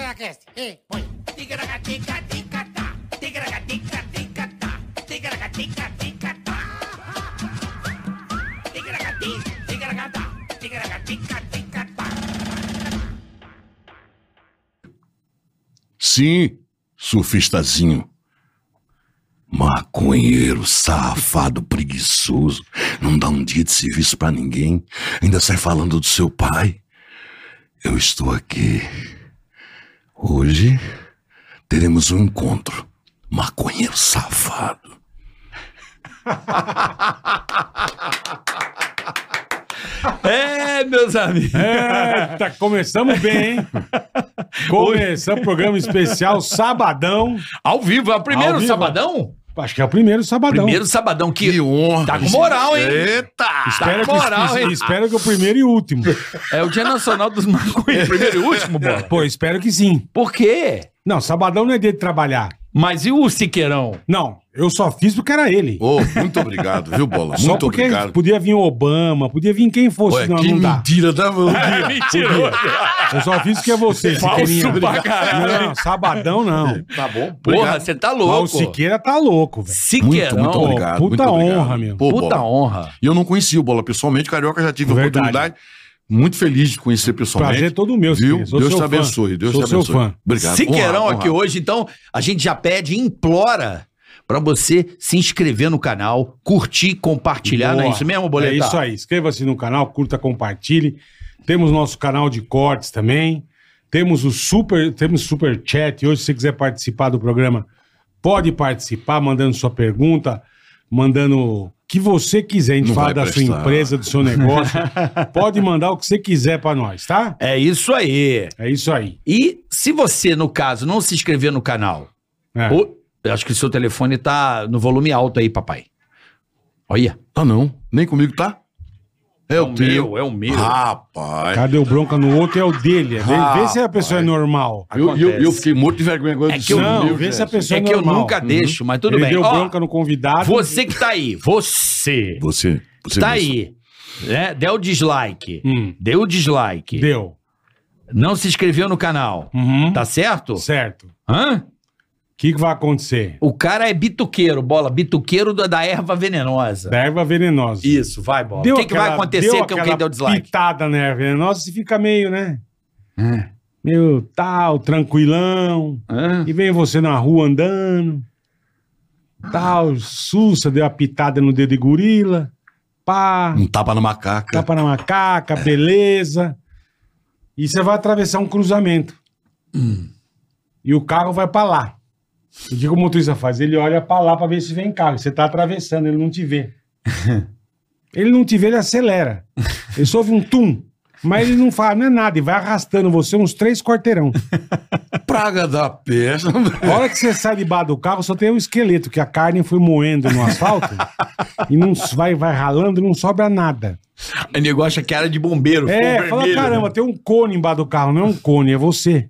Ticaracast, e põe. Ticaracatica, ticatá. Ticaracatica, ticatá. Ticaracatica, ticatá. Ticaracati, ticaracatá. Ticaracatica, ticatá. Sim, surfistazinho. Maconheiro, safado, preguiçoso, não dá um dia de serviço pra ninguém, ainda sai falando do seu pai. Eu estou aqui. Hoje teremos um encontro. Maconheiro safado. É, meus amigos. É, tá, começamos bem, hein? Começamos o programa especial Sabadão. Ao vivo, é o primeiro Ao vivo. sabadão? Acho que é o primeiro Sabadão. Primeiro sabadão que. Que honra. Tá com moral, hein? Eita! espero, tá moral, que, hein? espero que o primeiro e o último. É o Dia Nacional dos Maconheiros. Primeiro e último, bora. Pô, espero que sim. Por quê? Não, Sabadão não é dia de trabalhar. Mas e o Siqueirão? Não, eu só fiz porque era ele. Ô, muito obrigado, viu, Bola? só Muito porque obrigado. podia vir Obama, podia vir quem fosse, Ué, não, que não dá. mentira da Mentira. Eu só fiz porque é você, Siqueirinha. pra caralho. Não, Sabadão não. Tá bom. Porra, você tá Mas o louco. Siqueira tá louco, velho. Siqueirão. Muito, muito obrigado. puta muito obrigado. honra, meu. Pô, Puta Bola, honra. E eu não conhecia o Bola pessoalmente, Carioca já tive a Verdade. oportunidade. Muito feliz de conhecer pessoalmente. Prazer é todo meu, viu? Siqueira. Sou Deus seu te fã. abençoe. Deus Sou te seu abençoe. fã. Obrigado. Siqueirão Honra, aqui honra. hoje, então a gente já pede, e implora pra você se inscrever no canal, curtir, compartilhar, não é Boa. isso mesmo, Boletar? É isso aí. Inscreva-se no canal, curta, compartilhe. Temos nosso canal de cortes também. Temos o super, temos super chat. Hoje, se você quiser participar do programa, pode participar, mandando sua pergunta, mandando o que você quiser. A gente Não fala vai da prestar. sua empresa, do seu negócio. pode mandar o que você quiser pra nós, tá? É isso aí. É isso aí. E se você, no caso, não se inscrever no canal, É. Ô, eu acho que o seu telefone tá no volume alto aí, papai. Olha. Tá não. Nem comigo tá? É, o teu. é o meu. Ah, Rapaz. Cara deu bronca no outro é o dele. É dele. Ah, Vê se a pessoa é normal. Eu, eu, acontece. eu fiquei morto de vergonha agora É do que eu- seu Não, meu, vê se a Jéssica. pessoa é é que eu normal. nunca deixo, mas tudo Ele bem. deu Ó, bronca no convidado. você que tá aí, você, Você. você que tá mesmo. aí, né? Deu dislike, Hum, deu dislike, deu. não se inscreveu no canal, Uhum. tá certo? Certo. Hã? O que, que vai acontecer? O cara é bituqueiro, bola, bituqueiro da, da erva venenosa. Da erva venenosa. Isso, vai, bola. o que, que vai aquela- acontecer com quem aquela deu dislike? Pitada na erva venenosa e fica meio, né? É. Meio tal, tranquilão. Hã? E vem você na rua andando. Tal, sussa, deu a pitada no dedo de gorila. Pá, Um tapa na macaca. tapa na macaca, Tá beleza. E você vai atravessar um cruzamento. E o carro vai pra lá. E O que que o motorista faz? Ele olha pra lá pra ver se vem carro. Você tá atravessando, ele não te vê. ele não te vê, ele acelera. Ele só ouve um tum. Mas ele não fala, não é nada, e vai arrastando você uns três quarteirão. Praga da peste. A hora que você sai de baixo do carro, só tem um esqueleto, que a carne foi moendo no asfalto e não vai, vai ralando e não sobra nada. O negócio é que era de bombeiro. É, fala, caramba, tem um cone embaixo do carro. Não é um cone, é você.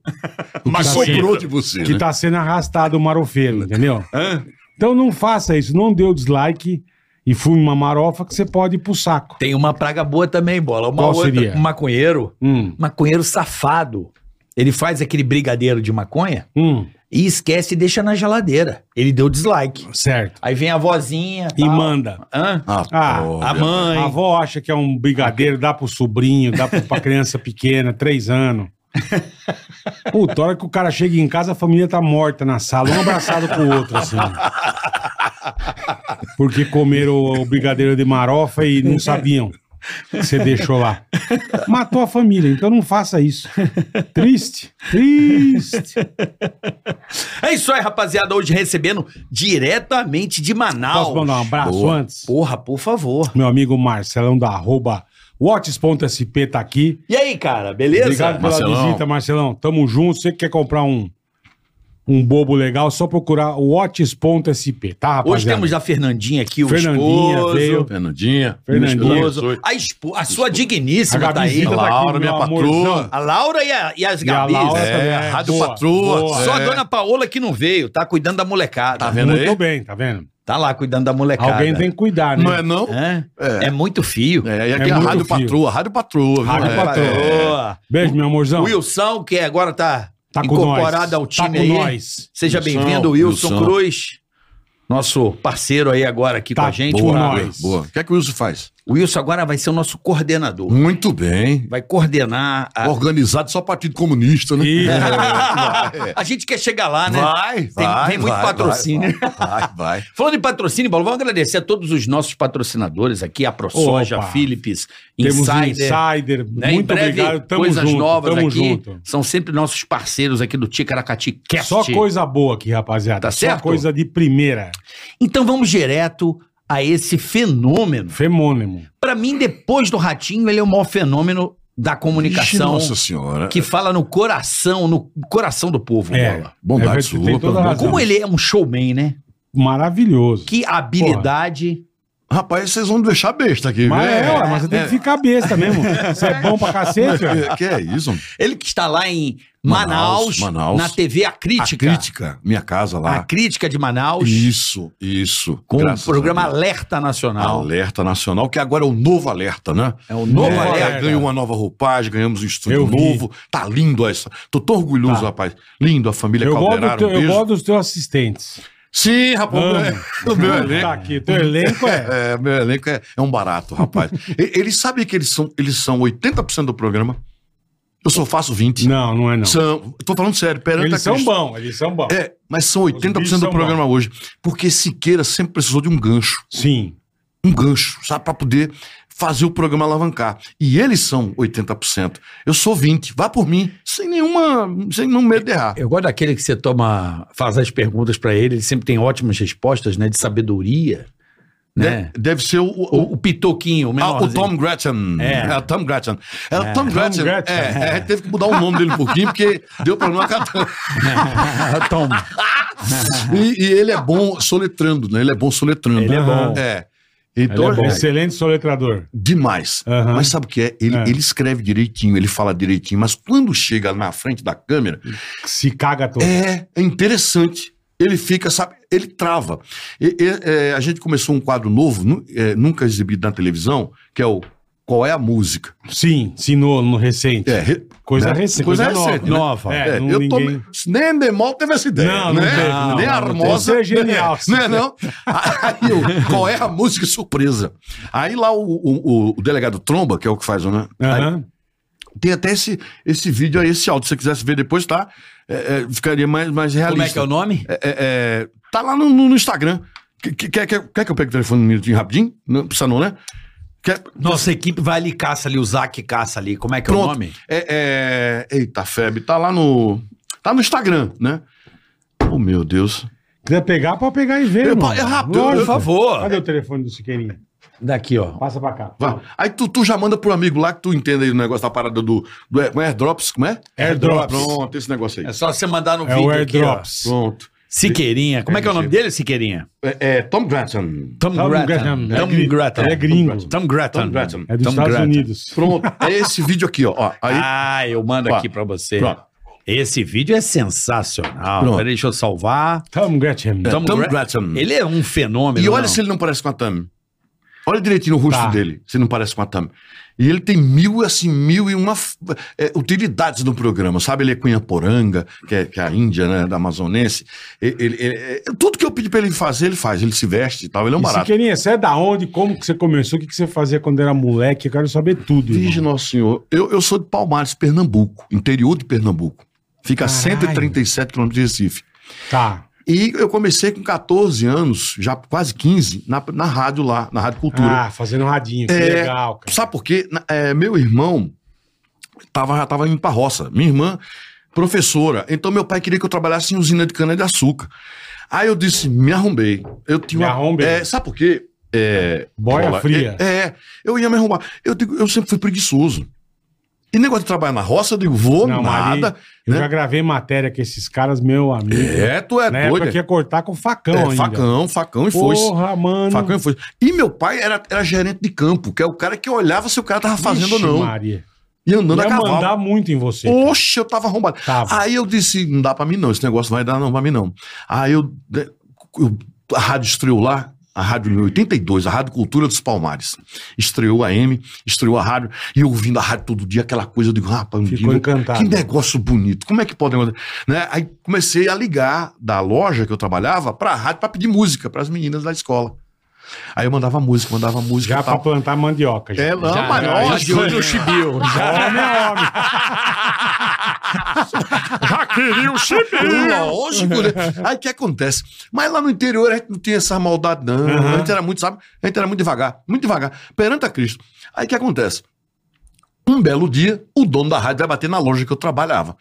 Mas Tá sobrou certo. de você. Que né? tá sendo arrastado o marofeiro, entendeu? Hã? Então não faça isso. Não dê o dislike e fume uma marofa que você pode ir pro saco. Tem uma praga boa também, bola. Uma Qual outra, seria? um maconheiro. Hum, maconheiro safado. Ele faz aquele brigadeiro de maconha hum, e esquece e deixa na geladeira. Ele deu dislike. certo. Aí vem a vozinha. E manda. Hã? Ah, Ah, pobre. A mãe. A avó acha que é um brigadeiro, dá pro sobrinho, dá pro- pra criança pequena, três anos. Puta, a hora que o cara chega em casa, a família tá morta na sala, um abraçado com o outro, assim. Porque comeram o brigadeiro de marofa e não sabiam que você deixou lá. Matou a família, então não faça isso. Triste, triste. É isso aí, rapaziada. Hoje recebendo diretamente de Manaus. Posso mandar um abraço Boa. antes? Porra, por favor. Meu amigo Marcelão da arroba watts.sp tá aqui. E aí, cara, beleza? Obrigado pela Marcelão. visita, Marcelão. Tamo junto. Você que quer comprar um, um bobo legal, só procurar o watts.sp, tá, rapaziada? Hoje temos a Fernandinha aqui, o Fernandinha esposo. veio. Fernandinha. Fernandinha. minha esposo. esposa. A, espo- a sua digníssima A tá aí. Gabizita A tá aqui, Laura, minha meu patroa. amorzão. A Laura e, a, e as E a Gabis. Laura também. É, a Rádio Patroa. boa. Só a É. dona Paola que não veio, tá cuidando da molecada. Tá vendo Muito aí? bem, tá vendo? Tá lá cuidando da molecada. Alguém tem que cuidar, né? Não é não? Hã? É. É. muito fio. É, e aqui É é a muito Rádio fio. Patroa, Rádio Patroa. viu? Rádio É. Patroa. Patroa. Beijo, meu amorzão. Wilson, que agora tá Tá com incorporado nós. ao time tá com aí. nós. Seja Wilson, bem-vindo, Wilson, Wilson. Cruz, nosso parceiro aí agora aqui Tá com a gente. boa, Morado. nós. Boa. O que é que o Wilson faz? O Wilson agora vai ser o nosso coordenador. Muito bem. Vai coordenar Ah. a. Organizado só Partido Comunista, né? Ih, a gente quer chegar lá, né? Vai, Tem- vai. tem muito vai, patrocínio. Vai, vai. vai. Falando em patrocínio, Paulo, vamos agradecer a todos os nossos patrocinadores aqui, a ProSoja, Opa. Philips, Temos um Insider. Insider. né? em Muito breve, obrigado. Tamo coisas junto. novas tamo aqui. junto. São sempre nossos parceiros aqui do Ticaracati Cast. Só coisa boa aqui, rapaziada. Tá Só certo? coisa de primeira. Então vamos direto a esse fenômeno. Femônimo. Pra mim, depois do Ratinho, ele é o maior fenômeno da Ixi, comunicação nossa senhora. que fala no coração, no coração do povo. É. Bola. Bondade É, você sua. tem toda a perdão. razão. Como ele é um showman, né? Maravilhoso. Que habilidade. Rapaz, vocês vão me deixar besta aqui, Mas é, velho. ué, mas você tem É. que ficar besta mesmo. Você é bom pra cacete, ué. Que, que é isso? mano? Ele que está lá em Manaus, Manaus, Manaus. na TV A Crítica. A crítica. Minha casa A lá. Crítica de Manaus. Isso, isso. Com Graças o programa a Deus. Alerta Nacional. Alerta Nacional, que agora é o novo alerta, né? É o novo É, alerta. Ganhou uma nova roupagem, ganhamos um estúdio Eu vi. novo. Tá lindo essa. Tô tão orgulhoso, Tá. rapaz. Lindo, a família Eu gosto, do Calderaro, teu- um eu beijo. gosto dos teus assistentes. Sim, rapaz. Amo. O meu Tá elenco. aqui, teu elenco é. É, meu elenco é, é um barato, rapaz. E- eles sabem que eles são, eles são 80% do programa. Eu só faço 20%. Não, não é não. São, tô falando sério, perante Eles a são Cristo. bons, eles são bons. É, mas são bichos 80% são do programa hoje. Porque Siqueira sempre precisou de um gancho. Sim. Um gancho, sabe? Pra poder fazer o programa alavancar. E eles são 80%. Eu sou 20%. Vá por mim. Sem nenhuma. Sem nenhum medo de errar. Eu gosto daquele que você toma, faz as perguntas pra ele, ele sempre tem ótimas respostas, né? De sabedoria, né? De- deve ser o. o- O, o pitoquinho, o ah, o menorzinho. Tom Gretchen. É. o Tom Gretchen. É, o Tom Gretchen. Gretchen. É, é, teve que mudar o nome dele um pouquinho, porque deu problema com a Tom. Tom. E, e ele é bom soletrando, né? Ele é bom soletrando. Ele é bom. É. Então, Ele é bom. Excelente soletrador. Demais. Aham. Mas sabe o que é? Ele, É. ele escreve direitinho, ele fala direitinho, mas quando chega na frente da câmera, Se caga todo. é, é interessante. Ele fica, sabe? Ele trava. E- e- é, a gente começou um quadro novo, nu- é, nunca exibido na televisão, que é o Qual é a Música? Sim, sim, no, no recente. É, re- Coisa né? recente. Coisa Coisa, recente, né? nova. É, é, não, eu ninguém... tô, nem Endemol teve essa ideia. Não, não né? teve, nem a não, não teve. Armosa. Você é genial, né? Não é, não? Aí, eu, qual é a música surpresa? Aí lá o, o- o delegado Tromba, que é o que faz, né? Aí Aham. Tem até esse, esse vídeo aí, esse áudio. Se você quisesse ver depois, tá? É, é, ficaria mais, mais Como é que realista. é o nome? É, é, é, tá lá no, no- no Instagram. Que- que- Quer quer- quer que eu pegue o telefone um minutinho rapidinho? Não precisa não, né? Quer- Nossa equipe vai ali, caça ali, o Zac caça ali. Como é que é o Pronto. nome? É, é, eita, Feb, tá lá no... Tá no Instagram, né? Oh, meu Deus. Quiser pegar, pode pegar e ver, Eu- irmão. é rápido, Lógico. eu- Por favor. Cadê o telefone do Siqueirinha? Daqui, ó. Passa pra cá. Vai. Aí tu, tu já manda pro amigo lá que tu entenda aí o negócio da parada do, do air- airdrops, como é? Airdrops. Pronto, esse negócio aí. É só você mandar no É vídeo o aqui, ó. Airdrops. Pronto. Siqueirinha. Como é que é o nome dele, Siqueirinha? É, é, Tom Gratton. Tom Tom Grattan. Grattan. Tom Ele é gringo. Grattan. Ele é gringo. Tom Grattan. Tom Grattan. É dos Tom Estados Grattan. Unidos. Pronto. É esse vídeo aqui, ó. ó. Aí, Ah, eu mando Ó. aqui pra você. Pronto. Esse vídeo é sensacional. Pronto. Peraí, deixa eu salvar. Tom Gresham. É, Tom Tom Gra- Grattan. Ele é um fenômeno. E olha não. se ele não parece com a Tami. Olha direitinho o rosto Tá. dele, se não parece com a Tami. E ele tem mil, assim, mil e uma f- é, utilidades no programa, sabe? Ele é Cunhaporanga, que é, que é a Índia, né, da Amazonense. Ele, ele- ele- é- tudo que eu pedi pra ele fazer, ele faz. Ele se veste e tal, ele é um E barato. Siqueirinha, você é da onde? Como que você começou? O que, que você fazia quando era moleque? Eu quero saber tudo. irmão. Virgem Nosso Senhor, eu, eu sou de Palmares, Pernambuco, interior de Pernambuco. Fica a Caralho. 137 quilômetros de Recife. Tá. E eu comecei com 14 anos, já quase 15, na, na rádio lá, na Rádio Cultura. Ah, fazendo radinho. Que É, legal, cara. Sabe por quê? Na- é, meu irmão tava, já tava indo pra roça. Minha irmã, professora. Então meu pai queria que eu trabalhasse em usina de cana-de-açúcar. Aí eu disse, me arrombei. Eu tinha Me uma- arrombei. É, sabe por quê? É, Boia Bola, fria. É, é, eu ia me arrumar. Eu, digo, eu sempre fui preguiçoso. E negócio de trabalhar na roça, eu digo, vou, Não, mas nada. ali- Eu né? já gravei matéria com esses caras, meu amigo. É, tu é Na doido. época que ia cortar com facão É, ainda. facão, facão e foice. Porra, mano. Facão e foice. E meu pai era, era gerente de campo, que é o cara que olhava se o cara tava fazendo ou Ixi, não. Maria. E andando Ia a cavalo. mandar muito em você. cara. Oxe, eu tava arrombado. Tava. Aí eu disse, não dá pra mim não, esse negócio vai dar não pra mim não. Aí eu, eu- a rádio estreou lá, a rádio em 82, a Rádio Cultura dos Palmares. Estreou a M, estreou a rádio, e eu ouvindo a rádio todo dia, aquela coisa, eu digo, rapaz, um Ficou dia, encantado. que negócio bonito, como é que pode acontecer? Né? Aí comecei a ligar da loja que eu trabalhava pra rádio pra pedir música pras meninas da escola. Aí eu mandava música, mandava música. Já e tal. pra plantar mandioca. Já. É, não, Já, mas já, lógico. já de olho no chibio. Homem é homem. Já queria o chibinho. Lógico, né? Aí o que acontece? Mas lá no interior a gente não tinha essa maldade, não. A gente era muito, sabe? A gente era muito devagar, muito devagar, perante a Cristo. Aí o que acontece? Um belo dia, o dono da rádio vai bater na loja que eu trabalhava.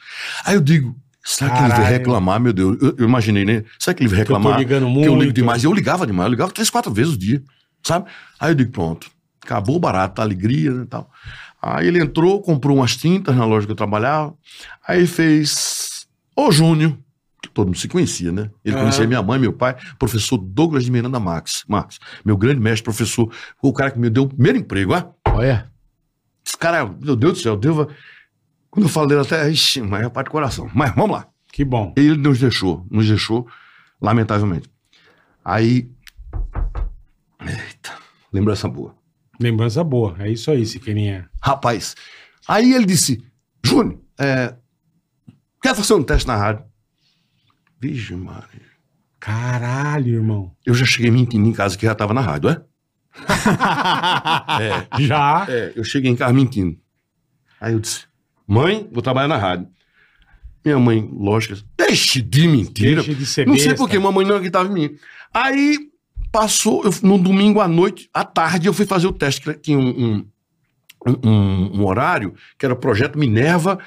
Aí eu digo. Será que ele Caralho. veio reclamar, meu Deus? Eu, eu imaginei, né? Será que ele veio Que eu tô reclamar? ligando Que eu ligo muito. demais. Eu ligava demais, eu ligava três, quatro vezes o dia, sabe? Aí eu digo, pronto, acabou o barato, a alegria né, e tal. Aí ele entrou, comprou umas tintas na loja que eu trabalhava. Aí fez Ô Júnior, que todo mundo se conhecia, né? Ele Ah. conhecia minha mãe, meu pai, professor Douglas de Miranda Max, Max, meu grande mestre, professor, foi o cara que me deu o primeiro emprego, ah. Olha. Esse cara, meu Deus do céu, Deus. vai- Quando eu falo dele até, ixi, mas é parte do coração. Mas vamos lá. Que bom. Ele nos deixou, nos deixou, lamentavelmente. Aí. Eita, lembrança boa. Lembrança boa. É isso aí, Siqueirinha. Rapaz. Aí ele disse: Júnior, é, quer fazer um teste na rádio? Vixe, Maria. Caralho, irmão. Eu já cheguei mentindo em casa que já tava na rádio, é? é. Já. É, eu cheguei em casa mentindo. Aí eu disse, mãe, vou trabalhar na rádio. Minha mãe, lógico, deixe de mentira. Deixe de ser não sei besta. por que, mamãe não acreditava em mim. Aí passou, eu- no domingo à noite, à tarde, eu fui fazer o teste, que tinha um, um- um- um horário, que era o Projeto Minerva,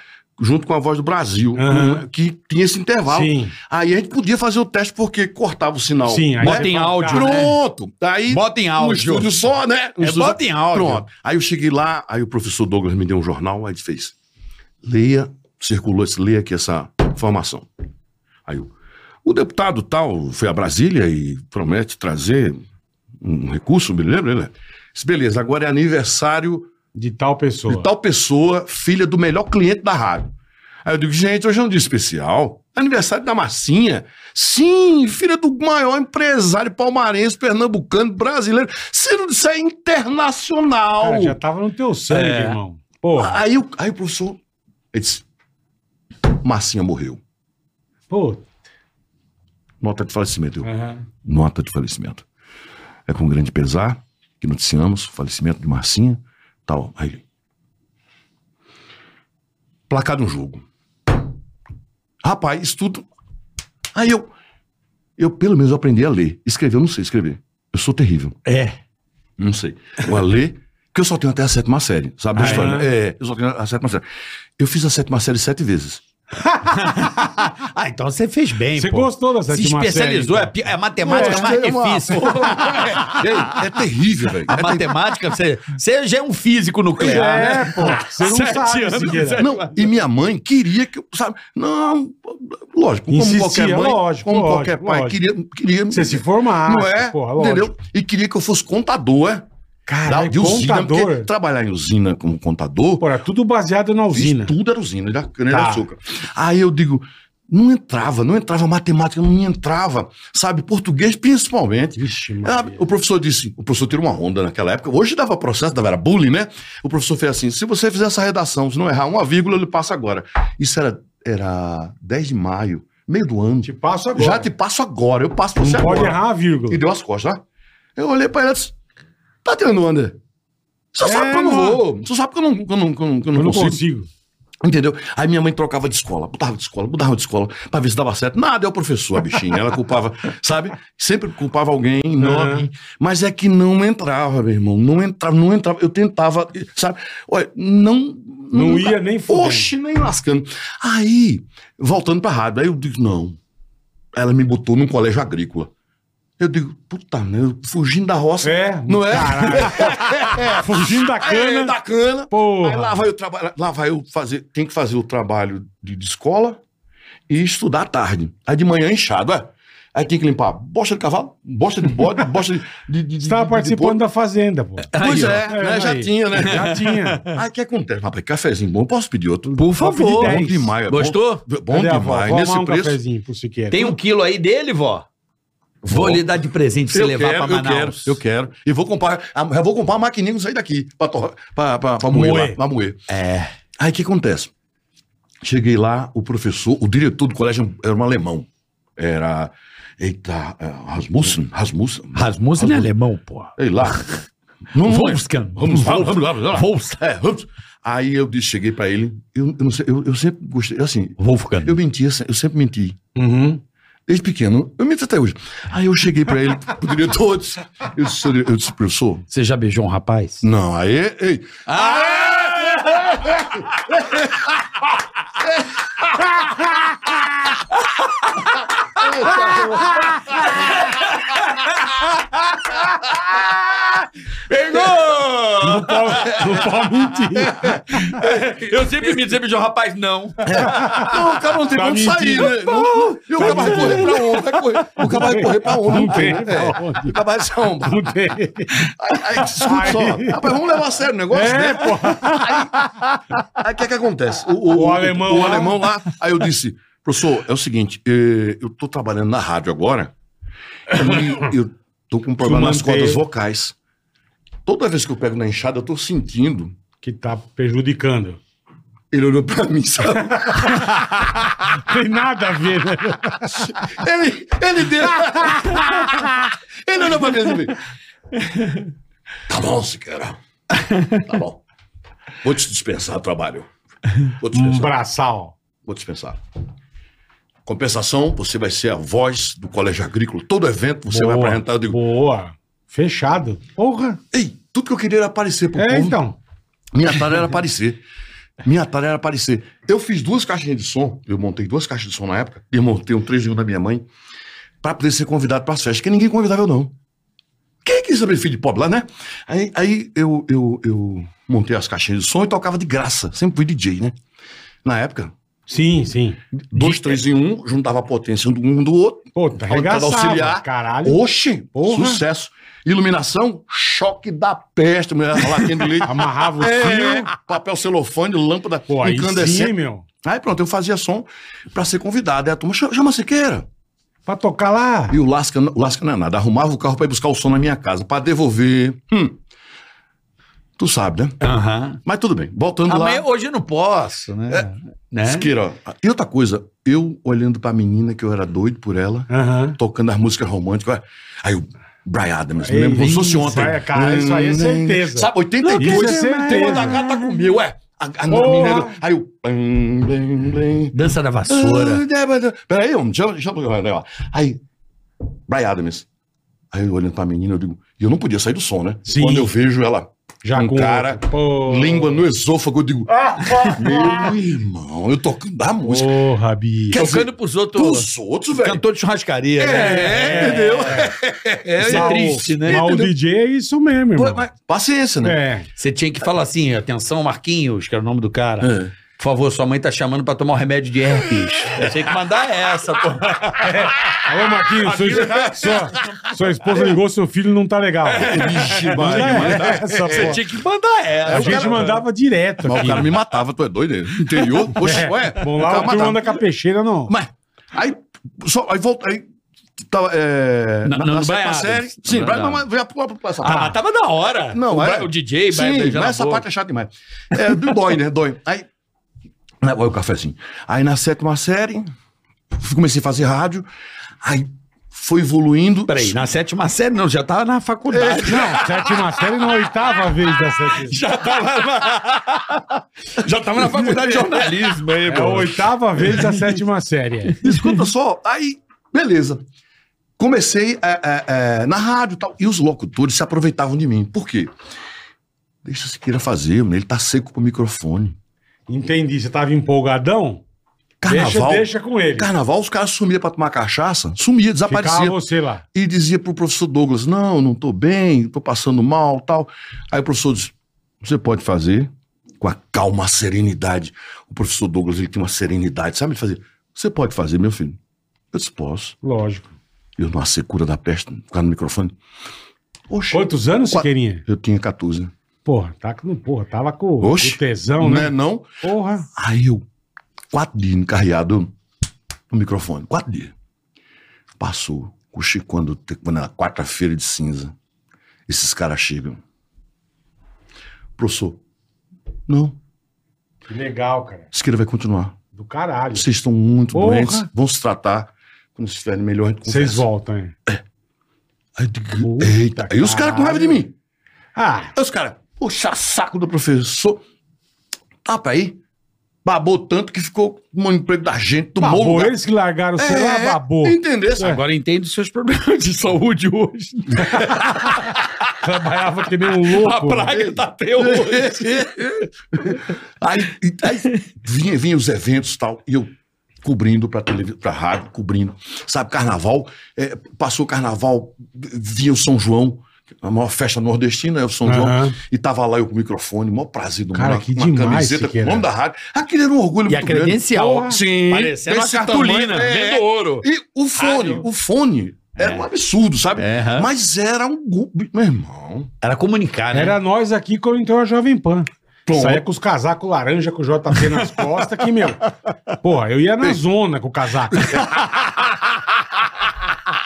junto com a Voz do Brasil, Aham. um- que tinha esse intervalo. Sim. Aí a gente podia fazer o teste porque cortava o sinal. Sim, aí é Bota você em fala, áudio, cara, né? Pronto. Aí Bota em um áudio. estúdio só, né? Um É, estúdio- bota em áudio. Pronto. Aí eu cheguei lá, aí o professor Douglas me deu um jornal, aí ele fez: leia, circulou esse, leia aqui essa informação. Aí eu, o deputado tal foi a Brasília e promete trazer um recurso, me lembra, né? Disse, Beleza, agora é aniversário De tal pessoa. de tal pessoa, filha do melhor cliente da rádio. Aí eu digo, gente, hoje é um dia especial. Aniversário da Marcinha. Sim, filha do maior empresário palmarense, pernambucano, brasileiro. Se não disser internacional. Cara, já tava no teu sangue, É. irmão. Porra. aí, o- aí o professor ele disse, Marcinha morreu. Pô. Nota de falecimento. Eu, Aham. nota de falecimento. É com grande pesar que noticiamos o falecimento de Marcinha, tal. Aí ele. Placar de um jogo. Rapaz, isso tudo. Aí eu. Eu, pelo menos, aprendi a ler. Escrever, eu não sei escrever. Eu sou terrível. É. Não sei. Eu a ler, que eu só tenho até a sétima série, sabe? da Ah, história? É, eu só tenho a sétima série. Eu fiz a sétima série sete vezes. ah, então você fez bem, Você pô. gostou da então? Se sétima especializou, então. série, é, pi- é a matemática Pô, mais é uma- difícil. Ei, é terrível, velho. A matemática, você, você já é um físico nuclear, né? É, pô. Você não Sete sabe, anos, Siqueira. sete- Não, e minha mãe queria que eu, sabe? Não, lógico, como Insistia, qualquer mãe, lógico, como lógico, qualquer pai, lógico. queria, queria Você se formar. não é, Porra, lógico. entendeu? E queria que eu fosse contador, é? Caralho, de usina, contador. porque tá- trabalhar em usina como contador, Porra, tudo baseado na fiz usina. tudo era usina, era cana, Tá. era açúcar. Aí eu digo, não entrava, não entrava matemática, não me entrava, sabe? Português principalmente. Vixe, Ah, mano. o professor disse, o professor tirou uma ronda naquela época, hoje dava processo, dava era bullying, né? O professor fez assim, se você fizer essa redação, se não errar uma vírgula, ele passa agora. Isso era, era 10 de maio, meio do ano. Te passo agora. Já te passo agora, eu passo pra você Não pode agora. errar a vírgula. E deu as costas, tá? Eu olhei pra ele e disse, tá tirando onda? Você É, sabe que eu não mano. vou, você sabe que eu não, que eu não, que eu não, que eu Eu não não consigo. consigo. Entendeu? Aí minha mãe trocava de escola, mudava de escola, mudava de escola, pra ver se dava certo. Nada, é o professor, a bichinha. Ela culpava, sabe? Sempre culpava alguém, não a Aham. mim. Mas é que não entrava, meu irmão. Não entrava, não entrava. Eu tentava, sabe? Olha, não. Não nunca- ia nem fudendo. Oxe, nem lascando. Aí, voltando pra rádio, aí eu digo, não. Ela me botou num colégio agrícola. Eu digo, puta, né? Eu fugindo da roça. É, não é? Fugindo da É, cana. da cana. Porra. Aí lá vai eu trabalhar, lá vai eu fazer, tem que fazer o trabalho de, de escola e estudar à tarde. Aí de manhã é inchado, é. Aí tem que limpar bosta de cavalo, bosta de bode, bosta de. de, de Você tava participando da Fazenda, pô. da. Pois Aí, ó. é, né? É, já aí. tinha, né? Já tinha. Aí o que acontece? Rapaz, cafezinho bom, posso pedir outro? Por Vou favor. pedir Bom 10. demais. é bom- Gostou? Bom, Cadê a vó? demais. Vó, Nesse arrumar "Ah, um preço. cafezinho pro Siqueira. Tem um quilo aí dele, vó? Vou lhe dar de presente pra você eu levar quero, pra Manaus. Eu quero, eu quero. E vou comprar. a- Eu vou comprar uma maquininha e sair daqui pra, torra- pra, pra, pra moer, Moer. lá, pra moer. É. Aí o que acontece? Cheguei lá, o professor, o diretor do colégio era um alemão. Era. Eita, é, Rasmussen? Rasmussen? Rasmussen é alemão, porra. Sei lá. Não, não é. Wolfgang. Vamos lá, vamos lá, vamos lá. Wolfgang. É, vamos. Aí eu disse, cheguei pra ele. Eu, eu não sei, eu, eu sempre gostei. Assim, Wolfgang. eu mentia, eu sempre menti. Uhum. Desde pequeno. Eu minto até hoje. Aí eu cheguei pra ele, pro diretor, eu disse, eu disse, "Senhor, eu disse, professor, Você já beijou um rapaz? Ah, não, aí. Ei. Ah! Não pode, não pode mentir. Ah, Eu sempre me dizer beijou um rapaz, não. Não, o cara não tem Tá pra onde sair, mentindo. né? Não, não. E o cara vai correr pra onde? Vai correr. O cara vai correr pra onde? Não tem É. pra onde. O cara vai se arrombar. Não tem. Aí, aí, escuta só. Rapaz, vamos levar a sério o negócio, É, né? Aí o que é que acontece? O, O alemão o lá. alemão lá. Aí eu disse, professor, é o seguinte, eh, eu tô trabalhando na rádio agora e eu tô com um problema nas manter. cordas vocais. Toda vez que eu pego na enxada, eu tô sentindo. Que tá prejudicando. Ele olhou pra mim, sabe? Tem nada a ver, né? Ele, ele deu. ele olhou pra mim e disse: Tá bom, Siqueira. Tá bom. Vou te dispensar do trabalho. Vou te Um dispensar. braçal. Vou dispensar. Compensação, você vai ser a voz do Colégio Agrícola. Todo evento você vai Boa, apresentar. Eu digo, Boa. Fechado. Porra. ei, tudo que eu queria era aparecer pro É, povo. então. Minha tarefa era aparecer. Minha tarefa era aparecer. Eu fiz duas caixinhas de som. Eu montei duas caixas de som na época. E montei um 3 em 1 da minha mãe. Pra poder ser convidado pras festas. Que ninguém convidava eu, não. Quem quis saber filho de pobre lá, né? Aí, aí eu, eu, eu montei as caixinhas de som e tocava de graça. Sempre fui DJ, né? Na época, Sim, sim. dois, três em um, juntava a potência do um do outro. Puta, Arrancada arregaçava. auxiliar. Caralho. Oxe, Porra. sucesso. Iluminação, choque da peste, mulher latinha de leite. Amarrava o É, fio. papel celofane, lâmpada Pô, aí sim, incandescente. meu. Aí pronto, eu fazia som pra ser convidado. Aí a turma "Chama- chama Siqueira. Pra tocar lá. E o Lasca, o Lasca não é nada. Arrumava o carro pra ir buscar o som na minha casa, pra devolver. Hum. Tu sabe, né? Aham. Mas tudo bem. Voltando lá. Amanhã, hoje eu não posso, É. né? É. Né? Siqueira. E outra coisa, eu olhando pra menina que eu era doido por ela, Aham. tocando as músicas românticas. Aí o Brian Adams, me lembro como se fosse Isso ontem. Hum, aí, cara, isso aí é certeza. Sabe, 82. Isso é certeza. Turma da Gata tá com mil, ué. A, a Porra. menina- Aí o... Blim, blim, blim. Dança da Ah, vassoura. Peraí, homem, deixa, eu- deixa eu olhar lá. Aí, Brian Adams. Aí eu olhando pra menina, eu digo... E eu não podia sair do som, né? Sim. Quando eu vejo ela Já um com cara, Pô. língua no esôfago, eu digo... Ah, Meu irmão, eu tocando a música. Porra, bicho. Quer dizer, Tocando pros outros. Dos outros, velho. Cantor de churrascaria, né? É, entendeu? Isso é Mal- triste, né? Mal o DJ é isso mesmo, Pô, irmão. mas Paciência, né? É. Você tinha que falar assim, atenção Marquinhos, que era o nome do cara. É. Por favor, sua mãe tá chamando pra tomar o remédio de herpes. Eu tinha que mandar essa, pô. Alô, Marquinhos, sua, sua- sua esposa ligou, seu filho não tá legal. Vixe, Mas Maria, é mas- essa, Você pô. tinha que mandar essa. A gente mandava direto Mas o aqui. cara me matava, tu é doido? né? Interior? Poxa, ué. Vamos o É. lá, cara o turma matava. anda com a peixeira, não. Mas, aí, só, aí volta, aí, tava, é, Na- na, não, na no sétima Brian série, Adams. sim, No Brian, Brian mas veio a própria essa Ah, mas parte. tava da hora. Não, o, é. Bra- o DJ, vai Sim, beijando mas a essa boca. parte é chata demais. É, dói, né, dói. Aí, né, olha o cafezinho. Aí, na sétima série, comecei a fazer rádio, aí foi evoluindo. Peraí, na sétima série não, já tava na faculdade. Não, sétima série na oitava vez da sétima. Já tava na... já tava na faculdade de jornalismo aí, É a oitava vez da sétima série. é. Escuta só, aí, beleza. Comecei é, é, é, na rádio e tal. E os locutores se aproveitavam de mim. Por quê? Deixa se queira fazer, mano, ele tá seco pro microfone. Entendi, você tava empolgadão? Deixa, Carnaval. deixa com ele. Carnaval, os caras sumiam pra tomar cachaça, sumia, Ficava desaparecia. você lá. E dizia pro professor Douglas: Não, não tô bem, tô passando mal tal. Aí o professor disse: Você pode fazer com a calma, a serenidade. O professor Douglas, ele tinha uma serenidade, sabe? Ele fazia: Você pode fazer, meu filho? Eu disse: Posso. Lógico. Eu não secura da peste, ficar no microfone. Oxe. Quantos anos, Qua- Siqueirinha? Eu tinha 14. né? Porra, tá com, porra, tava com com Oxe. tesão, Não é né? não? Porra. Aí eu, quatro dias encarreado no microfone, quatro dias. Passou. Chico, quando, te- quando na quarta-feira de cinza, esses caras chegam. Professor, não, Que legal, cara. a esquerda vai continuar. Do caralho. Vocês estão muito Porra. doentes, vão se tratar. Quando vocês estiverem melhor, a gente Vocês conversa. voltam, hein? Aí, eu digo, Puta, eita, aí os caras com raiva de caralho. mim. Ah, Aí os caras, puxa saco do professor. Tapa aí. Babou tanto que ficou com o emprego da gente, tomou o babou. lugar. Eles que largaram o celular, É, babou. Entendeu? sabe? Agora entendo os seus problemas de saúde hoje. Trabalhava que nem um A louco. praga tá até hoje. aí, e- aí vinha, vinha os eventos e tal, e eu cobrindo pra, televi- pra rádio, cobrindo. Sabe, carnaval, é, passou o carnaval, vinha o São João, a maior festa nordestina é o São Aham. João, e tava lá eu com o microfone, o maior prazer do Cara, mundo, que uma demais, camiseta com o Siqueira. nome da rádio. Aquilo era um orgulho E a muito grande. credencial. Porra. Sim. Parecendo uma desse cartolina, tamanho, é, vendo ouro. E o fone, Rádio. o fone era um absurdo, sabe? É, aham. Mas era um... gu- Meu irmão... Era comunicar, né? Era nós aqui quando entrou a Jovem Pan. Pronto. Saía com os casacos laranja, com o JP nas costas, que, meu. Porra, eu ia na zona com o casaco.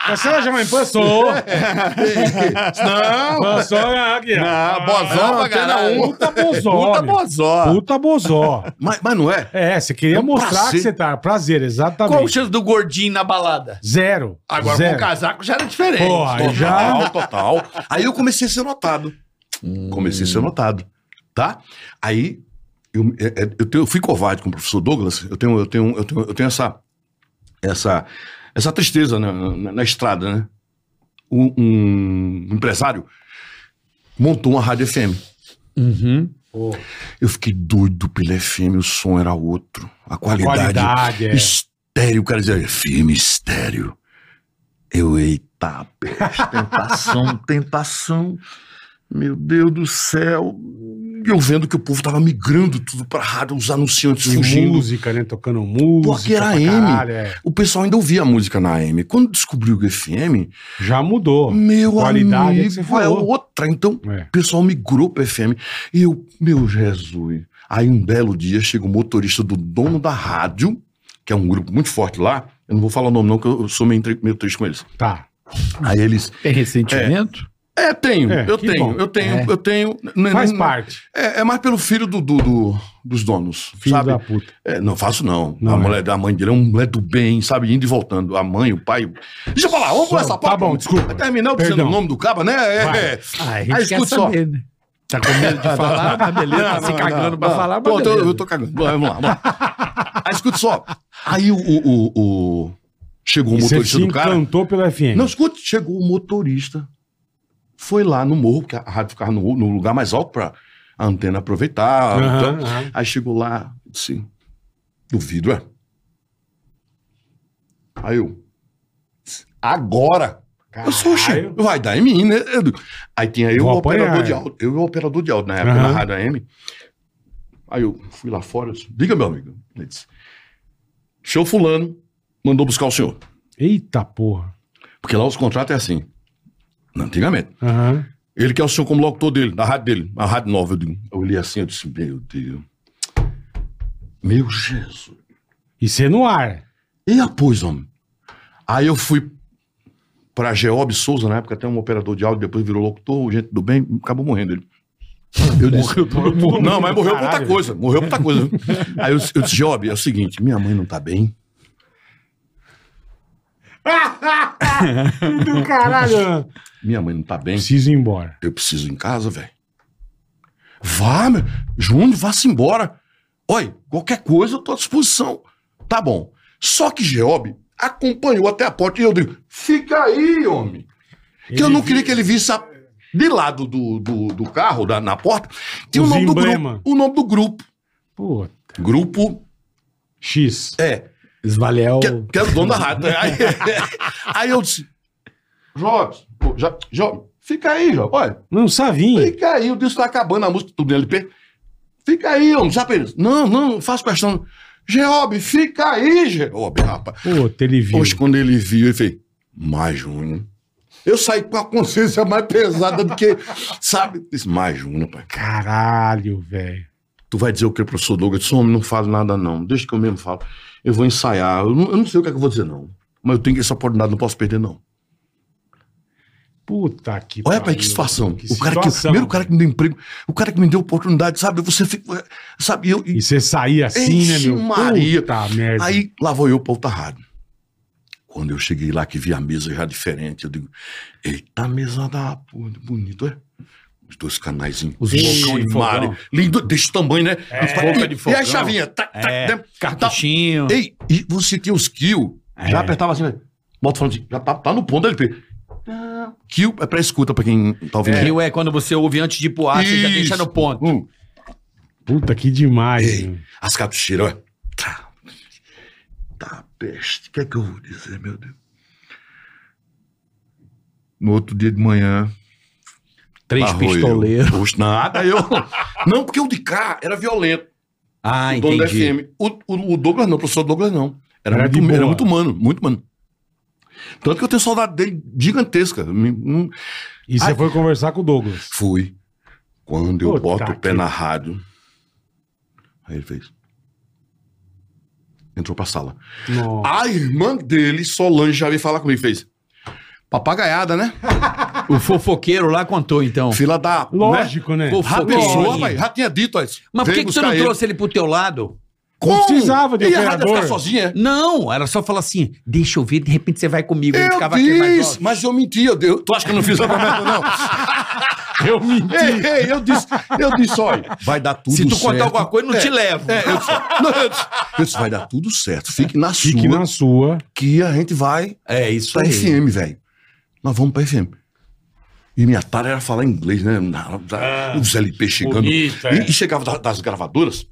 Você é a Jovem Pan? Sou. Não, Pan sou é aqui, ó. Ah, bozó pra caralho. Puta bozó. Puta meu. bozó. Puta bozó. mas, mas não é? É, você queria É um mostrar prazer. que você tá. Prazer, exatamente. Qual o chance do gordinho na balada? Zero. Agora Zero. com o casaco já era diferente. Porra, Pô, É, Total, já- total. Aí eu comecei a ser notado. Comecei a ser notado, tá? Aí eu, é- é- eu, tenho- eu fui covarde com o professor Douglas. Eu tenho, eu tenho, eu tenho, eu tenho essa, essa, essa tristeza na, na- na estrada, né? Um, um empresário montou uma rádio FM. Porra. Eu fiquei doido pela FM, o som era outro. A qualidade. Qualidade, é. Estéreo, o cara dizia, "É FM estéreo. Eu, eita, peste, tentação, tentação. Meu Deus do céu. E Eu vendo que o povo tava migrando tudo pra rádio, os anunciantes E fugindo. música, né? Tocando música. Porque era pra M. caralho, é. O pessoal ainda ouvia a música na AM. Quando descobriu o FM, Já mudou. meu Qualidade é que amigo, você é falou. outra. Então, É. o pessoal migrou pra FM. E eu, meu Jesus. Aí um belo dia chega o motorista do dono da rádio, que é um grupo muito forte lá. Eu não vou falar o nome, não, que eu sou meio, tri- meio triste com eles. Tá. Aí eles. Tem ressentimento? É, tenho, É, eu, que tenho bom. eu tenho, eu tenho, N- Faz n- parte. É, é mais pelo filho do, do- do- dos donos, Filho sabe? da puta. É, não faço não. Não, a é. mulher da mãe dele é uma mulher do bem, sabe? Indo e voltando. A mãe, o pai. Deixa eu falar, vamos Só- começar. tá bom, desculpa. Vai terminar eu dizendo Perdão. o nome do cabo, né? É, Vai. é. Ah, a gente quer saber, né? Tá com medo de falar, mas beleza. tá se cagando pra falar, mas Pô, eu tô- beleza. eu tô cagando. Vamos lá, vamos lá. Aí escute só. Aí o. o- o- o- Chegou o é E você motorista se do cara. então. encantou pela FM. Não, escute, chegou o motorista. Foi lá no morro, porque a rádio ficava no, no lugar mais alto pra a antena aproveitar. Aham, então. aham. Aí chegou lá, disse: Duvido, é? Aí eu. disse, Agora! Eu sou o chefe. Caralho. Vai dar em mim, né? Edu? Aí tinha eu, Vou o operador apanhar. de áudio. Eu e o operador de áudio na época, Aham. na Rádio AM. Aí eu fui lá fora, eu disse, diga, meu amigo. Ele disse, seu fulano mandou buscar o senhor. Eita porra. Porque lá os contratos é assim. Antigamente. Aham. Ele quer o senhor como locutor dele, da rádio dele, na rádio nova. Eu, digo, eu olhei assim, eu disse, meu Deus. Meu Jesus. E você no ar. E a pus, homem? Aí eu fui pra Geob Souza, na época, até um operador de áudio, depois virou locutor, gente do bem, acabou morrendo ele. Eu disse, não, mas morreu por outra Caralho. coisa, morreu por outra coisa. Aí eu, disse- eu disse, Geob, é o seguinte, minha mãe não tá bem. Do caralho. Minha mãe não tá bem. Preciso ir embora. Eu preciso ir em casa, velho. Vá, meu. Júnior, vá-se embora. Oi, qualquer coisa eu tô à disposição. Tá bom. Só que Geob acompanhou até a porta e eu digo: fica aí, homem. Que eu Ele não vi- queria que ele visse a- de lado do, do, do carro, da, na porta. Tinha o Os nome do emblema. grupo. O nome do grupo. Pô. Grupo. X. É. Esvalhar Que, é, que era o dono da rádio. né? Aí, aí eu disse: Jobs, pô, Jo- Job, fica aí, Job. Olha, Não, Savinho. Fica aí, o disco tá acabando, a música tudo no LP. Fica aí, homem, sabe eles? Não, não, não faço questão. Geob, fica aí, Geob, rapaz. Pô, ele viu. Hoje, quando ele viu, ele fez, mais Júnior. Eu saí com a consciência mais pesada do que, sabe? Disse, mais Júnior, pai. Caralho, velho. Tu vai dizer o que, professor Douglas? Eu disse, homem, não falo nada, não. Deixa que eu mesmo falo. Eu vou ensaiar. Eu não, eu não sei o que é que eu vou dizer, não. Mas eu tenho essa oportunidade, não posso perder, não. Puta que Olha pra que situação. o cara que, situação, primeiro o cara que me deu emprego, o cara que me deu oportunidade, sabe? Você fica. Sabe? Eu, E você sair assim, Ixi, né, meu? Maria. Puta é. merda. Aí lá vou eu pra outra rádio. Quando eu cheguei lá, que vi a mesa já diferente, eu digo: Eita, mesa da porra, bonito, é? Os dois canais em Os bocão bocão de de mare. fogão. Lindo, desse tamanho, né? É, Eu falei, boca e, de E fogão. a chavinha? Tá, tá, É, né? cartuchinho. Tá. Ei, e você tinha os kill, É. já apertava assim, né? Bota falando assim, já tá, tá no ponto da LP. Ah, Kill é pra escuta, pra quem tá ouvindo. Rio é quando você ouve antes de ir pro ar, você já Isso. deixa no ponto. Hum. Puta que demais. Ei, meu. As cartucheiras, olha. Tá. Tá, peste. O que é que eu vou dizer, meu Deus? No outro dia de manhã. Três lá vou eu. pistoleiros. Poxa, nada, eu. Não, porque o de cá era violento. Ah, o dono da entendi. FM. O, o- o Douglas não, o professor Douglas não. Era, Era de muito, era boa. muito humano, muito humano. Tanto que eu tenho saudade dele gigantesca. Me- não- E você Ai. foi conversar com o Douglas. Fui. Quando eu Puta boto o pé que- na rádio. Aí ele fez. Entrou pra sala. Nossa. A irmã dele, Solange, já veio falar comigo e fez. Papagaiada, né? O fofoqueiro lá contou, então. Fila da. Lógico, né? Pô, Já Fofoqueirinho. pensou, pai? Já tinha dito, ó, Mas por veio que, que você buscar não ele. trouxe ele pro teu lado? Como? Precisava de e a rádio ia operador. ficar sozinha? Não, era só falar assim, deixa eu ver, de repente você vai comigo. Ele Eu ficava aqui mais disse, longe. mas eu menti. Eu, eu, tu acha que eu não fiz a promessa, não? Eu menti. ei, ei, eu disse, eu disse, olha, vai dar tudo Se certo. tu contar alguma coisa, não É, te levo. É, eu disse, não, eu disse- eu disse, vai dar tudo certo. Fique na Fique sua, na sua. que a gente vai É, isso pra FM, velho. Nós vamos pra FM. E minha tara era falar inglês, né? Na- na- os LP chegando. bonito, e, Ah, é. e chegava da- das gravadoras,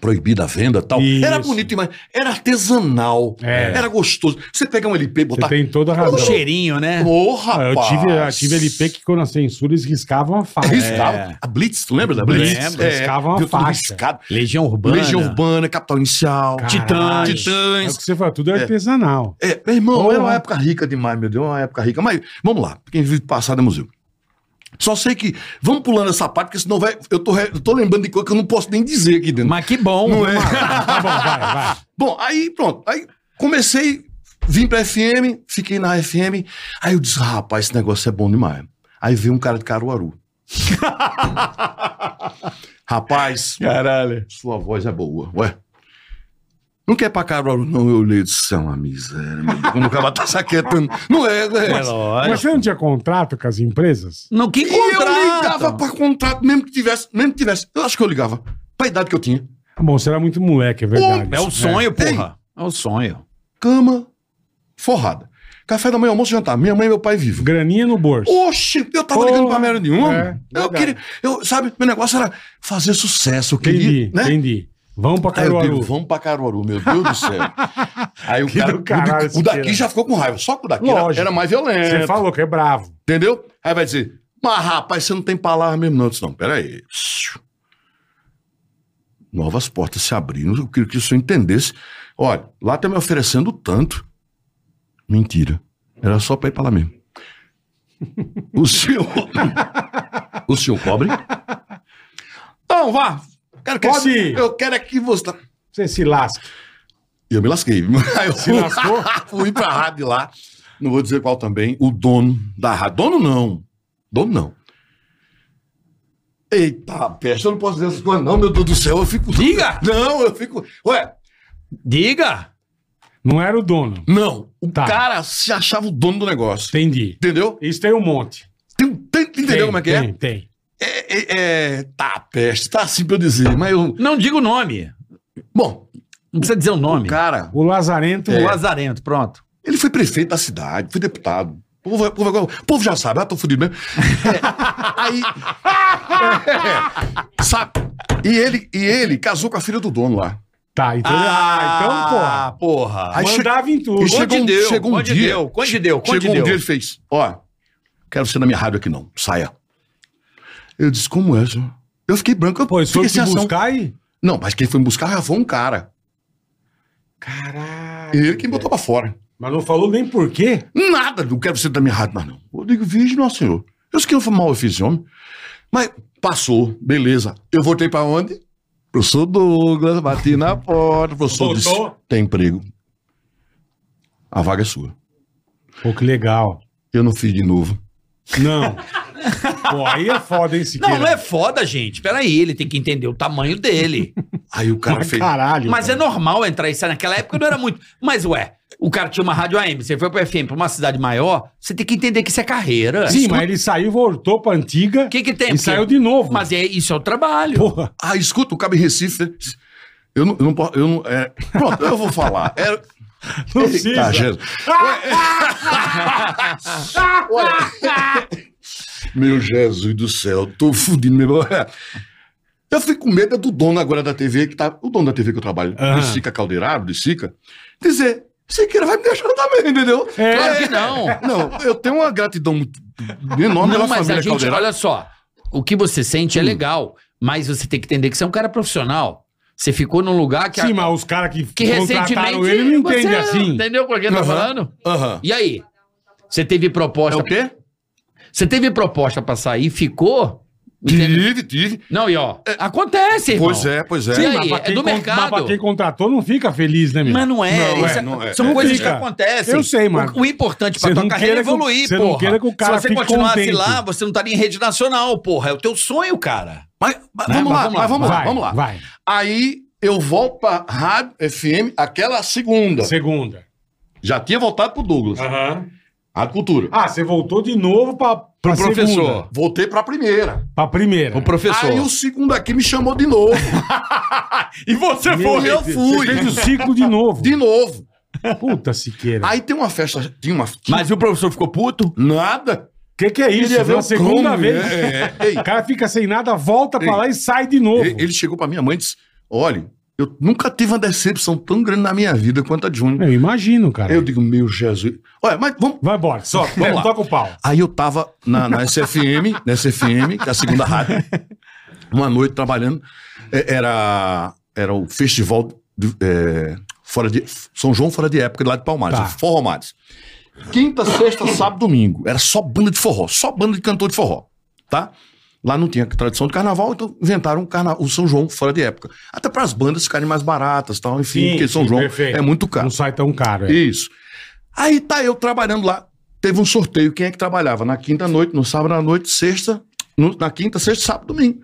proibida a venda e tal. Isso. Era bonito demais. Era artesanal. É. Era gostoso. Você pega um LP, Você botar. tem toda a razão. O cheirinho, né? Ô, Ah, rapaz! Eu tive, eu tive LP que quando a censura eles riscavam a faixa. Riscava. A Blitz, tu lembra da Blitz? É, Lembro, riscava uma deu tudo faixa. riscado. Legião Urbana. Legião Urbana, Capital Inicial, Caralho. Titãs. É o Titãs. que você falou, tudo é É. artesanal. É, meu irmão, Porra. era uma época rica demais, meu Deus, uma época rica. Mas vamos lá, quem vive do passado é museu. Só sei que. Vamos pulando essa parte, porque senão vai. Eu tô, re- eu tô lembrando de coisa que eu não posso nem dizer aqui dentro. Mas que bom. Não é? Tá bom, vai, vai. Bom, aí pronto. Aí comecei, vim pra FM, fiquei na FM. Aí eu disse, rapaz, esse negócio é bom demais. Aí veio um cara de Caruaru. rapaz, Caralho. sua voz é boa, ué. Não quer pra Caruaru, não, eu olhei, isso é uma miséria, meu Deus, como o cara tá saquetando. Não é, É é. lógico. Mas você não tinha contrato com as empresas? Não, que E eu ligava contrato? pra contrato, mesmo que tivesse, mesmo que tivesse. Eu acho que eu ligava, pra idade que eu tinha. Ah, Bom, você era muito moleque, é verdade. É o sonho, Ei. porra. É o sonho. Cama, forrada. Café da manhã, almoço, jantar. Minha mãe e meu pai vivem. Graninha no bolso. Oxe, eu tava Porra, ligando pra merda nenhuma. é, eu verdade. queria, eu, sabe, meu negócio era fazer sucesso, eu queria, Entendi, né? entendi. Vamos pra Aí eu Caruaru. digo, vamos pra Caruaru, meu Deus do céu. Aí o Que cara, do caralho o de- o, esse daqui cara. já ficou com raiva, só que o daqui era, Lógico. era mais Você violento, falou que é bravo. entendeu? Aí vai dizer, mas rapaz, você não tem palavra mesmo não. Eu disse, não, peraí. Novas portas se abriram, eu queria que o senhor entendesse. Olha, lá tá me oferecendo tanto. Mentira. Era só pra ir pra lá mesmo. O senhor. o senhor cobre? Não, Então, vá. Quero que Pode ir. Eu quero é que você. Você se lasca. E eu me lasquei. Aí eu Se lascou? fui pra rádio lá. Não vou dizer qual também. O dono da rádio. Dono não. Dono não. Eita, peste, eu não posso dizer essas coisas, não, meu Deus do céu. Eu fico. Diga! Não, eu fico. Ué, Diga! Não era o dono. não. O Tá. cara se achava o dono do negócio. Entendi. Entendeu? Isso tem um monte. Tem um tanto. Entendeu Tem, como é que é? Tem, tem. É, é, é? Tá, peste, tá assim pra eu dizer. Mas eu. Não diga o nome. Bom, Não precisa dizer o o nome. cara, é. O Lazarento. O Lazarento, pronto. ele foi prefeito da cidade, foi deputado. O povo, o povo- o povo já sabe, ah, tô fudido mesmo. É, aí. É, sabe? E ele, e ele casou com a filha do dono lá. Tá, então. Ah, Ah, porra. Aí então, pô. che- Mandava em tudo. e é chegou um- deu, chegou um onde dia- deu, onde deu, onde Chegou um deu. dia ele fez: Ó, quero você na minha rádio aqui não, saia. Eu disse: Como é, senhor? Eu fiquei branco, eu Pô, isso foi fiquei te sem ação. buscar e. Não, mas quem foi me buscar já foi um cara. Caralho. Ele que me botou pra fora. Mas não falou nem por quê. Nada, não quero você da minha rádio mais não. Eu digo, vixe, nosso senhor. Eu sei que eu fui mal eu fiz esse homem. Mas passou, beleza. Eu voltei pra onde? Professor Douglas, bati na porta. O professor disse, Voltou? tem emprego. A vaga é sua. Pô, que legal. Eu não fiz de novo. Não. Pô, aí é foda, hein, Siqueira? Não, não é foda, gente. Peraí, ele tem que entender o tamanho dele. Aí o cara Mas fez. Caralho. Mas é cara. normal entrar e sair. Naquela época não era muito. Mas, ué, o cara tinha uma rádio AM, você foi pro FM, pra uma cidade maior, você tem que entender que isso é carreira. Sim, mas ele saiu, voltou pra antiga. O que que tem? E Porque- saiu de novo. Mas é, isso é o trabalho. Porra. Ah, escuta, o Cabo em Recife. né? Eu não, eu não posso. Eu não, é... Pronto, eu vou falar. Era. Não precisa. Eita, Tá, Jesus. Meu Jesus do céu, tô fudido meu. Eu fico com medo é do dono agora da TV, que tá. O dono da TV que eu trabalho, Aham. de Sica Caldeirado, de Sica, dizer. Siqueira vai me deixar também, entendeu? É. Claro que não. Não, eu tenho uma gratidão muito enorme Não, pela mas a família gente, Caldeirado. olha só, o que você sente Hum. é legal, mas você tem que entender que você é um cara profissional. Você ficou num lugar que, a- Sim, mas os caras que, que recentemente. ele não você- é entende assim. Entendeu o que eu tô Aham. falando? Aham. E aí? Você teve É proposta. o quê? Você teve proposta pra sair, ficou? Tive, tive. Não, e ó, É. acontece, irmão. Pois é, pois é. Sim, Sim, mas aí, pra é quem do con- mercado. Mas pra quem contratou não fica feliz, né, meu? Mas não é. Não isso é, não é. São Não coisas fica. que acontecem. Eu sei, Marco. O, o importante pra Você tua não carreira é queira que o- evoluir, você não porra. queira que o cara Se você fique continuasse contente. lá, você não estaria em rede nacional, porra. É o teu sonho, cara. Mas, mas Né? vamos, Mas lá, vamos lá, mas vamos lá, Vai, vamos lá. Vai. Aí eu volto pra Rádio FM, aquela segunda. Segunda. Já tinha voltado pro Douglas, Rádio Cultura. Ah, você voltou de novo pra, pra professor. segunda. Voltei pra primeira. Pra primeira. O professor. Aí o segundo aqui me chamou de novo. E você Meu foi. Deus. Você fui. fez o ciclo de novo. De novo. Puta, Siqueira. O Aí tem uma festa, tinha uma... Mas o professor ficou puto? Nada. que, que é isso? Queria ver Na o segunda Kong, vez. né? É, é. Ei, O cara fica sem nada, volta pra Ei. lá e sai de novo. ele, ele chegou pra minha mãe e disse, olha, eu nunca tive uma decepção tão grande na minha vida quanto a de Júnior. Eu imagino, cara. Eu digo, meu Jesus. Olha, mas vamos... Vai embora, só. Vamos lá. Toca o pau. Aí eu tava na, na SFM, na SFM, que é a segunda rádio, uma noite trabalhando. É, Era, era o festival de, é, fora de, São João fora de época, lá de Palmares, Tá. o Forró Mares. Quinta, sexta, sábado, domingo. Era só banda de forró, só banda de cantor de forró, tá? Lá não tinha tradição de carnaval, então inventaram o, carna- o São João fora de época. Até para as bandas ficarem mais baratas, tal, enfim, Sim, porque São sim, João perfeito. é muito caro. Não sai tão caro. é. Isso. Aí tá eu trabalhando lá. Teve um sorteio. Quem é que trabalhava? Na quinta à noite, no sábado à noite, sexta, no- na quinta, sexta, sábado, domingo.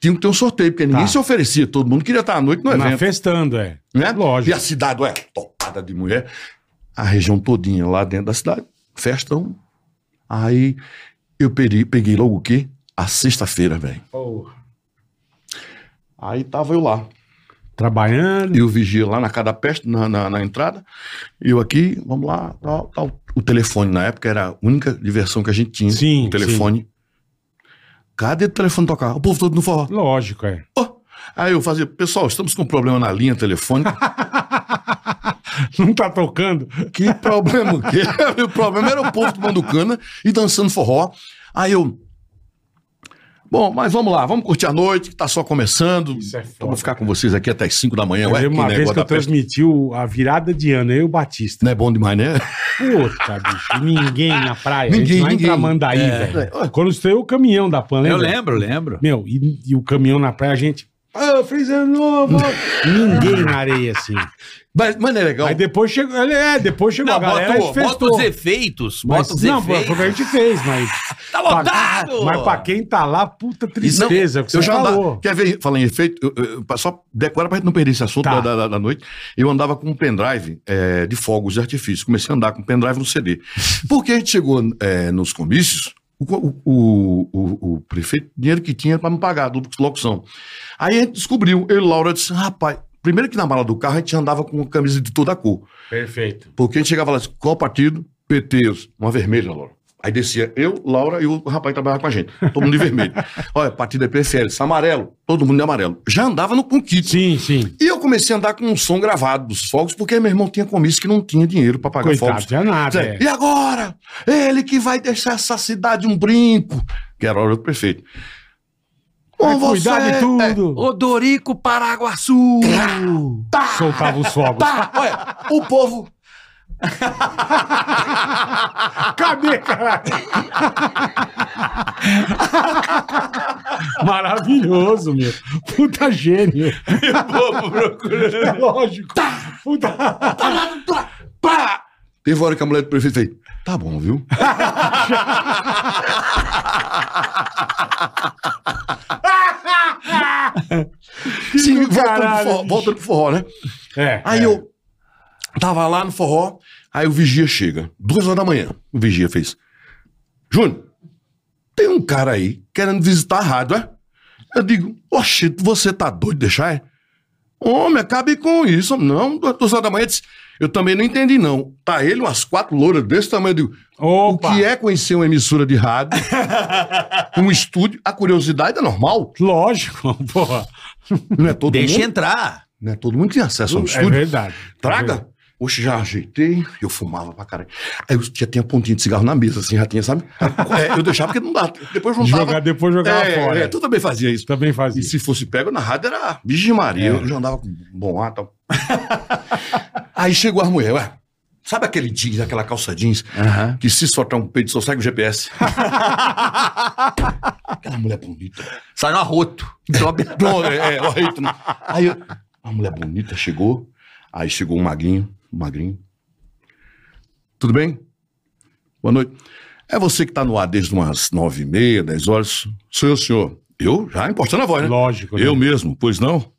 Tinha que ter um sorteio, porque ninguém Tá. se oferecia. Todo mundo queria estar à noite no Na evento. festando, é. Né? Lógico. E a cidade, ué, topada de mulher. A região todinha lá dentro da cidade. Festão. Aí eu peguei, peguei logo o quê? A sexta-feira, velho. Aí tava eu lá. Trabalhando. E o vigia lá na cada peste, na, na, na entrada. E eu aqui, vamos lá, tal, tal. O telefone na época era a única diversão que a gente tinha. Sim, O telefone. Cadê o telefone tocar? O povo todo no forró. Lógico, é. Ó. Aí eu fazia, pessoal, estamos com um problema na linha telefônica. Não tá tocando. Que problema o quê? O problema era o povo tomando cana e dançando forró. Aí eu. Bom, mas vamos lá, vamos curtir a noite, que tá só começando. Isso é então foda, vou ficar com vocês aqui até as 5 da manhã. Eu Ué, que lembro uma vez negócio que eu da peste. transmiti o- a virada de ano, eu e o Batista. Não é bom demais, né? Puta, bicho, ninguém na praia. Ninguém, Ninguém, a gente lá ninguém. É. em Tramandaí, velho. Quando estreou o caminhão da Pan, lembra? lembro. Meu, e, e o caminhão na praia, a gente... Ah, feliz ano novo! ninguém na areia, assim. Mas, mas não é legal. Aí depois chegou... É, depois chegou Então- Não, a galera bota, o- e bota festou. os efeitos. Mas, Bota os não, foi o efeitos. que a gente fez, mas... pra- Tá lotado! Mas pra quem tá lá, puta tristeza, porque eu é você já andava, falou. quer ver, falar em efeito, eu- eu- eu- só decora pra gente não perder esse assunto Tá. da, da, da noite, eu andava com um pendrive é, de fogos de artifício, comecei a andar com um pendrive no CD, porque a gente chegou é, nos comícios, o, co- o, o, o- o prefeito, dinheiro que tinha pra me pagar, do locução, aí a gente descobriu, eu e Laura disse, rapaz, primeiro que na mala do carro a gente andava com uma camisa de toda cor, Perfeito. porque a gente chegava lá e disse, qual partido? PT, uma vermelha, Laura. Aí descia eu, Laura e o rapaz que trabalhava com a gente. Todo mundo de vermelho. Olha, partido é PFL, amarelo. Todo mundo de amarelo. Já andava no, com kit. Sim, sim. E eu comecei a andar com um som gravado dos fogos, porque meu irmão tinha comício que não tinha dinheiro pra pagar Coitado, fogos. já nada, Zé, é. E agora? Ele que vai deixar essa cidade um brinco. Que era a hora do prefeito. é, Vai Com cuidar de tudo. Odorico Paraguaçu. Soltava os fogos. Tá, olha, o povo Cadê, cara? Maravilhoso, meu. Puta gênio. É lógico. Tá. Puta... Pá! Teve hora que a mulher do prefeito fez, tá bom, viu? Sim, voltando caralho, pro, forró, bicho. voltando pro forró, né? É. Aí é. eu tava lá no forró, aí o vigia chega, duas horas da manhã. O vigia fez: Júnior, tem um cara aí querendo visitar a rádio, é? Eu digo: Oxe, você tá doido de deixar, é? Homem, acabe com isso. Não, duas horas da manhã. Eu disse, Eu também não entendi, não. Tá ele, umas quatro louras desse tamanho. Eu digo: Opa. O que é conhecer uma emissora de rádio? um estúdio? A curiosidade é normal. Lógico, porra. Não é todo, Deixa mundo, entrar. não é todo mundo que tem acesso ao É estúdio. verdade. Traga! Oxe, já ajeitei. Eu fumava pra caralho. Aí eu já tinha pontinha de cigarro na mesa, assim, já tinha, sabe? É, eu deixava porque não dá. Depois eu juntava. Jogar- depois jogava é, fora. É, tu também fazia isso. Também fazia. E se fosse pego na rádio era Virgem Maria. É. Eu já andava com bom ar e tal. Aí chegou as mulheres, ué. Sabe aquele jeans, aquela calça jeans, que se soltar um peito só segue o GPS? aquela mulher bonita. Sai no arroto. Sobe. Pronto, é, é, o Ayrton. Aí eu- a mulher bonita chegou, aí chegou o magrinho, o magrinho. Tudo bem? Boa noite. É você que tá no ar desde umas nove e meia, dez horas? Sou eu, senhor. Eu? Já impostando a voz, né? Lógico, né? Eu mesmo, pois não?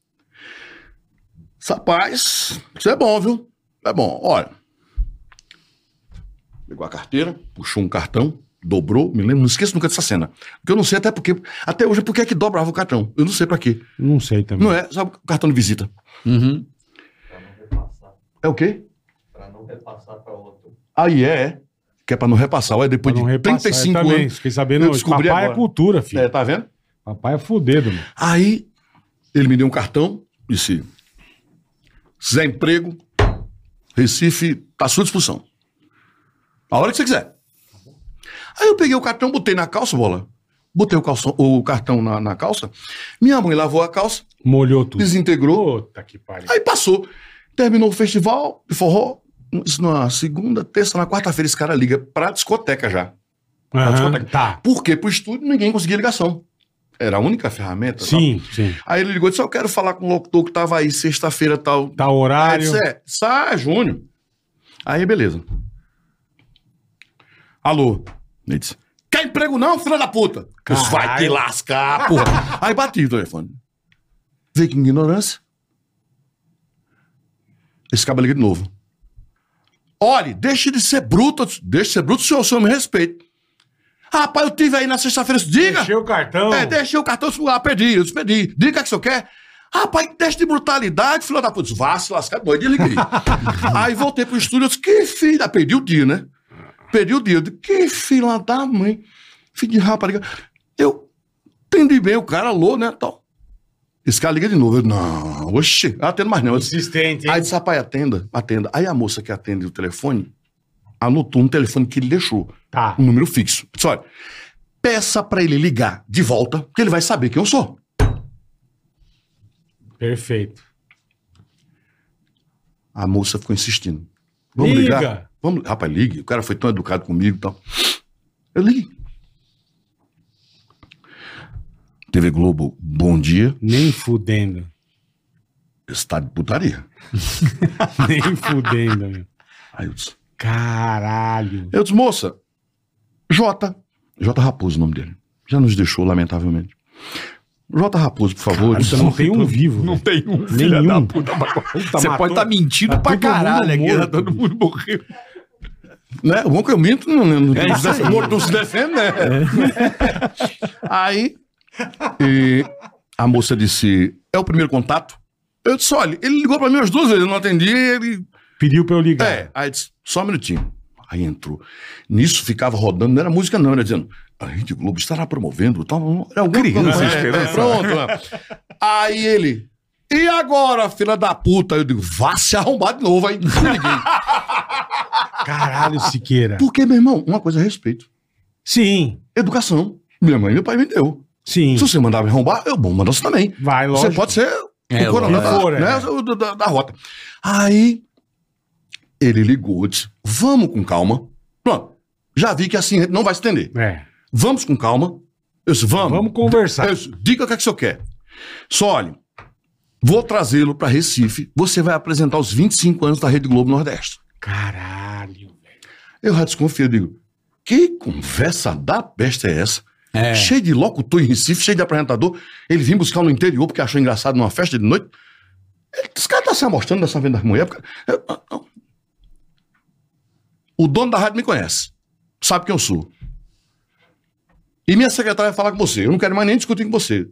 Rapaz, isso é bom, viu? É bom. Olha. Pegou a carteira, puxou um cartão, dobrou, me lembro, não esqueço nunca dessa cena. Porque eu não sei é até porque, até hoje, por que é que dobrava o cartão? Eu não sei pra quê. Não sei também. Não é, sabe, o cartão de visita. Uhum. É o quê? Pra não repassar pra outro. Aí é, é. Que é pra não repassar. é Ué, depois Pra não de repassar, 35 eu também, anos. Fiquei sabendo eu hoje. descobri Papai agora. é cultura, filho. É, tá vendo? Papai é fudedo, mano. Aí ele me deu um cartão, disse: Zé Emprego, Recife, tá à sua disposição. A hora que você quiser. Aí eu peguei o cartão, botei na calça, bola. Botei o, calção- o cartão na, na calça. Minha mãe lavou a calça, Molhou tudo. desintegrou. Puta que pariu. Aí passou. Terminou o festival de forró. Isso na segunda, terça, na quarta-feira, esse cara liga pra discoteca já. Aham, Tá. Por quê? Pro estúdio ninguém conseguia ligação. Era a única ferramenta. tal. Sim, sim. Aí ele ligou e disse: Eu quero falar com o locutor que tava aí sexta-feira tal. Tá Aí horário. disse: É, sai, Júnior. Aí, beleza. Alô? Ele disse: Quer emprego não, filha da puta? Eu disse, vai te Caralho. lascar, porra. aí bati o telefone. Vê que ignorância. Esse cabelo liga de novo. Olhe, deixe de ser bruto. Eu disse, Deixe de ser bruto, senhor, o senhor me respeita. Rapaz, eu tive aí na sexta-feira. Eu disse, Diga! Encheu o cartão. É, deixei o cartão lá, pedi, eu pedi. Diga o que você quer. Rapaz, deixa de brutalidade, filho da puta. Vá se lascar, é doido, desliguei. Aí voltei pro estúdio, eu disse, que filha, perdi o dia, né? Perdi o dia, eu disse, que filha da mãe. Filho de rapariga. Eu entendi bem o cara, alô, né, tal. Esse cara liga de novo, eu, não, oxi, eu atendo mais não. Eu disse, Insistente, hein? Aí disse, rapaz, atenda, atenda. Aí a moça que atende o telefone, anotou um telefone que ele deixou Tá. um número fixo. Disse, olha, peça pra ele ligar de volta, que ele vai saber quem eu sou. Perfeito. A moça ficou insistindo. Vamos Liga. ligar? Vamos, rapaz, ligue. O cara foi tão educado comigo e tal. Eu liguei. TV Globo, bom dia. Nem fudendo. Está de putaria. Nem fudendo, meu. Aí eu disse, Caralho. eu disse moça, Jota. Jota Raposo o nome dele. Já nos deixou, lamentavelmente. Jota Raposo, por favor. Você não tem um vivo. Não velho. tem um filho Nenhum. da puta. pra- Puta, Você matou- pode estar mentindo tá pra todo mundo caralho aqui. morto. né? Todo mundo morreu. né? O bom que eu minto, não, não, não, não, se- morto não se defende, né? É. Aí e a moça disse: é o primeiro contato? Eu disse: olha, ele ligou pra mim umas duas vezes, eu não atendi, ele. Pediu pra eu ligar. É, aí disse: só um minutinho. Aí entrou. Nisso ficava rodando, não era música, não, era dizendo: a Rede Globo estará promovendo. Tal, era alguma Criança coisa. É, esperança. é, pronto. né? Aí ele. E agora, filha da puta? Aí Eu digo, vá se arrombar de novo aí. Desliguei. Caralho, Siqueira. Porque, meu irmão, uma coisa a respeito. Sim, Educação. Minha mãe e meu pai me deu. sim. Se você mandar me arrombar, eu bom, mandar você também. Vai, lógico. Você pode ser É, o coronel lógico. da, Fora, né, é. o da- da, da rota. Aí ele ligou, disse: vamos com calma. Pronto. Já vi que assim não vai se entender. É. Vamos com calma. Eu disse, vamos. Vamos conversar. Eu disse, diga o que é que o senhor quer. Só olha, vou trazê-lo para Recife. Você vai apresentar os 25 anos da Rede Globo Nordeste. Caralho. velho. Eu já desconfio, eu digo, Que conversa da peste é essa? É. Cheio de locutor em Recife, cheio de apresentador. Ele vinha buscar no interior porque achou engraçado numa festa de noite. Ele- Esse cara tá se amostrando dessa venda das mulheres. porque- Eu- eu- eu- O dono da rádio me conhece. Sabe quem eu sou. E minha secretária vai falar com você. Eu não quero mais nem discutir com você.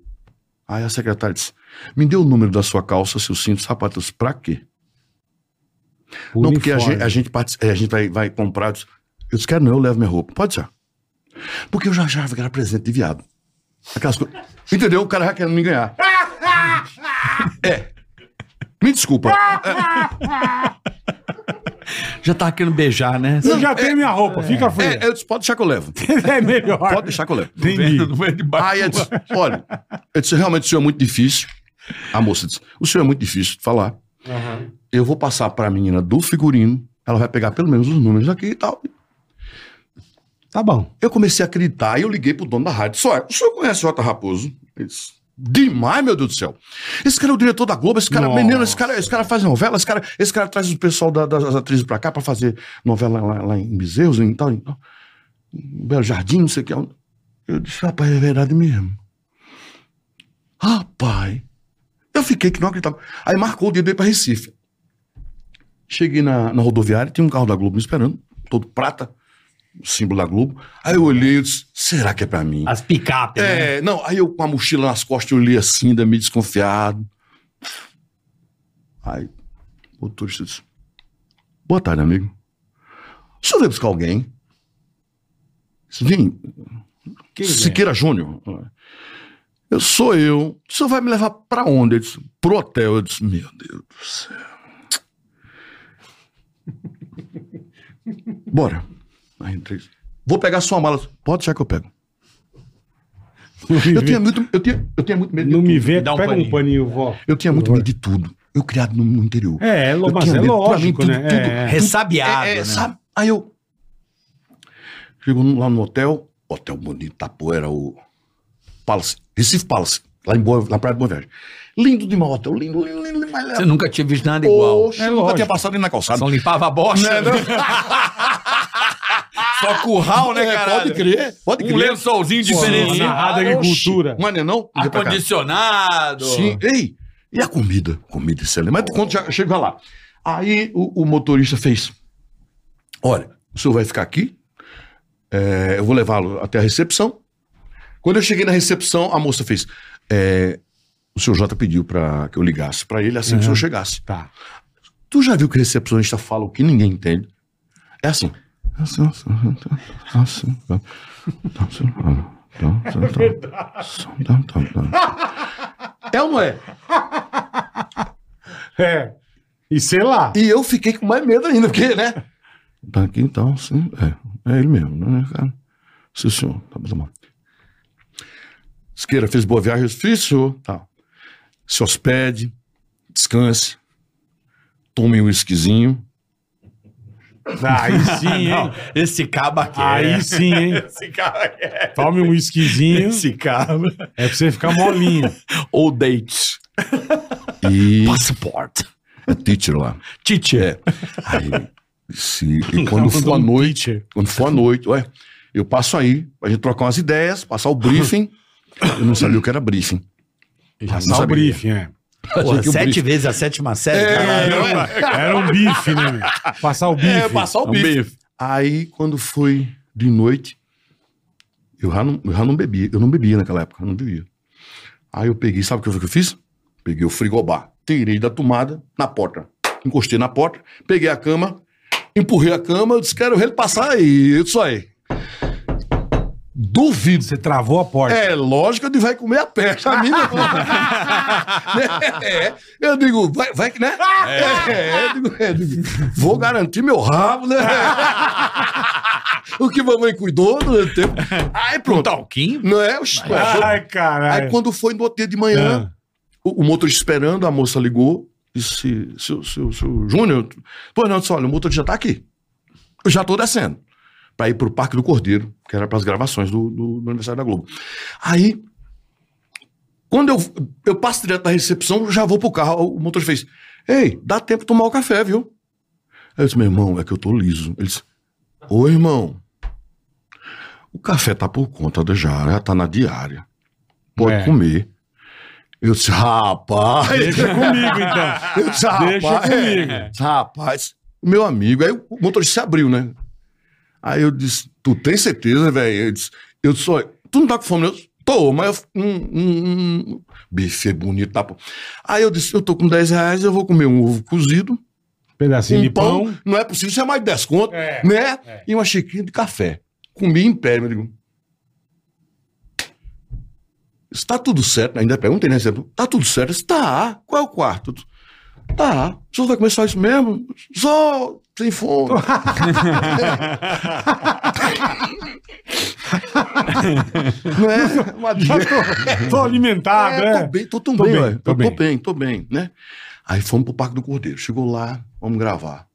Aí a secretária disse: Me dê o número da sua calça, seu cinto, sapatos, pra quê? Não, porque a gente, a gente, partici- é, a gente vai, vai comprar. Eu disse, eu disse, quero não, eu levo minha roupa. Pode já. Porque eu já achava que era presente de viado. Aquelas coisas. Entendeu? O cara já querendo me ganhar. É. Me desculpa. Já tá tava querendo beijar, né? Eu já tenho minha roupa, fica fria. É, eu disse, pode deixar que eu levo. É, melhor. Pode deixar que eu levo. Entendi. Aí eu disse, olha, eu disse, realmente o senhor é muito difícil. A moça disse, o senhor é muito difícil de falar. Eu vou passar pra menina do figurino, ela vai pegar pelo menos os números aqui e tal. Tá bom. Eu comecei a acreditar e eu liguei pro dono da rádio. Só, o senhor conhece o J. Raposo? Ele disse, Demais, meu Deus do céu. Esse cara é o diretor da Globo, esse cara, é Nossa. menino, esse cara, esse cara faz novela, esse cara, esse cara traz o pessoal da- das atrizes pra cá pra fazer novela lá, lá em Bezerros, em tal, em tal. Em Belo Jardim, não sei o que. é Eu disse, rapaz, é verdade mesmo. Rapaz. Eu fiquei que não acreditava. Aí marcou o dia dele pra Recife. Cheguei na, na rodoviária, tinha um carro da Globo me esperando, todo prata, o símbolo da Globo. Aí eu olhei e disse, será que é pra mim? As picapes, né? É, não, aí eu com a mochila nas costas, eu li assim, ainda meio desconfiado. Aí, o motorista disse, boa tarde, amigo. O senhor veio buscar alguém? Disse, Vim, Siqueira Júnior. Eu sou eu. O senhor vai me levar pra onde? Ele disse, pro hotel. Eu disse, meu Deus do céu. Bora. Aí entrei. Vou pegar sua mala. Pode deixar que eu pego. Não me Eu tinha vê, muito, eu tinha, eu tinha muito medo de não me tudo. vê dá um pega um paninho. paninho, vó. Eu tinha muito medo de tudo. Eu criado no, no interior. É, é lo- Eu mas tinha é medo. Pra lógico, mim, né? tudo- tudo- É, é. Ressabiado, É, é, né? sabe? Aí eu. Chegou lá no hotel, hotel bonito, Tapoeira, o Palace, Recife Palace, lá em Boa, na Praia de Boa Viagem. Lindo demais o hotel, lindo, lindo, lindo demais. Você nunca tinha visto nada igual. Poxa, É nunca lógico. tinha passado nem na calçada. Só limpava a bocha. Não, não. Só curral, né, É, cara? pode crer, pode Um crer. lençolzinho Uma diferente. narrada de cultura. Mas não é não? Vem pra cá. Ar-condicionado. Sim, ei, e a comida? Comida excelente. Mas quando já chega lá. Aí o, o motorista fez: Olha, o senhor vai ficar aqui, é, eu vou levá-lo até a recepção. Quando eu cheguei na recepção, a moça fez: é, O senhor Jota pediu para que eu ligasse para ele assim que o senhor chegasse. Tá. Tu já viu que recepcionista fala o que ninguém entende? É assim. É assim, é assim, é assim, é assim, é assim, é assim, é assim. É ou não é? É. E sei lá. E eu fiquei com mais medo ainda, porque, né? Tá aqui então, sim. É, é ele mesmo, né, cara? Sim, senhor. Tá bom, tá bom. Siqueira, fez boa viagem? Eu disse, Fiz, senhor. Tá. Se hospede, descanse, tome um whiskyzinho. Aí sim, hein? Não, esse é. cabo é. aqui. Aí sim, hein? Esse cabo aqui. Tome um whiskyzinho. Esse cabo. É pra você ficar molinho. Ou dates. E Passport. é teacher lá. É. Teacher. Aí, se, e quando for à noite, quando for à noite, ué, eu passo aí, pra gente trocar umas ideias, passar o briefing. Eu não sabia o que era briefing. Passar o sabia. briefing, é. Porra, que o sete bicho- É, vezes a sétima série, caralho. não Era, era um bife, né, meu? Passar o bife. um É, passar o bife. Aí, quando foi de noite, eu já não, eu já não bebia. Eu não bebia naquela época, eu não bebia. Aí eu peguei, sabe o que eu- que eu fiz? Peguei o frigobar, tirei da tomada na porta. Encostei na porta, peguei a cama, empurrei a cama, eu disse, quero ele passar aí. Eu disse, aí. Duvido. Você travou a porta. É lógico que vai comer a peste. A minha é, Eu digo, vai, vai que, né? É, eu digo, é, eu digo, vou garantir meu rabo, né? o que mamãe cuidou durante o tempo. Aí Um pronto. talquinho? Não é? Oxi, Ai, Ah. caralho. Aí quando foi no outro dia de manhã, o, o motorista esperando, a moça ligou, disse, seu, seu, seu Júnior, pois não, disse, olha, o motorista já tá aqui. Eu já tô descendo. Pra ir pro Parque do Cordeiro, que era pras gravações do, do, do aniversário da Globo. Aí, quando eu, eu passo direto da recepção, já vou pro carro. O motorista fez, ei, dá tempo de tomar o café, viu? Aí eu disse, meu irmão, é que eu tô liso. Ele disse, ô irmão, O café tá por conta da Jara, tá na diária. Pode É. comer. Eu disse, rapaz. Ah, Deixa comigo, então. Eu disse, rapaz, Deixa comigo. é, rapaz, meu amigo. Aí o motorista se abriu, né? Aí eu disse, tu tem certeza, velho? Eu disse, eu disse, olha, tu não tá com fome, não? Eu disse, tô, mas eu... f- Hum, hum, hum. Bife bonito, tá? pô. Aí eu disse, eu tô com 10 reais, eu vou comer um ovo cozido, Pedacinho um de pão. pão. Não é possível, isso é mais de 10 conto, É, né? é. E uma xícara de café. Comi em pé, eu digo... Está tudo certo? Ainda perguntei, né? sempre, Tá tudo certo? Está. Qual é o quarto? Tá, o senhor vai começar isso mesmo? Só tem fome. Né? Não é? Uma dica. Tô, tô alimentado, É, é. tô bem, tô tão Tô bem, bem, ué. tô Eu bem. tô bem, tô bem, né? Aí fomos pro Parque do Cordeiro. Chegou lá, vamos gravar.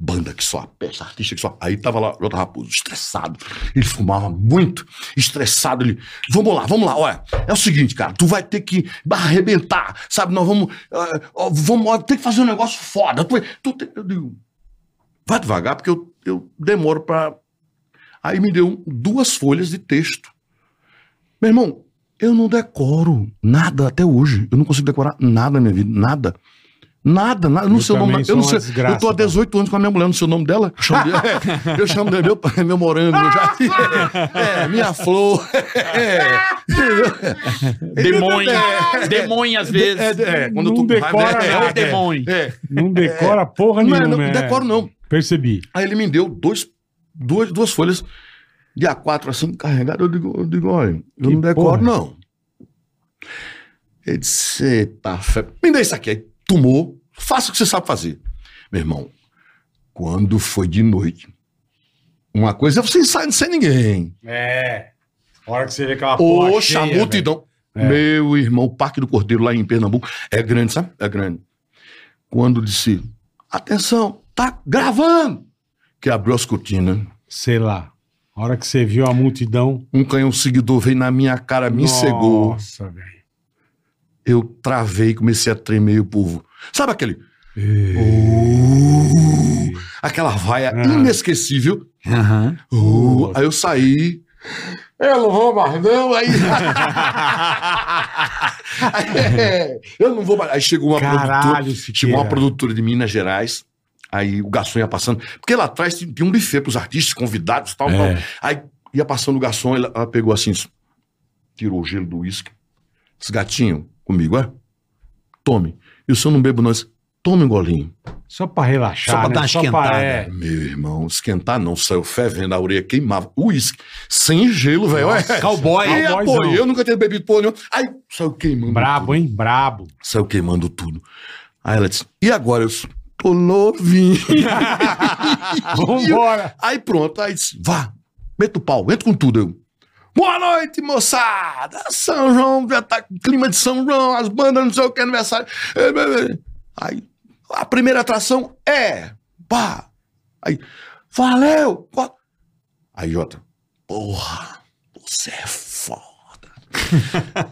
Banda que só apesta, artista que só. Aí tava lá o Jota Raposo, estressado. Ele fumava muito, estressado. Ele, vamos lá, vamos lá, olha. É o seguinte, cara, tu vai ter que arrebentar, sabe? Nós vamos. ah, ó, vamos ó, ter que fazer um negócio foda. Tu, tu tem- eu digo, vai devagar, porque eu, eu demoro pra. Aí me deu duas folhas de texto. Meu irmão, eu não decoro nada até hoje. Eu não consigo decorar nada na minha vida. Nada. Nada, nada. Eu não Eu sei o nome. também da- Eu, não sou uma sei, desgraça, eu tô há cara. 18 anos com a minha mulher, eu não sei o nome dela. Eu chamo de, é, eu chamo de meu, é meu morango. meu jardim. é, minha flor. É. Demônio. Demônio, às vezes. tá É, é, quando eu tô Não com raiva, é, decora É, o nada. demônio. é, é. Não decora porra Não, é, nenhuma. não, é. decoro não. Percebi. Aí ele me deu dois, duas, duas folhas de A4 assim, carregado. Eu digo, eu digo olha, eu Que não decoro, porra. não. Ele disse, eita, fé. me dê isso aqui. Aí tomou, faça o que você sabe fazer. Meu irmão, quando foi de noite, uma coisa é você ensaiar sem ninguém. É. A hora que você vê aquela porra Poxa, a cheia, velho. multidão. É. Meu irmão, o Parque do Cordeiro lá em Pernambuco é grande, sabe? É grande. Quando disse, atenção, tá gravando, que abriu as cortinas. Sei lá. A hora que você viu a multidão. Um canhão seguidor veio na minha cara, me cegou. Nossa, velho. Eu travei, comecei a tremer o povo. Sabe aquele? É. Uh, aquela vaia Ah. inesquecível. Aham. Uh, aí eu saí. Eu não vou mais, não. Aí. É, eu não vou mais. Aí chegou uma produtora. Caralho, Chegou uma Siqueira. produtora de Minas Gerais. Aí o garçom ia passando. Porque lá atrás tinha um buffet pros artistas, convidados e tal, Então, tal. É. Aí ia passando o garçom, ela, ela pegou assim, tirou o gelo do uísque. Disse, gatinho, comigo, é? Tome. E o senhor não bebo, não. Eu disse, Tome um golinho. Só pra relaxar. Só pra né? dar uma esquentada. é. Meu irmão, esquentar não, saiu fervendo, a orelha queimava. Uísque, sem gelo, velho. ué. Cowboy. E a cowboyzão. porra, eu nunca tinha bebido porra nenhuma. Aí saiu queimando. Brabo, hein? Brabo. saiu queimando tudo. Aí ela disse, e agora? Eu disse, tô novinho. Ah, Vambora. Aí pronto, aí disse, vá, meta o pau, entra com tudo. Eu, boa noite, moçada. São João, já tá clima de São João, as bandas, não sei o que, aniversário. É, é, é. Aí, a primeira atração é, pá. Aí, valeu. pá. Aí, Jota, porra, você é foda.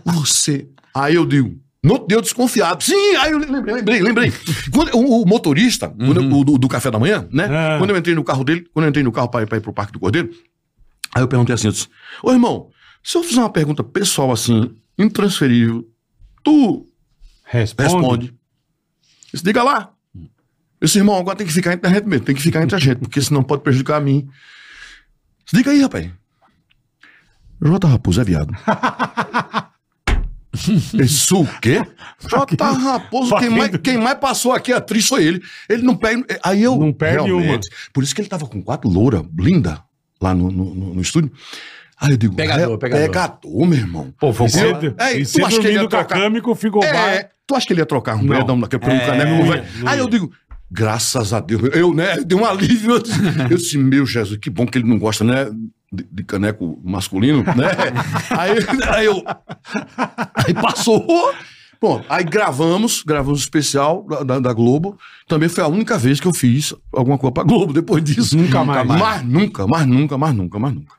você. Aí eu digo, não deu desconfiado. Sim, aí eu lembrei, lembrei, lembrei. Quando, o, o motorista, quando eu- o do, do café da manhã, né? Ah. Quando eu entrei no carro dele, quando eu entrei no carro pra ir, pra ir pro Parque do Cordeiro, aí eu perguntei assim, eu disse, ô irmão, se eu fizer uma pergunta pessoal assim, intransferível, tu Responde. responde. Isso diga lá. Esse irmão agora tem que ficar entre a gente mesmo, tem que ficar entre a gente, porque senão pode prejudicar a mim. Se Diga aí, rapaz. J. Raposo é viado. Isso o quê? J. Raposo, quem mais, quem mais passou aqui atriz foi ele. Ele não perde. Aí eu. Não perde uma. realmente- Por isso que ele tava com quatro loura, linda, lá no, no, no- no estúdio. Aí eu digo: Pegador, é, pegador. pegador, meu irmão. Pô, foi E um você, tá Eu- Ei, e tu você acha que ele dormindo ia com a trocar? cama e com o figo É, é. tu acha que ele ia trocar um Não. moedão daqui pra um caneco? não Não ia, vai. não Aí ia. eu digo, graças a Deus. Eu, né? Deu um alívio. Eu disse, eu disse, meu Jesus, que bom que ele não gosta, né? De, de caneco masculino, né? aí, aí eu. Aí passou. Bom, aí gravamos, gravamos o especial da, da- da Globo. Também foi a única vez que eu fiz alguma coisa pra Globo depois disso. Nunca mais. Mas nunca, mas nunca, mas nunca, mas nunca.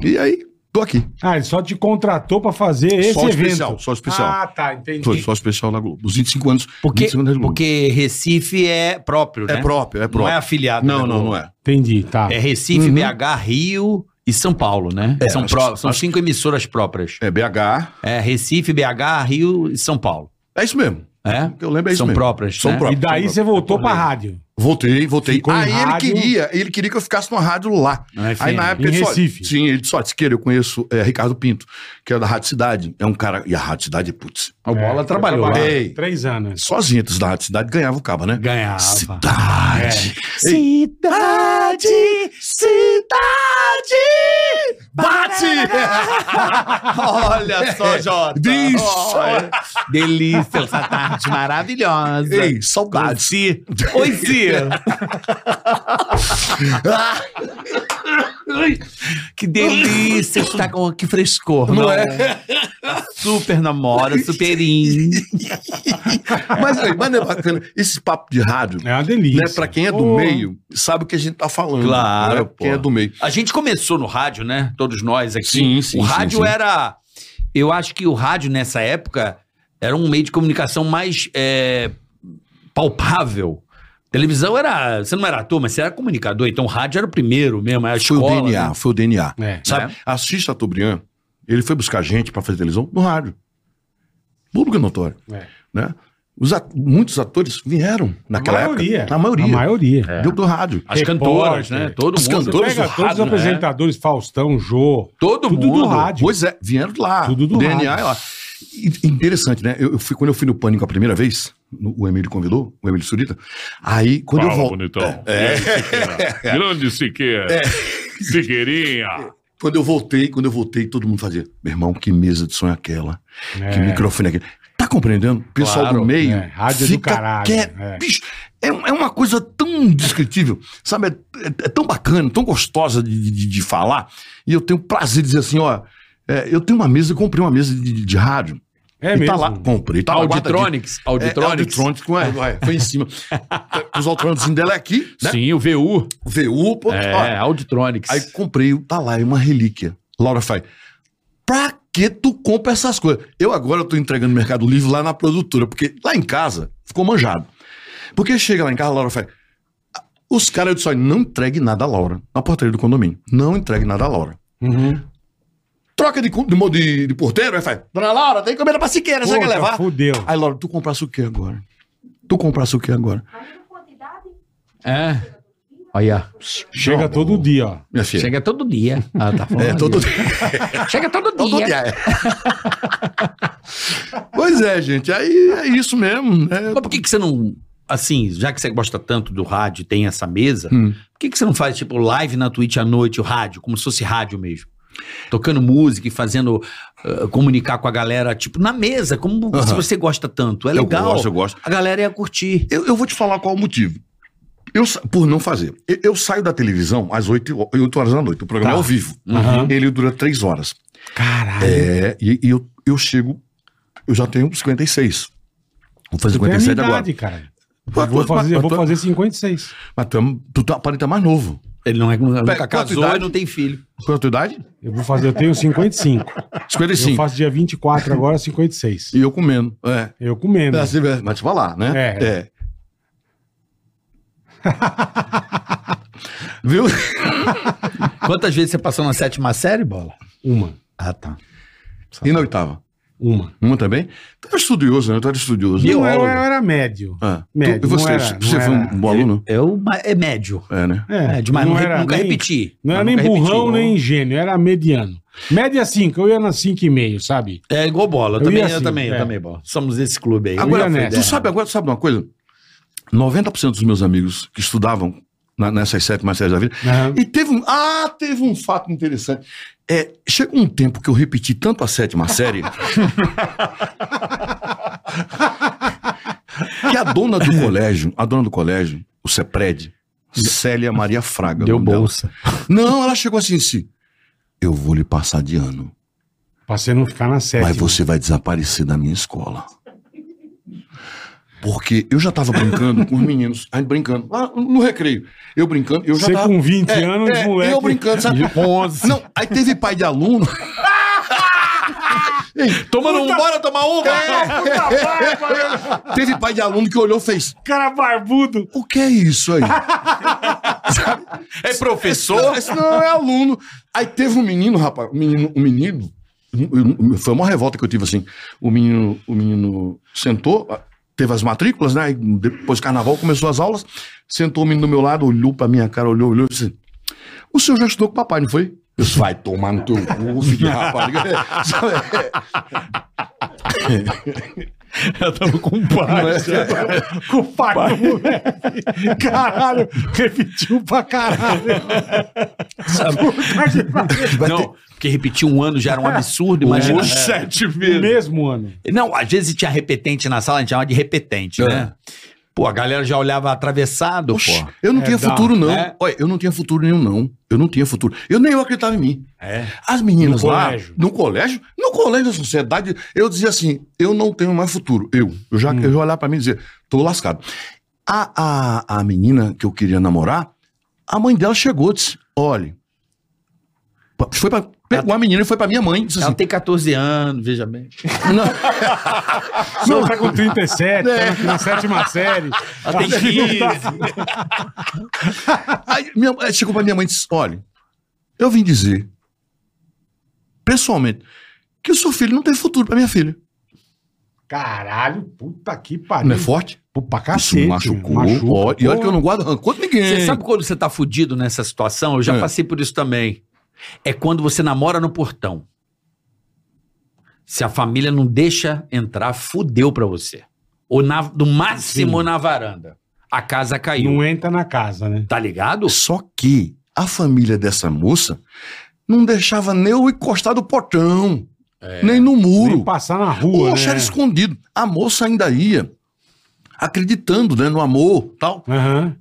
E aí, tô aqui. Ah, ele só te contratou pra fazer esse só o evento. especial, só o especial. Ah, tá, entendi. Foi só especial na Globo. Os 25 anos. Porque, 25 anos da Globo. porque Recife é próprio, né? É próprio, é próprio. Não é afiliado. Não, né, não, Globo? não é. Entendi, tá. É Recife, BH, Rio e São Paulo, né? É, são acho pró- que- são acho cinco emissoras próprias. É BH. É Recife, BH, Rio e São Paulo. É isso mesmo. É? O que eu lembro é isso São mesmo. próprias, São né? próprias. E daí você são próprias. voltou pra rádio. Voltei, voltei. Ficou em aí ele rádio? queria, ele queria que eu ficasse numa rádio lá. Na FM, aí na época em ele Recife. só. Sim, ele só disse que eu conheço é, Ricardo Pinto, que é da Rádio Cidade. É um cara. E a Rádio Cidade, putz, O Bola É, trabalhou eu lá. trabalhei Ei. Três anos. tá sozinho antes da Rádio Cidade ganhava o cabo, né? Ganhava. Cidade. Cidade, cidade. Bate! Olha só, Jota. Bicho! Olha. Delícia, essa tarde maravilhosa. Ei, saudades. Si. Oi, Si. que delícia estar com que frescor, não, é? Super namora, superinho. mas, aí, mas não é bacana. Esse papo de rádio, É uma né? delícia. Pra quem é do Pô. meio, sabe o que a gente tá falando. Claro, né? pô. Quem é do meio. A gente começou no rádio, né? Todos nós aqui. Sim, sim, O sim, rádio sim. era. Eu acho que o rádio nessa época era um meio de comunicação mais é, palpável. Televisão era. Você não era ator, mas você era comunicador. Então o rádio era o primeiro mesmo. Era a Foi escola, o DNA, né? foi o DNA. É. Sabe? Assista a Tobrian. Ele foi buscar gente pra fazer televisão no rádio. Público notório. É. Né? Os at- muitos atores vieram naquela a maioria, época. A maioria. A maioria. Deu do rádio. As Repórter. cantoras, né? Todo As mundo. Você cantoras Todos pega do todos os rádio, né? apresentadores, Faustão, Jô. Todo Tudo do mundo. rádio. Pois é, vieram de lá. Tudo do o DNA rádio. é lá. E- interessante, né? Eu, eu fui, quando eu fui no Pânico a primeira vez, no- o Emílio convidou, o Emílio Surita. Aí, quando eu Fala, volto. bonitão. Grande Siqueira. Grande Siqueira. Siqueirinha. Quando eu voltei, quando eu voltei, todo mundo fazia, meu irmão, que mesa de som é aquela? Que É. microfone é aquele? Tá compreendendo? O pessoal Claro, do meio é. Rádio é do caralho, quieto. é. Bicho, é, é uma coisa tão descritível, sabe? É, é- é tão bacana, tão gostosa de, de- de falar. E eu tenho prazer de dizer assim, ó, é, eu tenho uma mesa, eu comprei uma mesa de, de- de rádio. É e mesmo. Ah, tá lá, comprei. Tá lá, guardadinho. Auditronics. É, Auditronics. Auditronics, ué, ué, foi em cima. Os Auditronics dela é aqui, né? Sim, o VU. VU, pô, É, ó. Auditronics. Aí comprei, o- tá lá, é uma relíquia. Laura faz. Pra que tu compra essas coisas? Eu agora tô entregando no Mercado Livre lá na produtora, porque lá em casa ficou manjado. Porque chega lá em casa, a Laura faz. "Ah, Os caras, eu disse, "Olha, não entregue nada a Laura, na portaria do condomínio. Não entregue nada a Laura. Uhum. Troca de, cu- de, mo- de, de porteiro, aí faz. Dona Laura, tem comida pra Siqueira, você quer Puta, levar? Fudeu. Aí, Laura, tu comprasse o que agora? Tu comprasse o que agora? É. Olha. Chega Não, todo dia, ó. Minha filha. Chega todo dia. Ah, tá falando. É, todo dia. Chega todo Todo dia. é. pois é, gente. Aí é isso mesmo, né? Mas por que, que você não. Assim, já que você gosta tanto do rádio e tem essa mesa, Hum. por que, que você não faz, tipo, live na Twitch à noite, o rádio, como se fosse rádio mesmo? Tocando música e fazendo. ah, comunicar com a galera, tipo, na mesa, como Aham. se você gosta tanto. É legal. Eu gosto, eu gosto. A galera ia curtir. Eu, eu vou te falar qual o motivo. Eu, sa- por não fazer. Eu, eu saio da televisão às 8, ho- 8 horas da noite. O programa Tá. é ao vivo. Uhum. Ele dura 3 horas. Caralho. É, e, e eu, eu chego. Eu já tenho 56. Vou fazer Tem a minha 57 agora. idade, cara. Mas Eu vou tu- fazer, eu mas vou tu- fazer 56. Mas tu, é- tu tá, aparenta mais novo. Ele não é, nunca quanto casou idade? e não tem filho. Qual é a tua idade? Eu vou fazer, eu tenho 55. Eu 55. faço dia 24 agora, 56. E eu comendo. É. Eu comendo. Mas te falar, né? assim É. Viu? Quantas vezes você passou na sétima série, bola? Uma. Ah, tá. E na oitava? Uma. Uma também? Tu era estudioso, né? Tu era estudioso. Eu- Não, eu, Biólogo. eu era médio. Ah, tu- Médio, e você? não era- você não foi era- um bom aluno? Eu, mas é médio. É, né? É, demais. não Não re- era nunca nem- repeti. Não era Mas nem nunca burrão, repeti. nem gênio, era mediano. Média 5, eu ia na 5,5, sabe? É igual bola. Eu, Eu também, ia eu assim, também, é. eu também, bola. Somos esse clube aí. Agora, ia nessa. tu sabe, agora, tu sabe de uma coisa? 90% dos meus amigos que estudavam na- nessas sete mais séries da vida. Aham. E teve um. Ah, teve um fato interessante. É, chegou um tempo que eu repeti tanto a sétima série. que a dona do colégio, a dona do colégio, o CEPRED, Célia Maria Fraga. o Deu nome dela. bolsa. Não, ela chegou assim em si. Eu vou lhe passar de ano. Pra você não ficar na sétima. Mas você vai desaparecer da minha escola. Porque eu já tava brincando com os meninos, aí brincando, lá no recreio. Eu brincando, eu já Você tava. com 20 anos, é, moleque. Eu brincando, sabe? Não, aí teve pai de aluno. Tomando um, bora tomar uma! teve pai de aluno que olhou e fez: Cara barbudo. O que é isso aí? É professor? Esse não é aluno. Aí teve um menino, rapaz, um menino, um menino um- um- foi a maior revolta que eu tive assim. O menino, o menino sentou, ah, teve as matrículas, né? Aí Depois do carnaval começou as aulas, sentou o menino do meu lado, olhou pra minha cara, olhou, olhou e disse: "O senhor já estudou com o papai, não foi?" Eu disse, vai tomar no teu cu, filho, rapaz. Sabe, é, Eu tava com é, paz. Com o pai do moleque. Caralho, repetiu pra caralho. Puta que pariu. vai ter- não, porque repetir um ano já era um absurdo, imagina. Sete No vezes. mesmo ano. Não, às vezes tinha repetente na sala, a gente chamava de repetente, É. né? Pô, a galera já olhava atravessado, Oxi, pô. eu não É, tinha dá, futuro, não. né? Olha, eu não tinha futuro nenhum, não. Eu não tinha futuro. Eu nem eu acreditava em mim. É. As meninas No lá, colégio. no colégio, no colégio da sociedade, eu dizia assim, eu não tenho mais futuro. Eu, eu já, eu já olhava pra mim e dizia, tô lascado. A, a, a menina que eu queria namorar, a mãe dela chegou e disse, olha, pa- foi pra, pegou a menina e foi pra minha mãe. e Disse Ela assim, tem 14 anos, veja bem. não, Não, tá com 37, É. tá na sétima série. Ela Ah, tem Acho que não tá- Aí, minha- aí chegou pra minha mãe e disse: Olha, eu vim dizer, pessoalmente, que o seu filho não tem futuro pra minha filha. Caralho, puta que pariu. Não é forte? Pô, pra Isso cacete. me machucou. machuca, ó, e olha que eu porra. não guardo rancor de ninguém. Você sabe quando você tá fudido nessa situação? Eu já É. passei por isso também. É quando você namora no portão. Se a família não deixa entrar, fudeu pra você. Ou na, no máximo Sim. na varanda. A casa caiu. é- Não entra na casa, né? Tá ligado? Só que a família dessa moça não deixava nem eu encostar do portão, nem no muro. Nem passar na O rua, Oxe, né? era escondido. A moça ainda ia, acreditando né, no amor tal, Aham.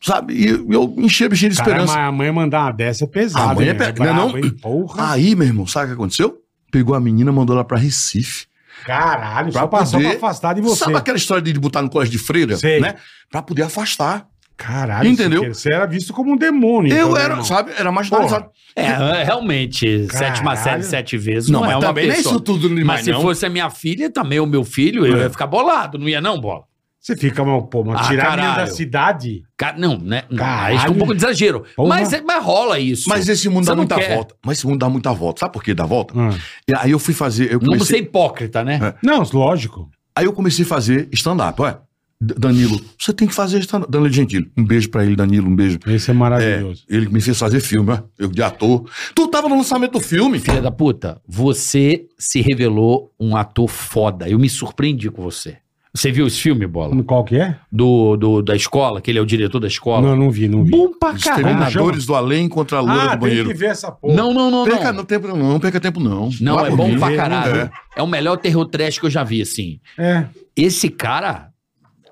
sabe? E eu- eu enchia a bichinha de Cara, esperança. mas a mãe mandar uma dessa é pesada. A mãe é né? pe- não é brava, não? hein? Porra. Aí, meu irmão, sabe o que aconteceu? Pegou a menina, mandou ela pra Recife. Caralho, Pra só passou poder- pra afastar de você. Sabe aquela história de botar no colégio de freira? Sei. Né? Pra poder afastar. Caralho, Entendeu? Siqueira, Você era visto como um demônio. então, eu né, era, irmão? sabe? Era marginalizado. É, realmente, sétima série, sete vezes não, Não, é mas uma também não é pessoa. isso tudo mas demais, se não. fosse a minha filha, também o meu filho, eu É. ia ficar bolado, não ia não, bola? Você fica, mas, pô, mas Ah, tirar a menina da caralho. cidade. Cara, não, né? Caralho. Caralho. Acho que é um pouco de exagero. Porra. Mas, mas rola isso. Mas esse mundo Você dá não muita quer. volta. Mas esse mundo dá muita volta. Sabe por que dá volta? Ah. E aí eu fui fazer. Eu Não pra ser comecei, hipócrita, né? Não, lógico. aí eu comecei a fazer stand-up. Ué, D- Danilo, você tem que fazer stand-up. Danilo Gentili. Um beijo pra ele, Danilo. Um beijo. Esse é É, maravilhoso. ele me fez fazer filme, ó. Eu de ator. Tu tava no lançamento do filme. Filha da puta, você se revelou um ator foda. Eu me surpreendi com você. Você viu esse filme, Bola? Qual que é? Do, do- da escola, que ele é o diretor da escola? Não, não vi, não vi. Ah, Bom pra Os caralho. Terminadores do Além contra a Loura Ah, do Banheiro. ver essa porra. Não, não, não, Perca não. não. tempo não, perca tempo não. Não, Vá é por bom mim. pra caralho. É. É o melhor terror trash que eu já vi, assim. É. Esse cara,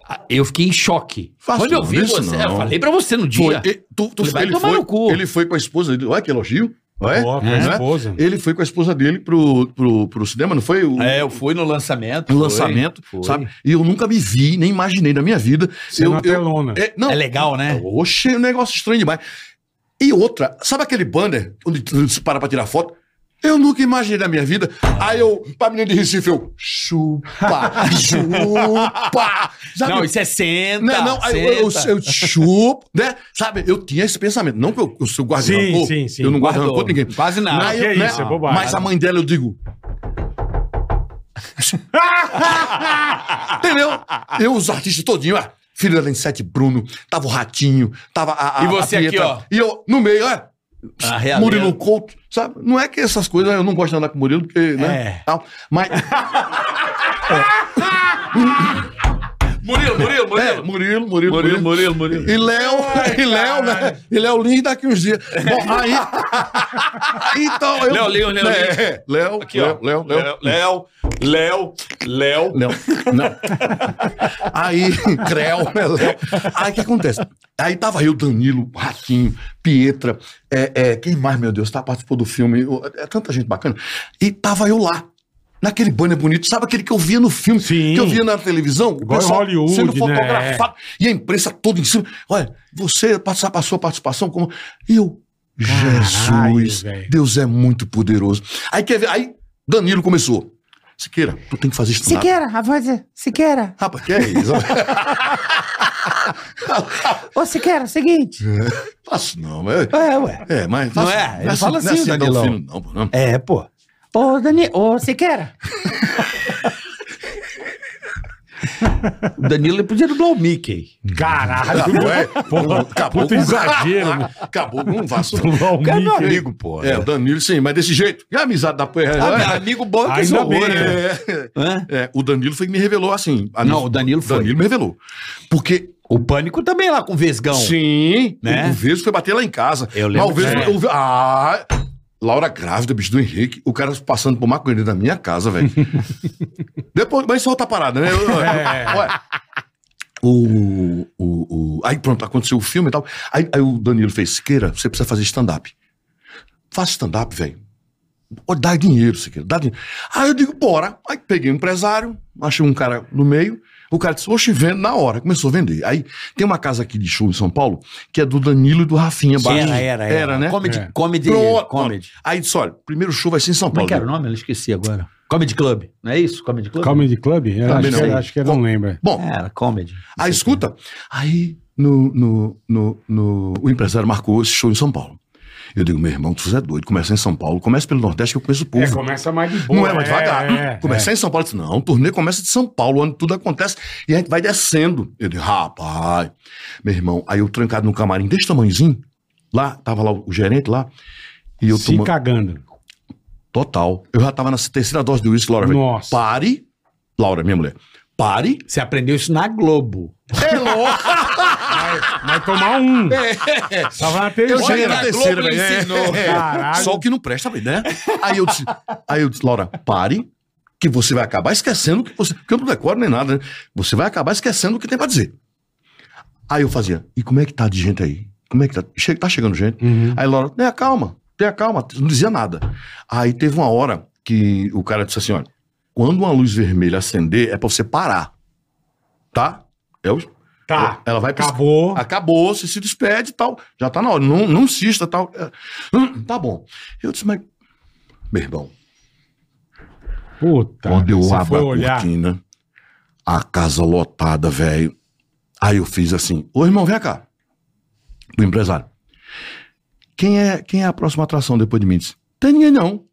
a- eu fiquei em choque. Faz Quando eu não, vi isso você, não. eu falei pra você no Foi, dia. e- tu- tu- Ele vai ele, tomar no cu. foi, ele foi com a esposa dele. Olha que elogio. Olha. Porra, né? esposa. Ele foi com a esposa dele pro, pro, pro cinema, não foi? O, É, eu fui no lançamento. o foi. lançamento, foi. sabe? E eu nunca me vi, nem imaginei na minha vida. Você eu, na eu, telona. é, não, É legal, né? Oxe, é um negócio estranho demais. E outra, sabe aquele banner onde tu se para pra tirar foto? Eu nunca imaginei na minha vida. Aí eu, pra menina de Recife, eu chupa, chupa. Sabe? Não, isso é senta. Né, Não, não, aí eu, eu, senta. eu chupo, né? Sabe, eu tinha esse pensamento. Não que eu, eu sou guardião. Sim, rancor, sim, sim. Eu não guardo Guardou. rancor de ninguém. Quase nada. Aí que eu, né, é isso, é bobagem. Mas a mãe dela, eu digo. Entendeu? Eu, os artistas todinho, ó. Filho da Sete Bruno, tava o Ratinho, tava a. a E você a aqui, Pietra. ó. E eu, no meio, ó. A realeira. Murilo Couto, sabe? Não é que essas coisas, eu não gosto de andar com o Murilo, porque, né? É. Tal. Mas. Murilo, Murilo, É, Murilo, Murilo, Murilo, Murilo, Murilo. E Léo, e Léo, né? E Léo Lins daqui uns dias. Bom, aí. então, eu. Léo Lins, Léo Lins. É, Léo, Aqui, ó. Léo, Léo, Léo. Léo, Léo, Léo. Não, não. Aí, Creu, né, Léo? Aí o que acontece? Aí tava eu, Danilo, Ratinho, Pietra, é, é, quem mais, meu Deus, tá, participou do filme, o- é tanta gente bacana. E tava eu lá, naquele banner bonito, sabe aquele que eu via no filme, Sim. que eu via na televisão, Igual em Hollywood, sendo né? fotografado, e a imprensa toda em cima. Olha, você passar a sua participação como. E eu, Caralho, Jesus, velho. Deus é muito poderoso. Aí quer ver, aí Danilo começou. Siqueira, tu tem que fazer stand-up. Siqueira, a voz é Siqueira. Rapaz, que é isso? Ô, Siqueira, é o seguinte. Faço não, mas. É, ué. É, mas. Não faço- é? Ele não fala não assim, não, Danilão. filho, não, pô, não. É, pô. Ô, Dani... Ô, Siqueira. O Danilo ele podia dublar o Mickey. Caralho. Acabou, é. Porra, Acabou puta com exagero, né? Acabou com um vaso. Dublar o Cara, meu Mickey. amigo, pô. É, o Danilo, sim, mas desse jeito. E a amizade da porra. Ah, é, meu amigo bom é que esse Ainda horror, bem, né? é, Hã? é, o Danilo foi que me revelou assim. a- Não, o Danilo foi. Danilo me revelou. Porque O pânico também lá com o Vesgão. Sim, Né? o, o Vesgo foi bater lá em casa. Eu lembro Mas o Vesgo- disso. o Ve- ah, Laura grávida, bicho do Henrique, o cara passando por maconha na minha casa, velho. Depois, mas isso é outra parada, né? Eu- É. Olha, o, o, o- aí pronto, aconteceu o filme e tal. Aí, aí o Danilo fez, Siqueira, você precisa fazer stand-up. Faça stand-up, velho. Ô, Dá dinheiro, Siqueira, dá dinheiro. Aí eu digo, bora. Aí peguei um empresário, achei um cara no meio. O cara disse, oxe, vendo na hora. Começou a vender. Aí tem uma casa aqui de show em São Paulo, que é do Danilo e do Rafinha Baixo. Era, era, era. né? Comedy, É. comedy, Pronto. comedy. Aí disse, olha, primeiro show vai ser em São Como é Paulo. que era o nome? Eu esqueci agora. Comedy Club. Não é isso? Comedy Club? Comedy Club? Eu Também acho, não. Que, era- acho que era, não lembro. Bom, Era, comedy. aí escuta. Aí no, no, no, no- o empresário marcou esse show em São Paulo. Eu digo, meu irmão, tu é doido. Começa em São Paulo, começa pelo Nordeste, que eu conheço o povo. É, começa mais de boa. Não é mais devagar. É, é, começar em São Paulo, eu disse, não, o turnê começa de São Paulo, onde tudo acontece, e a gente vai descendo. Eu disse, rapaz, meu irmão, aí eu trancado num camarim desse tamanhozinho, lá, tava lá o gerente lá, e eu Se tomando cagando. total. Eu já tava na terceira dose do uísque, Laura. velho. Nossa. Pare, Laura, minha mulher, pare. Você aprendeu isso na Globo. É louco. Vai tomar um. Tava na É. Eu terceira. cheguei na Globo terceira, lhe velho. É, ensinou. é. Caralho. Só o que não presta, velho, né? Aí eu disse, aí eu disse, Laura, pare, que você vai acabar esquecendo que você. Porque eu não decoro nem nada, né? Você vai acabar esquecendo o que tem pra dizer. Aí eu fazia, e como é que tá de gente aí? Como é que tá? Che- tá chegando gente? Uhum. Aí Laura, tenha calma, tenha calma, não dizia nada. Aí teve uma hora que o cara disse assim: olha, quando uma luz vermelha acender, é pra você parar. Tá? Eu, Tá. Ela vai piscar. Acabou. Acabou, você se despede e tal. Já tá na hora. Não, não insista tal. É, hum, tá bom. Eu disse, mas. Meu irmão, Puta. quando eu você abro foi a olhar. cortina, a casa lotada, velho. Aí eu fiz assim: Ô irmão, vem cá. Do empresário. Quem é, quem é a próxima atração depois de mim? Disse, Tem ninguém não.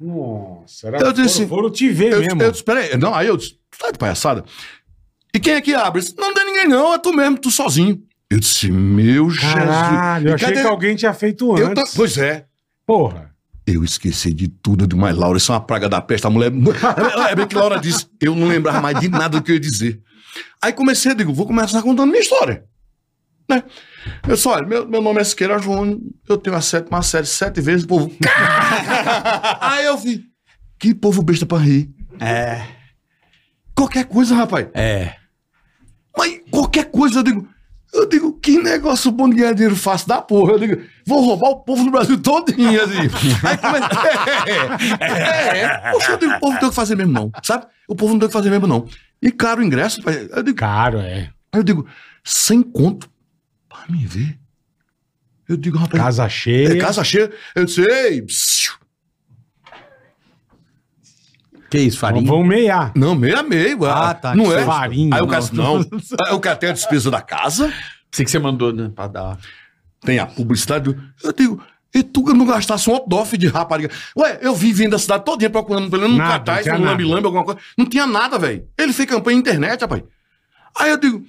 Nossa, era Eu disse- foram, foram te ver Eu, mesmo. eu disse, peraí. Não, aí eu disse, tu tá de palhaçada? E quem é que abre? Disse, não tem ninguém não, é tu mesmo, tu sozinho. Eu disse, meu Caralho, eu Jesus. E achei cadê- que alguém tinha feito Eu ta- antes. Pois é. Porra. Eu esqueci de tudo de mais Laura. Isso é uma praga da peste. A mulher. É bem que Laura disse. Eu não lembrava mais de nada do que eu ia dizer. Aí comecei, eu digo, vou começar contando minha história. Né? Eu disse, olha, meu, meu nome é Siqueira Júnior, eu tenho a sétima série sete vezes, o povo. Aí eu vi. Que povo besta pra rir. É. Qualquer coisa, rapaz. É. Mas qualquer coisa, eu digo. Eu digo, que negócio bom de ganhar dinheiro fácil da porra. Eu digo, vou roubar o povo do Brasil todinho. Assim. Aí começa. É, é, é. Poxa, eu digo, o povo não tem o que fazer mesmo, não. Sabe? O povo não tem o que fazer mesmo, não. E caro o ingresso. pai. Eu digo, Caro, é. eu digo, sem conto. Pra me ver. Eu digo, rapaz. Casa é cheia. casa cheia. Eu disse, ei. psiu. Que isso, farinha? Vão meiar. Não, meio a meio. Ah, tá, Não que é? farinha. Aí o cara disse, não. Aí o cara tem a despesa da casa. Sei que você mandou, né? Pra dar. tem a publicidade. Eu digo, e tu não gastasse um off de rapariga? Ué, eu vim vindo da cidade todinha procurando pelo menos um Nada, cartaz, não um tinha lambe-lambe, alguma coisa. Não tinha nada, velho. Ele fez campanha na internet, rapaz. Aí eu digo,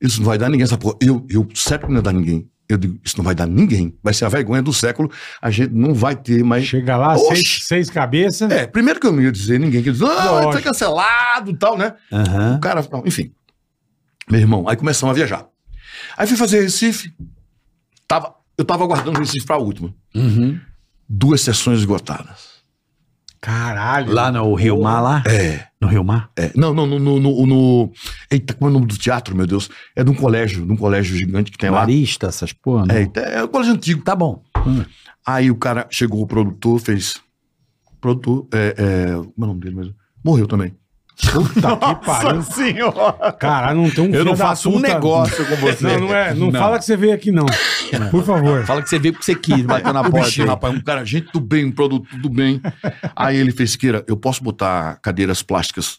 isso não vai dar ninguém, essa porra. Eu, eu sério que não ia dar ninguém. Eu digo, isso não vai dar ninguém. Vai ser a vergonha do século. A gente não vai ter mais. Chega lá, Oxi. seis, seis cabeças. É, primeiro que eu não ia dizer ninguém que diz, não, vai ser Lógico. cancelado e tal, né? O Aham. cara, não, enfim. Meu irmão, aí começamos a viajar. Aí fui fazer Recife. Tava, eu tava aguardando Recife pra última. Uhum. Duas sessões esgotadas. Caralho. Lá no Rio Mar, lá? É. No Rio Mar? é. Não, não, no, no, no- no- Eita, como é o nome do teatro, meu Deus? É de um colégio, de um colégio gigante que tem lá. Marista, essas porra. né? É, é um colégio antigo. Hum. Tá bom. Aí o cara chegou, o produtor, fez. Produtor, é. é... Como é o nome dele mesmo? Morreu também. Puta que pariu. senhora. Caralho, não tem um Eu filho não da faço um puta- negócio com você. Não, não é. Não, Não. fala que você veio aqui, não. Por favor. Fala que você veio porque você quis, bateu na É, O porta. bichinho, rapaz, um cara, gente do bem, um produto do bem. Aí ele fez, Queira, eu posso botar cadeiras plásticas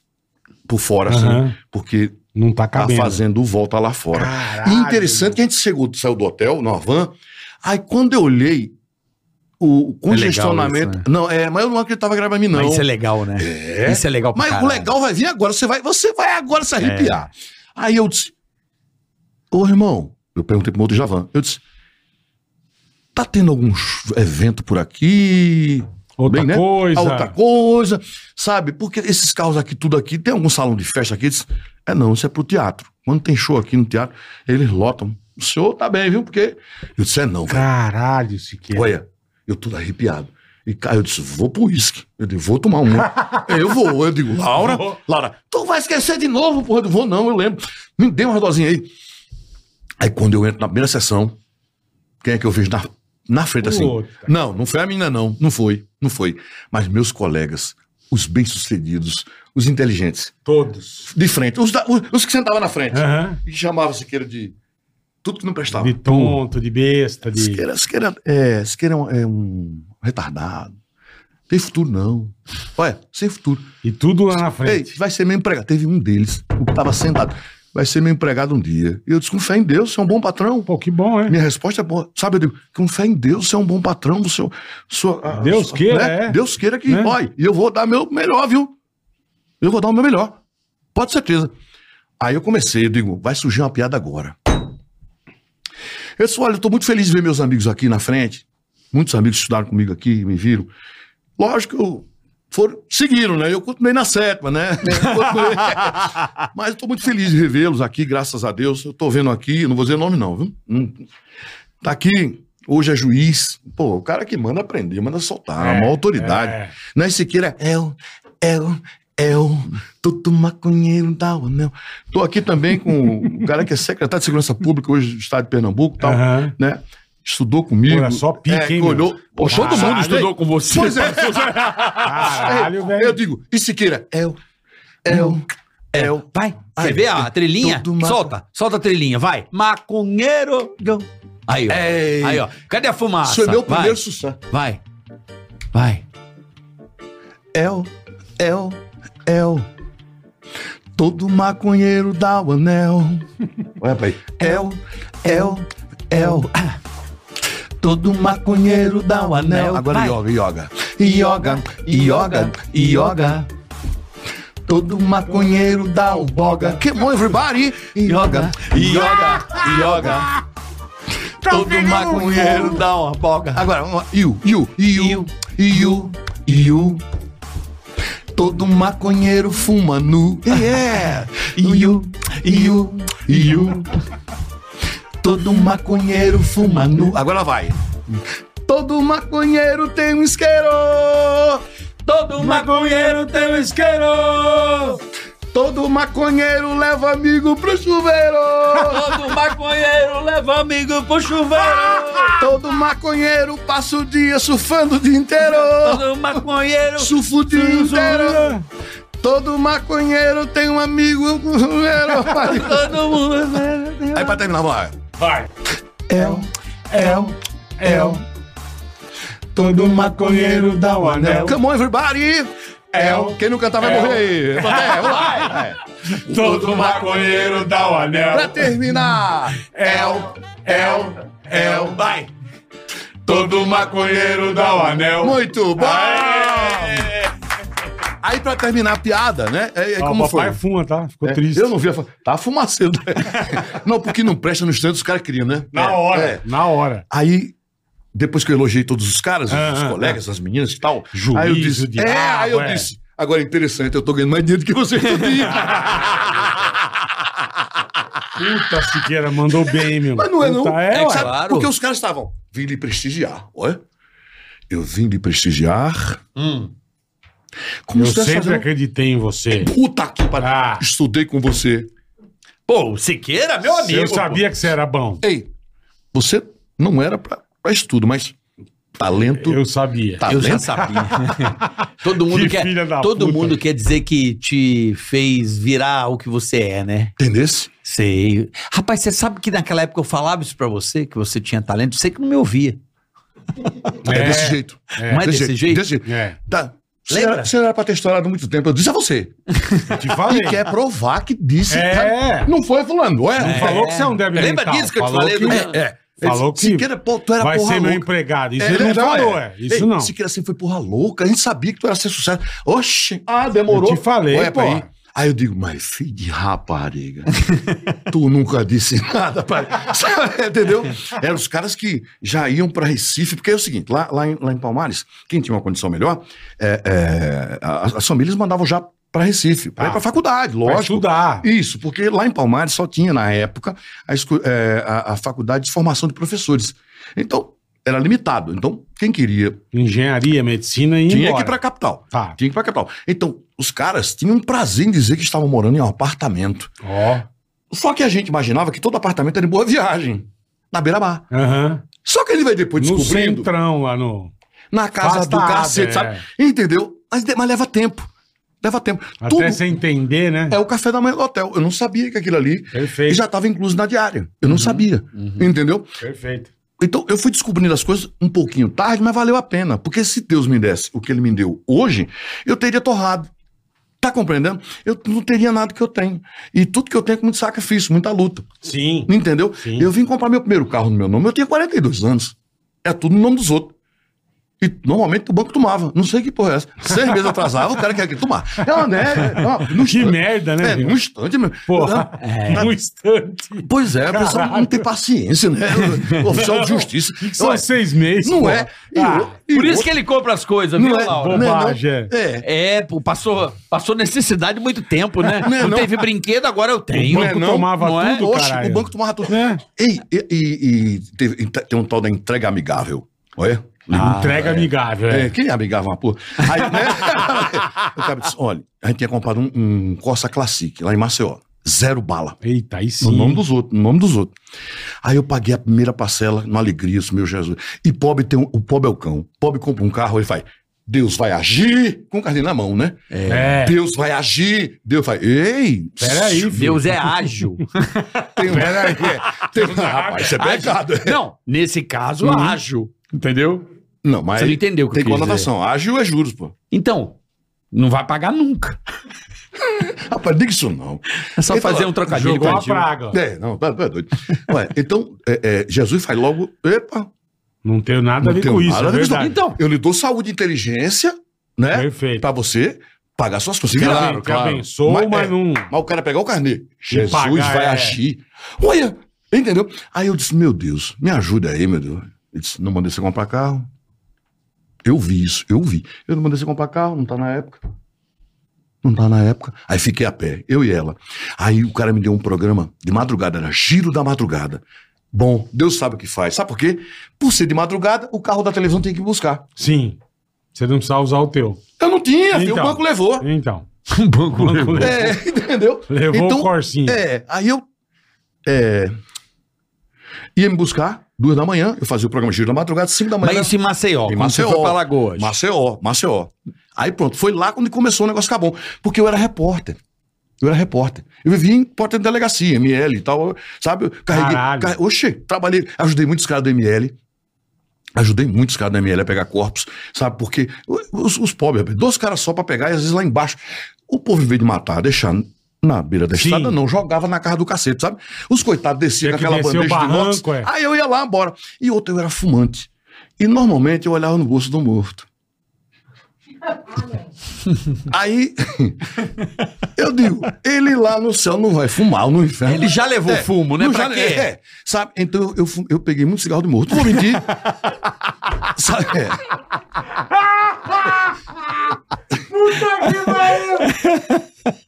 por fora, assim, Aham. porque Não tá Tá cabendo. fazendo volta lá fora. Caralho. E interessante que a gente chegou, saiu do hotel, na van. Aí quando eu olhei, o congestionamento. É isso, né? Não, é, mas eu não acreditava que era pra mim, não. Mas isso é legal, né? É. Isso é legal pra Mas caralho. o legal vai vir agora. Você vai, você vai agora se arrepiar. Aí eu disse: Ô irmão, eu perguntei pro meu outro Javan. Eu disse: Tá tendo algum sh- evento por aqui? Outra Bem, né? coisa. Ah, Outra coisa. Sabe? Porque esses carros aqui, tudo aqui, tem algum salão de festa aqui? Eu disse, é não, isso é pro teatro. Quando tem show aqui no teatro, eles lotam. O senhor tá bem, viu? Porque. Eu disse: É não, velho. Caralho, Siqueira. Olha, eu tô arrepiado. E cara, eu disse, vou pro uísque. Eu digo, vou tomar um. eu vou. Eu digo, Laura, Laura, tu vai esquecer de novo, porra. Eu digo, vou não, eu lembro. Me dê uma dosinha aí. Aí quando eu entro na primeira sessão, quem é que eu vejo na, na frente assim? Puta. Não, não foi a menina não. Não foi, não foi. Mas meus colegas, os bem-sucedidos, os inteligentes, Todos. de frente. Os, da- os- os que sentavam na frente. Aham. E chamava Siqueira de tudo que não prestava. De tonto, de besta, de. Siqueira, Siqueira, é, Siqueira é um, é um retardado. Tem futuro, não. Olha, sem futuro. E tudo lá na Ei, frente. vai ser meu empregado. Teve um deles, o que estava sentado. Vai ser meu empregado um dia. E eu disse, com fé em Deus, você é um bom patrão. Pô, que bom, hein? Minha resposta é boa. Sabe, eu digo, com fé em Deus, você é um bom patrão. Você, é um- sua, a- Deus sua- queira, é. Deus queira que. Né? Olha, e eu vou dar meu melhor, viu? Eu vou dar o meu melhor. Pode certeza. Aí eu comecei, eu digo, vai surgir uma piada agora. Eu disse, olha, eu tô muito feliz de ver meus amigos aqui na frente. Muitos amigos estudaram comigo aqui, me viram. Lógico, eu- foram, seguiram, né? Eu continuei na sétima, É. né? Eu continuei. Mas eu tô muito feliz de revê-los aqui, graças a Deus. Eu tô vendo aqui, eu não vou dizer nome não, viu? Não- Tá aqui, hoje é juiz. Pô, o cara que manda prender, manda soltar, é, uma autoridade. é. Não é Siqueira, eu, eu, eu, tudo é maconheiro da Unel. Tô aqui também com o cara que é secretário de Segurança Pública hoje do estado de Pernambuco e tal, Aham. né? Estudou comigo. Pô, é só pique, hein, que meu? olhou. Pô, todo Caralho. mundo estudou com você. Pois é. Caralho, Eu velho. digo, e Siqueira, É É eu, eu, eu. Vai. Ai, Hum. É é Quer ver a trilhinha? tudo ma- Solta, solta a trilhinha, vai. Maconheiro. Aí, ó. Ei. Aí, ó. Cadê a fumaça? Isso é meu vai. primeiro sucesso. Vai. Vai. El, El, El. Todo maconheiro dá o anel. Olha, pai. El, El, El. Todo maconheiro dá o anel. Agora yoga, yoga. Yoga, yoga, yoga. Todo maconheiro dá o boga. Que bom, everybody! Yoga, Tá yoga, yoga. Tá Todo maconheiro dá uma boga. Agora, vamos lá. Iu, iu, iu, iu, iu. Todo maconheiro fuma nu. Yeah! É, Iu, iu, iu. Todo maconheiro fuma nu. Agora vai. Todo maconheiro tem um isqueiro. Todo maconheiro tem um isqueiro. Todo maconheiro leva amigo pro chuveiro. Todo maconheiro leva amigo pro chuveiro. Todo maconheiro passa o dia surfando o dia inteiro. Todo maconheiro. Surfa o dia inteiro. Todo maconheiro tem um amigo pro chuveiro. Todo mundo. Aí pra terminar, vai. Vai. El, el, el. Todo maconheiro dá o anel. Come on, everybody! El. Quem não cantar vai morrer aí. É, vamos lá. É. Todo maconheiro dá o Pra anel. terminar. El, el, el. Vai. Todo maconheiro dá o anel. Muito bom. Aí pra terminar a piada, né? É, é Ó, como o papai foi? fuma, tá? Ficou É, triste. Eu não vi a... fu- Tá fumaceiro. não, porque não presta no instante, os caras criam, né? Na É, hora. é. Na hora. Aí, depois que eu elogiei todos os caras, Ah, os ah, colegas, as meninas e tal, Juízo aí eu disse, de é, rabo, aí eu é. disse, agora é interessante, eu tô ganhando mais dinheiro do que você tudinho. Puta Siqueira, mandou bem, meu. Mas não é não. Puta, É, É, ué. sabe? claro. Porque os caras estavam, vim lhe prestigiar, olha. Eu vim lhe prestigiar. Hum. Como Eu se estivesse sempre fazendo- um acreditei em você. Puta que pariu. Ah. Estudei com você. Pô, o Siqueira, meu amigo. Eu sabia que você era bom. Ei, você não era pra, pra estudo, mas talento... Eu sabia. tá pô. Eu já sabia. todo mundo, Que quer, filha da todo puta. mundo quer dizer que te fez virar o que você é, né? Entendesse? Sei. Rapaz, você sabe que naquela época eu falava isso pra você, que você tinha talento, você que não me ouvia. É, desse jeito. Mas desse jeito? Desse jeito. É. Tá. Você Lembra? era, você era pra ter estourado há muito tempo. Eu disse a você. Eu te falei. E quer provar que é- disse. É. Não foi fulano. Ué, não Falou que você é um débil Lembra mental. disso que eu te Falou falei? que- do- É, é. Ele Falou disse, que Siqueira, pô, tu era Vai porra ser meu louca. empregado. Isso É, ele não falou, falou, é. Isso Ei, não. Siqueira sempre foi porra louca. A gente sabia que tu era ser sucesso. Oxi. Ah, demorou. Eu te falei, Olha pra pô. aí. Aí eu digo, mas filho de rapariga, tu nunca disse nada, pai. Sabe, Entendeu? Eram os caras que já iam pra Recife, porque é o seguinte, lá, lá, em, lá em Palmares, quem tinha uma condição melhor, é, é, a- as famílias mandavam já pra Recife, pra ir pra faculdade, Vai lógico. Ah, estudar. Isso, porque lá em Palmares só tinha, na época, a, escu- eh, a- a faculdade de formação de professores. Então, era limitado. Então, quem queria Engenharia, medicina e tinha embora. que ir pra capital. Tá. Tinha que ir pra capital. Então, os caras tinham um prazer em dizer que estavam morando em um apartamento. Ó. Só que a gente imaginava que todo apartamento era em boa viagem. Na beira-mar. Aham. Só que ele vai depois No descobrindo centrão lá no. na casa do Afastado, cacete, é. sabe? Entendeu? Mas, de- mas leva tempo. Leva tempo. Até Tudo você entender, né? é o café da manhã do hotel. Eu não sabia que aquilo ali Perfeito. já estava incluso na diária. Eu não Uhum. sabia. Entendeu? Perfeito. Então, eu fui descobrindo as coisas um pouquinho tarde, mas valeu a pena. Porque se Deus me desse o que ele me deu hoje, eu teria torrado. Tá compreendendo? Eu não teria nada que eu tenho. E tudo que eu tenho é com muito sacrifício, muita luta. Sim. Entendeu? Sim. Eu vim comprar meu primeiro carro no meu nome, eu tinha 42 anos. É tudo no nome dos outros. E normalmente o banco tomava. Não sei que porra é essa. Seis meses atrasava, o cara quer que tomar. É uma né? é uma- no Que instante- merda, né? É, meu? num instante É. mesmo. Porra. Um instante. Pois é, o pessoal não Caralho. tem paciência, né? O Oficial de justiça. Que são Ué, seis meses. não pô. é. E Ah, o- e Por isso o- que ele compra as coisas, Não viu, é. Laura? Não é, não. Bobagem. é. É. É, pô, passou, passou necessidade muito tempo, né? Não é, Não, não. teve brinquedo, agora eu O tenho. Não é, banco não. tomava Não é? tudo, Oxe, caralho. o banco tomava tudo. É. Ei, e, e- e teve- e tem um tal da entrega amigável. Olha. Entrega amigável, é. É, quem é amigável uma porra? Aí, né? o cara disse: olha, a gente tinha comprado um, um Corsa Classic lá em Maceió. Zero bala. Eita, aí No sim. nome dos outros, no nome dos outros. Aí eu paguei a primeira parcela, numa alegria, isso, meu Jesus. E pobre tem um, o pobre é o cão. Pobre compra um carro, ele faz, Deus vai agir, com o carrinho na mão, né? É. Deus vai agir. Deus vai, ei, Peraí, filho. Deus é ágil. tem um. Peraí, tem um rapaz, isso é pecado. Não, nesse caso, Uhum. ágil. Entendeu? Não, mas Você não entendeu o que tem eu quis dizer. conotação. Ágil é juros, pô. Então, não vai pagar nunca. Rapaz, diga isso não. É só Ele fazer falou, um trocadilho Jogou com a a praga. É, não, tá, tá doido. Ué, então, é, é, Jesus faz logo, epa, um Não tenho nada a Não ver tenho com isso, nada é a ver com isso. verdade. Então, eu lhe dou saúde e inteligência, né? Perfeito. Pra você pagar suas coisas. Te Claro, aben- te claro. abençoa, mas, Mas, é, não... mas o cara pegar o carnê. Jesus pagar, vai é. agir. Olha, entendeu? Aí eu disse, meu Deus, me ajuda aí, meu Deus. Ele disse, não mandei você comprar carro. Eu vi isso, eu vi. Eu não mandei você comprar carro, não tá na época. Não tá na época. Aí fiquei a pé, eu e ela. Aí o cara me deu um programa de madrugada, era Giro da Madrugada. Bom, Deus sabe o que faz. Sabe por quê? Por ser de madrugada, o carro da televisão tem que ir buscar. Sim. Você não precisa usar o teu. Eu não tinha, filho, Então. o banco levou. Então. um banco. Banco levou, É, entendeu? levou então, o corsinho. É, aí eu é, ia me buscar, duas da manhã, eu fazia o programa Giro da Madrugada, cinco da manhã. né? Mas isso em Maceió. Em quando você Maceió. foi pra Lagoas. Maceió, Maceió. Aí pronto, foi lá quando começou o negócio ficar bom. Porque eu era repórter. Eu era repórter. Eu vivia em porta de delegacia, ML e tal, sabe? Eu Carreguei. Caralho. carre- Oxê, trabalhei, ajudei muitos caras do ML. Ajudei muitos caras do ML a pegar corpos, sabe? Porque os, os pobres, rapaz, dois caras só pra pegar e às vezes lá embaixo. O povo, em vez de matar, deixar na beira da Sim. estrada, não, jogava na casa do cacete, sabe? Os coitados desciam com Tinha que aquela descer o bandeja de inox. barranco, é. Aí eu ia lá, bora. E outro, eu era fumante. E normalmente eu olhava no bolso do morto. Aí eu digo, ele lá no céu não vai fumar, ou no inferno. Ele já levou É, fumo, né? não Pra já- quê? é, sabe? Então eu, eu, fu- eu peguei muito cigarro de morto. Não vou mentir. sabe? É.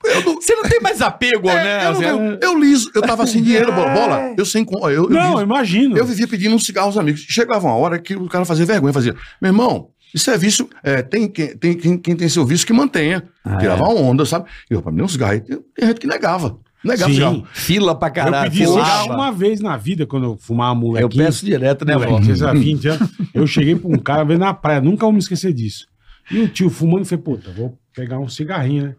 Eu não, Você não tem mais apego, é, né? eu, não Zé? tenho- eu liso, eu tava sem dinheiro, bola. bola eu sem. con- Eu, eu Não, liso. imagino. Eu vivia pedindo um cigarro aos amigos. Chegava uma hora que o cara fazia vergonha, fazia, meu irmão, isso é vício, é, tem, quem, tem quem, quem tem seu vício que mantenha. Tirava onda, sabe? E eu, pra mim, um cigarro aí, tem tem gente que negava. Negava o Sim. cigarro. Fila pra Eu caralho. pedi esse filava. cigarro uma vez na vida, quando eu fumava Eu molequinho. peço direto, né, vó? Moleque, vocês há 20 anos. Eu cheguei pra um cara, veio na praia, nunca vou me esquecer disso. E o tio fumando, eu falei, puta, vou pegar um cigarrinho, né?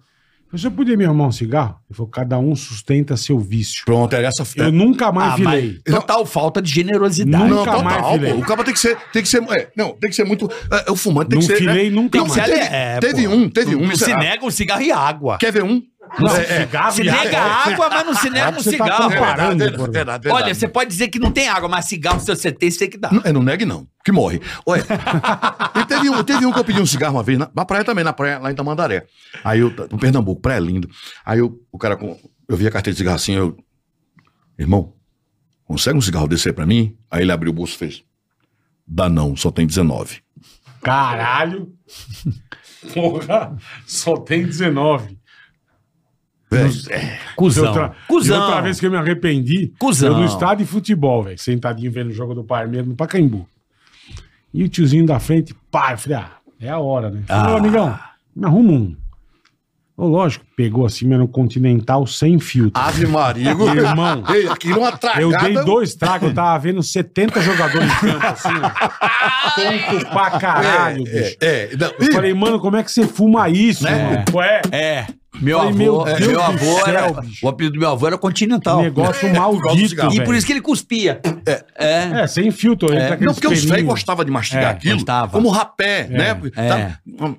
O senhor podia me arrumar um cigarro? Ele falou, cada um sustenta seu vício. Pronto, é essa. Eu nunca mais Ah, filei. mas total falta de generosidade. Então, Nunca Não, total, mais filei. pô. O cara tem que ser. Tem que ser é, não, tem que ser muito. é, o fumante tem Não que ser. né? filei nunca Não, mais. Teve, É, teve pô. um, teve um. Não se miserável. nega um cigarro e água. Quer ver um? Não, tá é, cigarro Se e nega água. água, mas não se nega um Você tá cigarro. comparando. Parando, é verdade, porra. verdade, verdade. Olha, você pode dizer que não tem água, mas cigarro, se você tem, você tem que dar. Não, é, não negue, não. Que morre. Olha. e teve um, teve um que eu pedi um cigarro uma vez, na, na praia também, na praia, lá em Tamandaré. Aí eu, no Pernambuco, praia linda. Aí eu, o cara com. Eu vi a carteira de cigarro assim, eu. Irmão, consegue um cigarro desse aí pra mim? Aí ele abriu o bolso e fez. Dá não, só tem 19. Caralho. Porra, só tem 19. E Cusão. outra, Cusão. e outra vez que eu me arrependi, Cusão. eu no estádio de futebol, velho, sentadinho vendo o jogo do Palmeiras no Pacaembu. E o tiozinho da frente, pá, eu falei, ah, é a hora, né? Falei, ô, amigão, me arruma um. Ô, lógico, pegou assim, mas no Continental sem filtro. Ave Maria. Irmão. Ei, aquilo é uma tragada. eu dei dois tragos, eu tava vendo 70 jogadores em campo, assim, ó. Tonto pra caralho, bicho. É, é, não, Eu ih, falei, mano, como é que você fuma isso, né? Ué, É. Meu Ai, avô, meu é, Deus meu do avô céu, era. bicho. O apelido do meu avô era continental. negócio causa do maldito, cigarro. e velho. por isso que ele cuspia. É. É, sem filtro. É, não, porque os velhos gostavam de mastigar É, aquilo gostava. como rapé, né? Porque é. tá- era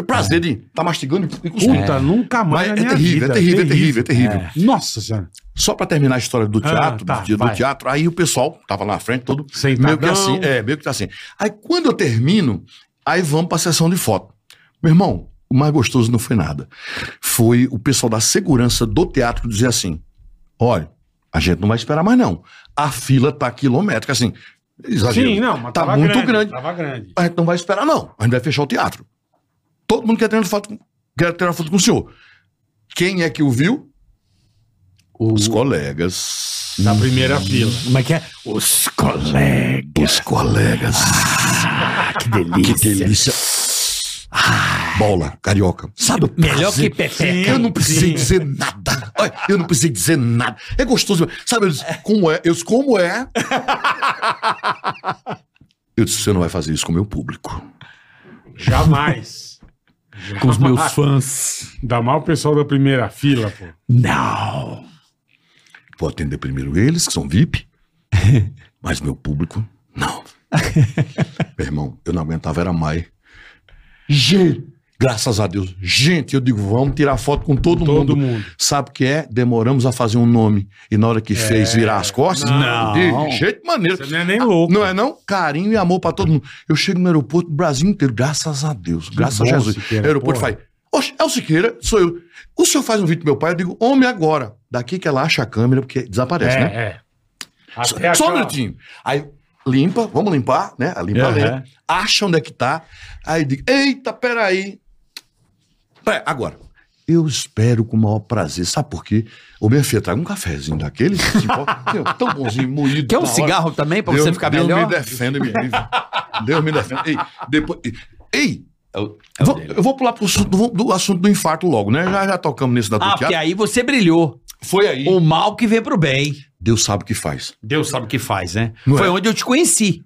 o É. prazer de estar mastigando e- e cuspindo. Puta, nunca Mas mais na é minha terrível, vida. é terrível, é terrível, é terrível. Nossa senhora. Só pra terminar a história do Ah, teatro, tá, do, dia do vai. teatro, aí o pessoal tava lá na frente, todo Sentadão. meio que assim, é, meio que tá assim. Aí quando eu termino, aí vamos pra sessão de foto. Meu irmão, o mais gostoso não foi nada. Foi o pessoal da segurança do teatro dizer assim: olha, a gente não vai esperar mais não. A fila tá quilométrica, assim. Exagero. Sim, não, mas tá tava muito grande. Tava grande. A gente não vai esperar, não. A gente vai fechar o teatro. Todo mundo quer tirar foto, com- quer tirar foto com o senhor. Quem é que o viu? Os colegas. Na primeira fila. Como é que é? Os colegas. Os colegas. Ah, Que delícia. Que delícia. Bola, carioca. Sabe o Melhor prazer? que pepeca. Sim, Eu não precisei dizer nada. Olha, eu não precisei dizer nada. É gostoso. demais. Sabe, eu disse, como é? Eu disse, como é? Eu disse, você não vai fazer isso com o meu público. Jamais. Com os meus fãs. Dá mal o pessoal da primeira fila, pô. Não. Vou atender primeiro eles, que são VIP, mas meu público, não. meu irmão, eu não aguentava, era mais. Gente, graças a Deus. Gente, eu digo, vamos tirar foto com todo, mundo. Todo mundo. É. Sabe o que é? Demoramos a fazer um nome. E na hora que fez virar as costas, Não. de jeito maneiro. Você não é nem louco. Não é não? Carinho e amor pra todo mundo. Eu chego no aeroporto do Brasil inteiro, graças a Deus, graças a bom, Jesus. Siqueira, o aeroporto porra. faz, oxe, é o Siqueira, sou eu. O senhor faz um vídeo do meu pai, eu digo, homem agora. Daqui que ela acha a câmera, porque desaparece, É, né? é. Só- Até Só um aquela- minutinho. Aí limpa, vamos limpar, né? A Limpa Aham. lenta. Acha onde é que tá. Aí diz, eita, peraí. Pera, agora. Eu espero com o maior prazer. Sabe por quê? Ô, minha filha, traga um cafezinho daquele. se importa. Meu, Tão bonzinho, moído. é Quer um na hora. cigarro também pra Deus, você ficar Deus melhor? me defenda, me livre. Deus me defenda. Ei, depois... Ei! é o vou- dele. eu vou pular pro assunto do, do assunto do infarto logo, né? Já, já tocamos nesse da Ah, é Turquia. porque aí você brilhou. Foi aí. O mal que vem pro bem. Deus sabe o que faz. Deus sabe o que faz, né? Não Foi é? onde eu te conheci.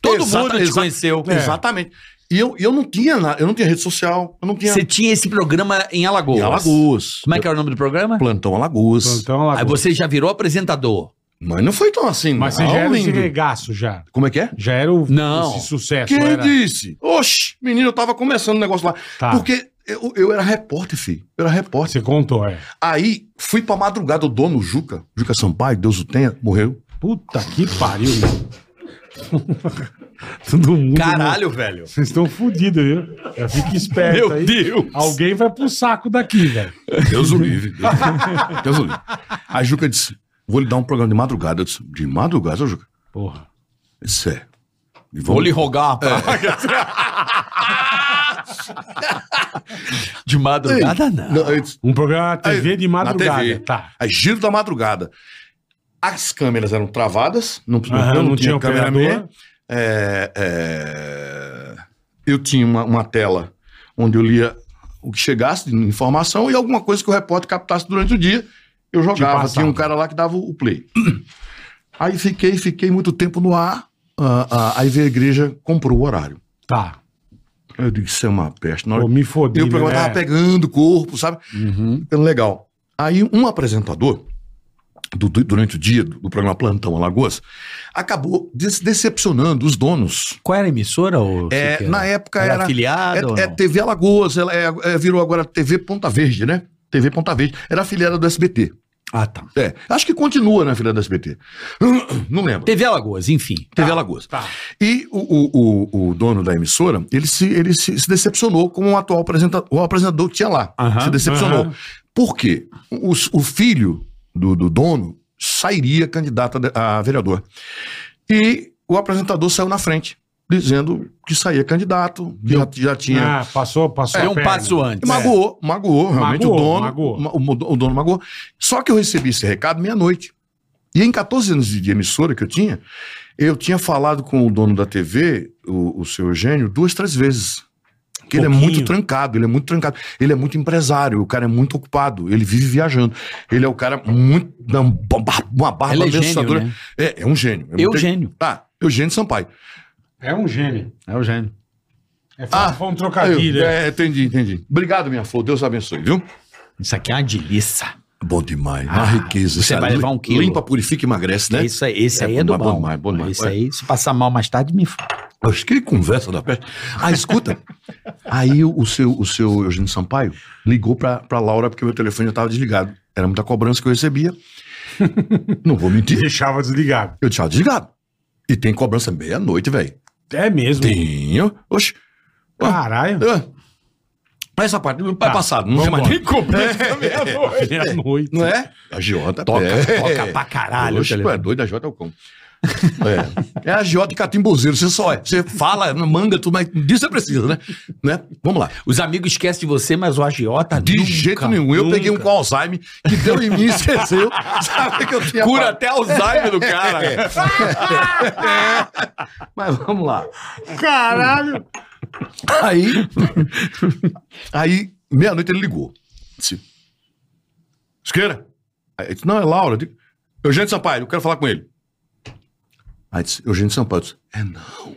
Todo Exata- mundo te exa- conheceu. Exatamente. E eu, eu não tinha nada, eu não tinha rede social, eu não tinha. Você tinha esse programa em Alagoas. Em Alagoas. Como é que era o nome do programa? Plantão Alagoas. Plantão lá. Aí você já virou apresentador. Mas não foi tão assim, Mas não, você já era esse lindo. regaço, já. Como é que é? Já era o Não. esse sucesso. Quem É, era... disse? Oxi, menino, eu tava começando o negócio lá. Tá. Porque eu, eu era repórter, filho. Eu era repórter. Você contou, é. Aí fui pra madrugada, o dono Juca, Juca Sampaio, Deus o tenha, morreu. Puta que pariu, meu. Todo mundo. Uhum. velho. Vocês estão fodidos, viu? Já fica esperto Meu aí. Deus. Alguém vai pro saco daqui, velho. Deus o livre. Deus, Deus o livre. Aí Juca disse: vou lhe dar um programa de madrugada. Eu disse, de madrugada, seu Juca? Porra. Ele disse, é. E vamos- Vou lhe rogar uma De madrugada, não. Não, eu disse, Um programa na TV Aí, de na madrugada. TV. Tá. Aí, giro da madrugada. As câmeras eram travadas, não, não- Aham, eu não, não tinha, tinha câmera operador. meia. É, é, eu tinha uma, uma tela onde eu lia o que chegasse de informação e alguma coisa que o repórter captasse durante o dia, eu jogava. passava. Tinha um cara lá que dava o play. Aí fiquei, fiquei muito tempo no ar. Ah, ah, aí veio a igreja, comprou o horário. Tá. Eu digo, isso é uma peste. Na hora Pô, me fodi, e o programa né? tava pegando corpo, sabe? Ficando legal. Aí um apresentador, do- du- durante o dia do, do programa Plantão Alagoas, acabou des- decepcionando os donos. Qual era a emissora? Ou É, na época era. afiliada ou é, não? é TV Alagoas, ela é- é- virou agora TV Ponta Verde, né? TV Ponta Verde. Era afiliada do SBT. Ah, tá. É, acho que continua na afiliada do SBT. Não lembro. TV Alagoas, enfim. TV Alagoas. tá. E o, o- o- o dono da emissora, ele se, ele se, se decepcionou com o atual apresentador, o apresentador que tinha lá. Aham, se decepcionou. aham. Por quê? O, o filho do, do dono sairia candidato a, a vereador. E o apresentador saiu na frente, dizendo que saía candidato, que já, já tinha Ah, passou, passou. É, Deu a um perna. passo antes. Magoou, magoou, realmente Magoou, o dono. magoou. ma- O, mo- o dono magoou. Só que eu recebi esse recado meia-noite. E em 14 anos de, de emissora que eu tinha, eu tinha falado com o dono da TV, o, o seu Eugênio, duas, três vezes. Porque ele é Pouquinho. muito trancado, ele é muito trancado. Ele é muito empresário, o cara é muito ocupado, ele vive viajando. Ele é o cara muito. dá um ba- ba- Uma barba Ele é gênio, ameaçadora. né? É, é um gênio. É muito- Eugênio. Tá, Eugênio Sampaio. É um gênio. É o gênio. É, foi, foi um trocadilho. Ah, eu- é. é, entendi, entendi. Obrigado, minha flor. Deus abençoe, viu? Isso aqui é uma delícia. Bom demais, uma riqueza. Ah, você sabe? vai levar um quilo. Limpa, purifica e emagrece, né? É Isso aí, esse É, aí bom é, do demais, mal. bom demais, bom demais. Esse aí, se passar mal mais tarde, me fala. Mas que conversa da peste. Ah, escuta. aí o o seu, o seu Eugênio Sampaio ligou pra, pra Laura porque meu telefone já tava desligado. Era muita cobrança que eu recebia. Não vou mentir. Deixava desligado. Eu tinha desligado. E tem cobrança meia-noite, velho. É mesmo. Tenho. Oxe. Caralho. Ah. Essa parte é Tá. passado. Não é mais nem cobrança meia-noite. Meia-noite. Não é? A Giota Toca, é. toca pra caralho. o Oxe, telefone. é doido, a Jota é o cão. É, é a Jota e catimbozeiro, você só é. Você fala, manga, tudo, mas disso é preciso, né? né? Vamos lá. Os amigos esquecem de você, mas o agiota De nunca, jeito nenhum, eu nunca. peguei um com Alzheimer que deu em mim e esqueceu. Sabe que eu tinha. Cura parado. até Alzheimer do É. cara. Mas vamos lá. Caralho. Aí, aí meia-noite ele ligou. Disse, Esqueira? Aí eu disse, não, é Laura. Eu digo, Eugênio Sampaio, eu quero falar com ele. Aí disse, Eugênio Sampaio. Eu disse, é não,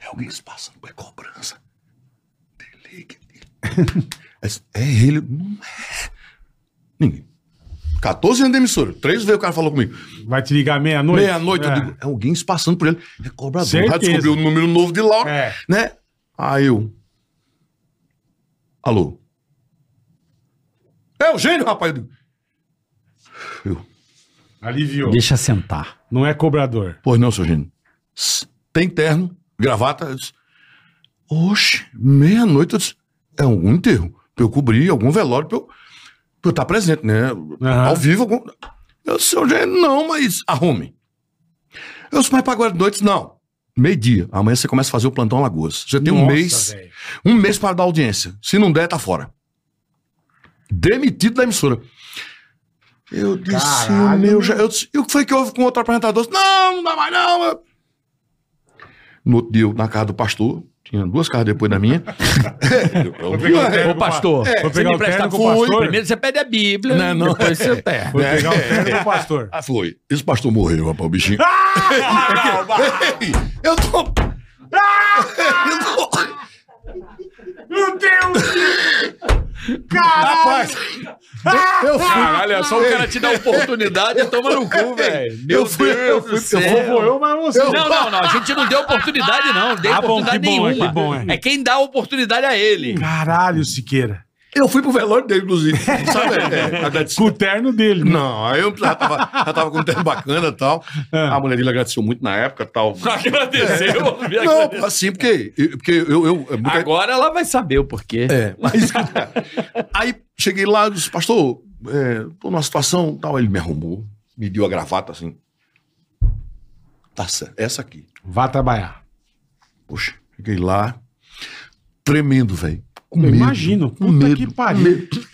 é alguém se passando por cobrança. Deligue. Aí disse, é ele. Eu, Não é. Ninguém. 14 anos de emissora. Três vezes o cara falou comigo. Vai te ligar meia-noite? é- Meia-noite, É. eu digo, é alguém se passando por ele. É cobrador. Certeza. Já descobriu o número novo de Laura, É. né? Aí eu. Alô? É o gênio, rapaz. Eu digo, eu, Aliviou. Deixa sentar. Não é cobrador. pois não, seu gênio. Sss, Tem terno, gravata. Eu disse, Oxe, meia-noite. eu disse, É algum enterro. Pra eu cobrir, algum velório, pra eu, pra eu estar presente, né? Ao vivo. Algum... Eu disse, seu gênio, não, mas arrume. Eu disse, mas pra agora de noite? Não. Meio-dia. Amanhã você começa a fazer o plantão Alagoas. Você tem um Nossa, mês. velho. Um mês para dar audiência. Se não der, tá fora. Demitido da emissora. Eu disse, Caralho. o meu já. Eu disse, e o que foi que houve com outro apresentador? Eu disse, Não, não dá mais não. eu-" No outro dia, eu, na casa do pastor, tinha duas casas depois da minha. Eu vi, pegar o né? terno. Ô, pastor, É, vou você pegar me o terno empresta com com o pastor? Primeiro você pede a Bíblia, Não, não. depois você pega. É. Vou pegar o terno do pastor. Ah, foi. Esse pastor morreu, rapaz, o bichinho. Ei, eu tô. eu tô. Meu Deus! Rapaz, eu fui. Caralho, é só o cara te dar oportunidade e toma no cu, velho. Eu fui, eu fui, eu fui, Ou vou eu, mas você. Não, não, não. A gente não deu oportunidade, não. Não deu Ah, bom, oportunidade que bom, é, nenhuma. que bom, é. é. quem dá a oportunidade a ele. Caralho, Siqueira. eu fui pro velório dele, inclusive. Sabe? É, a Com o terno dele. né? Não, aí eu já tava, já tava com um terno bacana e tal. A mulher dele agradeceu muito na época e tal. Agradeceu. Não, assim, porque, porque eu. eu, eu nunca- Agora ela vai saber o porquê. É, mas. aí cheguei lá e disse, pastor, é, tô numa situação tal. Ele me arrumou, me deu a gravata assim. Tá certo, essa aqui. Vá trabalhar. Poxa, cheguei lá, tremendo, velho. Com medo, Imagino. com Puta medo, que com pariu. medo.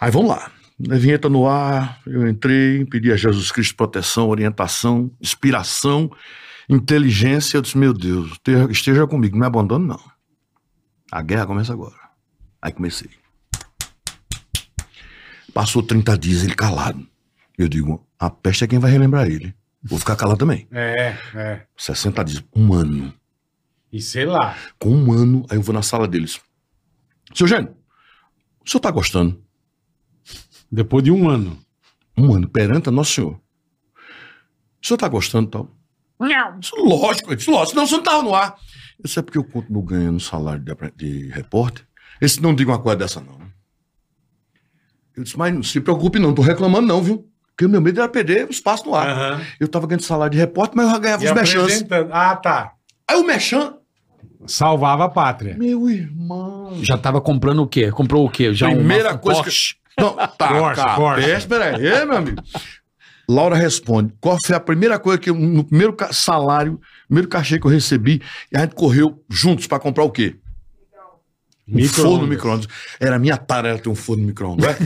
Aí vamos lá. A vinheta no ar, eu entrei, pedi a Jesus Cristo proteção, orientação, inspiração, inteligência. Eu disse, meu Deus, esteja- esteja comigo, não me abandone não. A guerra começa agora. Aí comecei. Passou 30 dias ele calado. Eu digo, a peste é quem vai relembrar ele. Vou ficar calado também. É, é. 60 dias, um ano. E sei lá. Com um ano, aí eu vou na sala deles. Seu Gênio, o senhor tá gostando? Depois de um ano. um ano perante a Nosso Senhor. O senhor tá gostando tal? Não. lógico, eu disse, lógico, senão o senhor não tava no ar. Isso é porque eu continuo ganhando salário de, apre- de repórter. Esse não diga uma coisa dessa, não. Eu disse, mas não se preocupe, não, não tô reclamando, não, viu? Porque o meu medo era perder o espaço no ar. Aham. Eu tava ganhando salário de repórter, mas eu já ganhava E os mexãs. apresentando. Ah, tá. Aí o mexã. Salvava a pátria. Meu irmão. Já tava comprando o quê? Comprou o quê? Então, Já Primeira uma- um coisa Porsche? que. Não, tá, Porsche, tá. Porsche. pera- Espera aí, é, meu amigo. Laura responde: qual foi a primeira coisa que eu, no primeiro ca- salário, primeiro cachê que eu recebi, e a gente correu juntos pra comprar o quê? Um forno micro-ondas. Era minha tarefa ter um forno micro-ondas,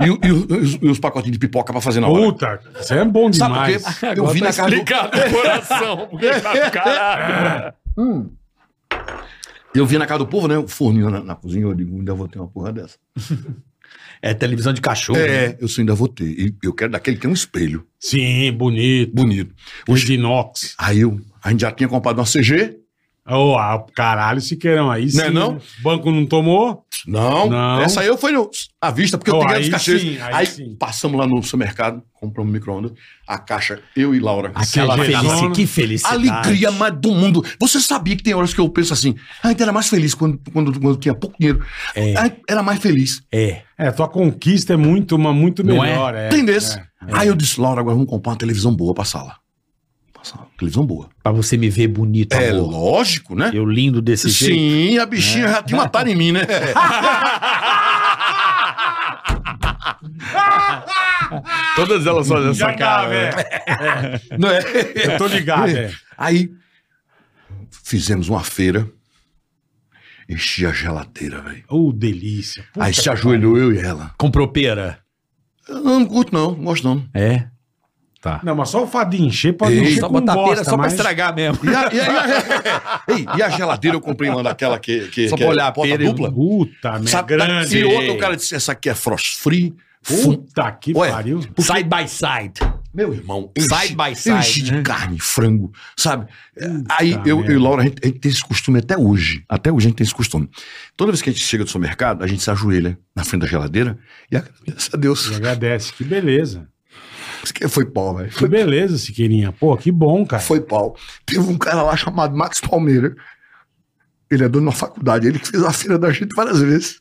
é? e, o- e o- e os, e os pacotinhos de pipoca pra fazer na hora. Puta, você é bom Sabe por quê? demais. tá Eu vi na casa. do- né? coração. Porque tá caralho. Eu vi na casa do povo, né? O forninho na, na cozinha, eu digo, ainda vou ter uma porra dessa. É televisão de cachorro. né? É, eu sei, ainda vou ter. E eu quero daquele que tem um espelho Sim, bonito. bonito. O de inox. Aí eu, a gente já tinha comprado uma CG. Ô, ah, caralho, Siqueirão, aí sim. Né, não? O banco não tomou? Não, Não. essa aí eu fui no- à vista, porque eu Oh, peguei aí os cachês. sim, aí aí sim. passamos lá no supermercado, compramos um micro-ondas, a caixa, eu e Laura. Aquela CG zona. felicidade. Que felicidade. Alegria mais do mundo. Você sabia que tem horas que eu penso assim, a gente era mais feliz quando, quando, quando tinha pouco dinheiro. A gente era mais feliz. É. É, tua conquista é muito, mas muito Não é? melhor. É? tem desse. Aí eu disse, Laura, agora vamos comprar uma televisão boa pra sala. Pra sala, televisão boa. Pra você me ver bonito, É amor. lógico, né? Eu lindo desse jeito. Sim, a bichinha É. já tinha uma tara em mim, né? Todas elas fazem Tá, essa cara. né? velho. né? é. Não é? Eu tô ligado, é. Aí fizemos uma feira, enchi a geladeira, velho. Ô, delícia. Puta Aí se que ajoelhou eu e ela. Comprou pera. Eu não curto, não, não gosto não. É. pariu. Não, mas só o fadinho encher pode Ei, encher Só com botar bosta, pera só pra mas- estragar mesmo. E a, e a- e a- Ei, e a geladeira eu comprei uma daquela que, que, Só que é pra olhar a porta pera e- dupla. Puta, minha Sabe, tá- grande. e outra o cara disse, essa aqui é frost free. Fum. Puta que Ué, pariu. Side by side. Meu irmão, um Side by side, enchi de né? carne, frango, sabe? É, Aí eu, eu e merda. Laura, a gente, a gente tem esse costume até hoje. Até hoje a gente tem esse costume. Toda vez que a gente chega do supermercado, a gente se ajoelha na frente da geladeira e agradece a Deus. E agradece. Que beleza. Isso que Foi pau, velho. Que Foi, beleza, Siqueirinha. Pô, que bom, cara. foi pau. Teve um cara lá chamado Max Palmeira. Ele é dono de uma faculdade. Ele que fez a feira da gente várias vezes.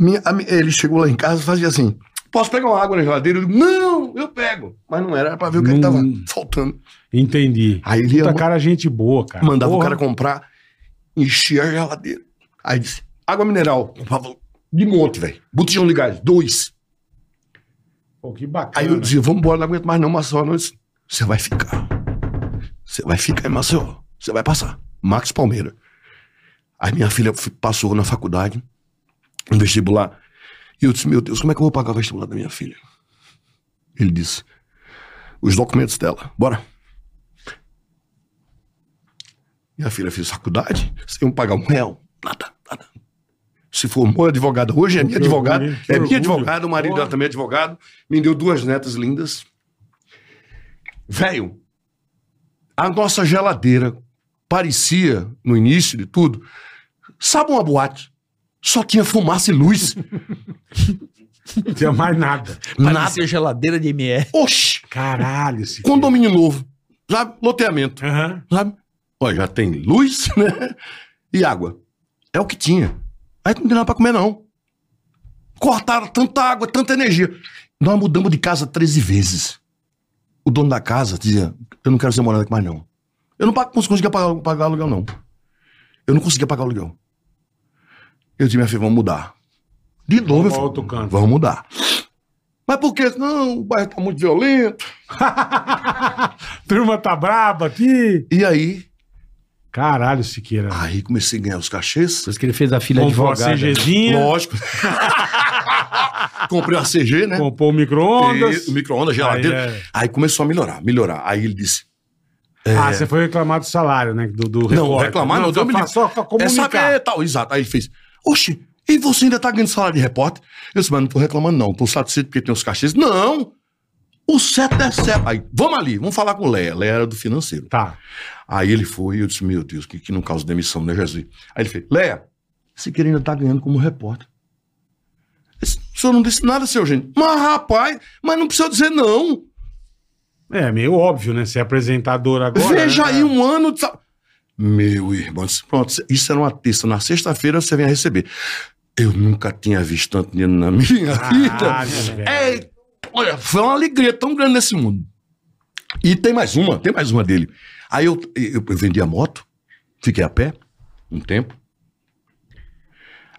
A minha, a minha- ele chegou lá em casa e fazia assim: Posso pegar uma água na geladeira? Eu digo: Não, eu pego. Mas não era, era pra ver o que, Não. que tava faltando. Entendi. Aí ele ia Puta ma- cara, gente boa, cara. mandava Porra. o cara comprar, enchia a geladeira. Aí disse: Água mineral, por favor. De monte, velho. Botijão de gás, dois. Pô, que bacana. Aí eu dizia, vamos embora, não aguento mais não, Maceió. Não, Eu disse, Você vai ficar. Você vai ficar em Maceió. Você vai passar. Max Palmeira. Aí minha filha fi- passou na faculdade, no vestibular. E eu disse, meu Deus, como é que eu vou pagar o vestibular da minha filha? Ele disse, os documentos dela, bora. Minha filha fez faculdade, sem pagar um real, nada, nada. Se formou advogada hoje, é minha Que advogada, orgulho, que é minha orgulho. advogada, o marido Porra. dela também é advogado, me deu duas netas lindas. Velho, a nossa geladeira parecia, no início de tudo, sabe uma boate? Só tinha fumaça e luz, Não tinha mais nada. nada. Parecia geladeira de MR. Oxi, Caralho, esse. condomínio novo, sabe? Loteamento, Aham. sabe? Olha, já tem luz, né? E água. É o que tinha. Aí não tem nada pra comer, não. Cortaram tanta água, tanta energia. Nós mudamos de casa 13 vezes. O dono da casa dizia, eu não quero ser morada aqui mais, não. Eu não pago- conseguia pagar, pagar aluguel, não. Eu não conseguia pagar aluguel. Eu disse, minha filha, vamos mudar. De novo, eu Pra falei, outro canto. Vamos mudar. Mas por que? Não, o bairro tá muito violento. Turma tá braba aqui. E aí, Caralho, Siqueira. aí comecei a ganhar os cachês. Por isso que ele fez a filha Comprou a advogada. CGzinha, é né? Lógico. Comprei uma CG, né? comprou o micro-ondas. E- o micro-ondas, geladeira. Aí, Aí, é. começou a melhorar, melhorar. Aí ele disse: Ah, você foi reclamar do salário, né? Do, do É. Não, repórter. reclamar não, só deu me fa- Só pra comunicar. É, tal, exato. Aí ele fez: Oxi, e você ainda tá ganhando salário de repórter? Eu disse: Mas não tô reclamando, não. Tô satisfeito porque tem os cachês. Não! O certo é certo. Aí, vamos ali, vamos falar com o Léa. Léa era do financeiro. Tá. Aí ele foi e eu disse, meu Deus, que, que não causa demissão, né, Jesus? Aí ele fez, Léa, esse querido ainda tá ganhando como repórter. Eu disse, O senhor não disse nada, seu Eugênio. Mas, rapaz, mas não precisa dizer não. É meio óbvio, né? Ser apresentador agora. Veja né? aí um ano de... sal- Meu irmão, eu disse, pronto, isso era uma terça. Na sexta-feira você vem a receber. Eu nunca tinha visto tanto dinheiro na minha vida. Caralho, velho. É, olha, foi uma alegria tão grande nesse mundo. E tem mais uma, tem mais uma dele. Aí eu, eu, eu vendi a moto, fiquei a pé um tempo.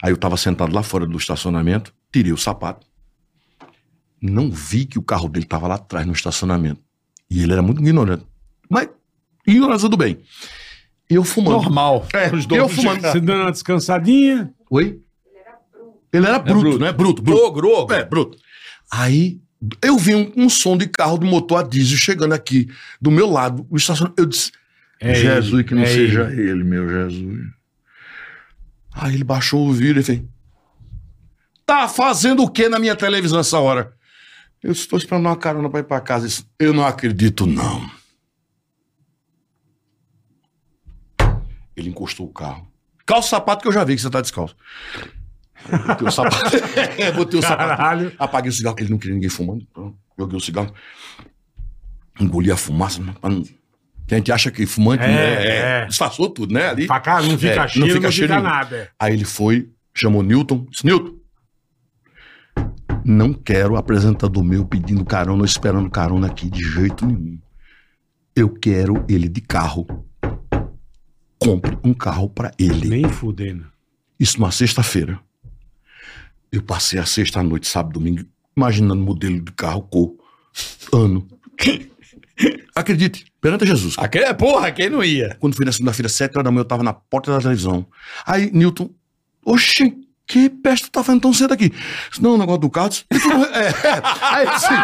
Aí eu tava sentado lá fora do estacionamento, tirei o sapato. Não vi que o carro dele tava lá atrás no estacionamento. E ele era muito ignorante. Mas ignorância do bem. E eu fumando. Normal. É, os dois. Eu fumando. Você dando uma descansadinha. Oi? Ele era bruto. Ele era bruto, né? Bruto, bruto. Ogro, ogro. É, bruto. Aí eu vi um, um som de carro do motor a diesel chegando aqui do meu lado, o estacionamento. Eu disse: É Jesus, ele, que não é seja ele. meu Jesus. Aí ele baixou o vidro e fez: Tá fazendo o que na minha televisão essa hora? Eu estou esperando uma carona pra ir pra casa. Ele disse, Eu não acredito, não. Ele encostou o carro. Calça o sapato que eu já vi que você tá descalço. Eu Botei o sapato. Botei o sapato. Caralho. Apaguei o cigarro, que ele não queria ninguém fumando. Pronto, Joguei o cigarro. Engoli a fumaça. né, pra não- Que a gente acha que fumante, É, né? é. Disfarçou tudo, né? Ali. Pra cá, não É, fica não cheiro, não fica fica, cheiro nenhum. nada. é. Aí ele foi, chamou Newton. Disse, Newton, não quero apresentador meu pedindo carona ou esperando carona aqui de jeito nenhum. Eu quero ele de carro. Compre um carro pra ele. Nem fudendo. Isso numa sexta-feira. Eu passei a sexta à noite, sábado, domingo, imaginando modelo de carro, cor, ano. Acredite, perante Jesus. cara. Aquele, é porra, quem não ia? Quando foi na segunda-feira, sete horas da manhã, eu tava na porta da televisão. Aí, Newton, oxi, que peste tu tá fazendo tão cedo aqui? Disse, Não, o negócio do carro. disse, "Tu não re-" É. Aí, assim,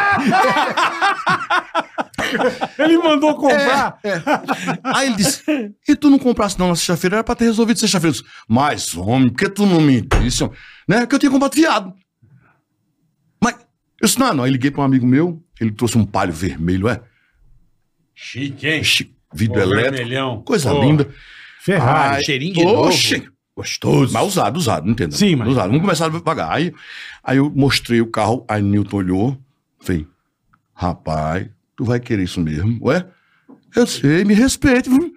Ele mandou comprar. É. aí ele disse, e tu não comprasse não na sexta-feira? Era pra ter resolvido sexta-feira. Eu disse, Mas, homem, por que tu não me disse? homem? Né? Que eu tinha comprado viado. Mas, eu disse, não, não. Aí liguei pra um amigo meu, ele trouxe um palho vermelho, é? Chique, hein? Chico, vidro Pô, elétrico. vermelhão. Coisa Pô, linda. Ferrari. Ai, cheirinho de novo. oxe, Gostoso. Mas usado, usado, não entendo. Sim, mas- Usado. Vamos começar devagar. Aí, aí eu mostrei o carro, aí Newton olhou, fez, rapaz, tu vai querer isso mesmo, ué? Eu sei, me respeite. viu?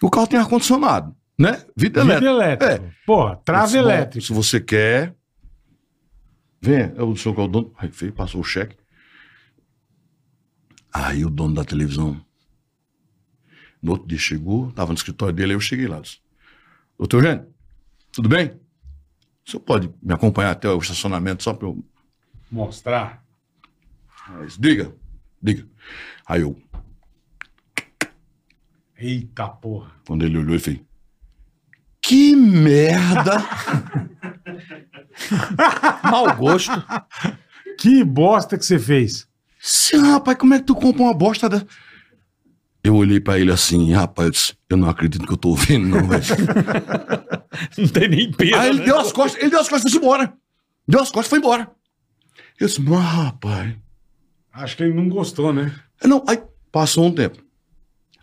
O carro tem ar-condicionado, né? Vida Vidro elétrica. elétrico. É. Porra, trava Eu disse, "Bom, elétrica. Se você quer, venha. Eu sou que é o dono. Aí fez, passou o cheque. Aí o dono da televisão, no outro dia chegou, estava no escritório dele, aí eu cheguei lá. disse, Doutor Eugênio, tudo bem? O senhor pode me acompanhar até o estacionamento só para eu Mostrar. Aí disse, Diga, diga. Aí eu, Eita porra. quando ele olhou, ele fez, que merda! Mau gosto. Que bosta que você fez. Sim, rapaz, como é que tu compra uma bosta dessa? Eu olhei pra ele assim, rapaz, eu, disse, eu não acredito que eu tô ouvindo, não, velho. não tem nem né? peso. Aí ele deu as costas, ele deu as costas e foi embora. Deu as costas e foi embora. Eu disse, mas rapaz. Acho que ele não gostou, né? Eu Não, aí passou um tempo.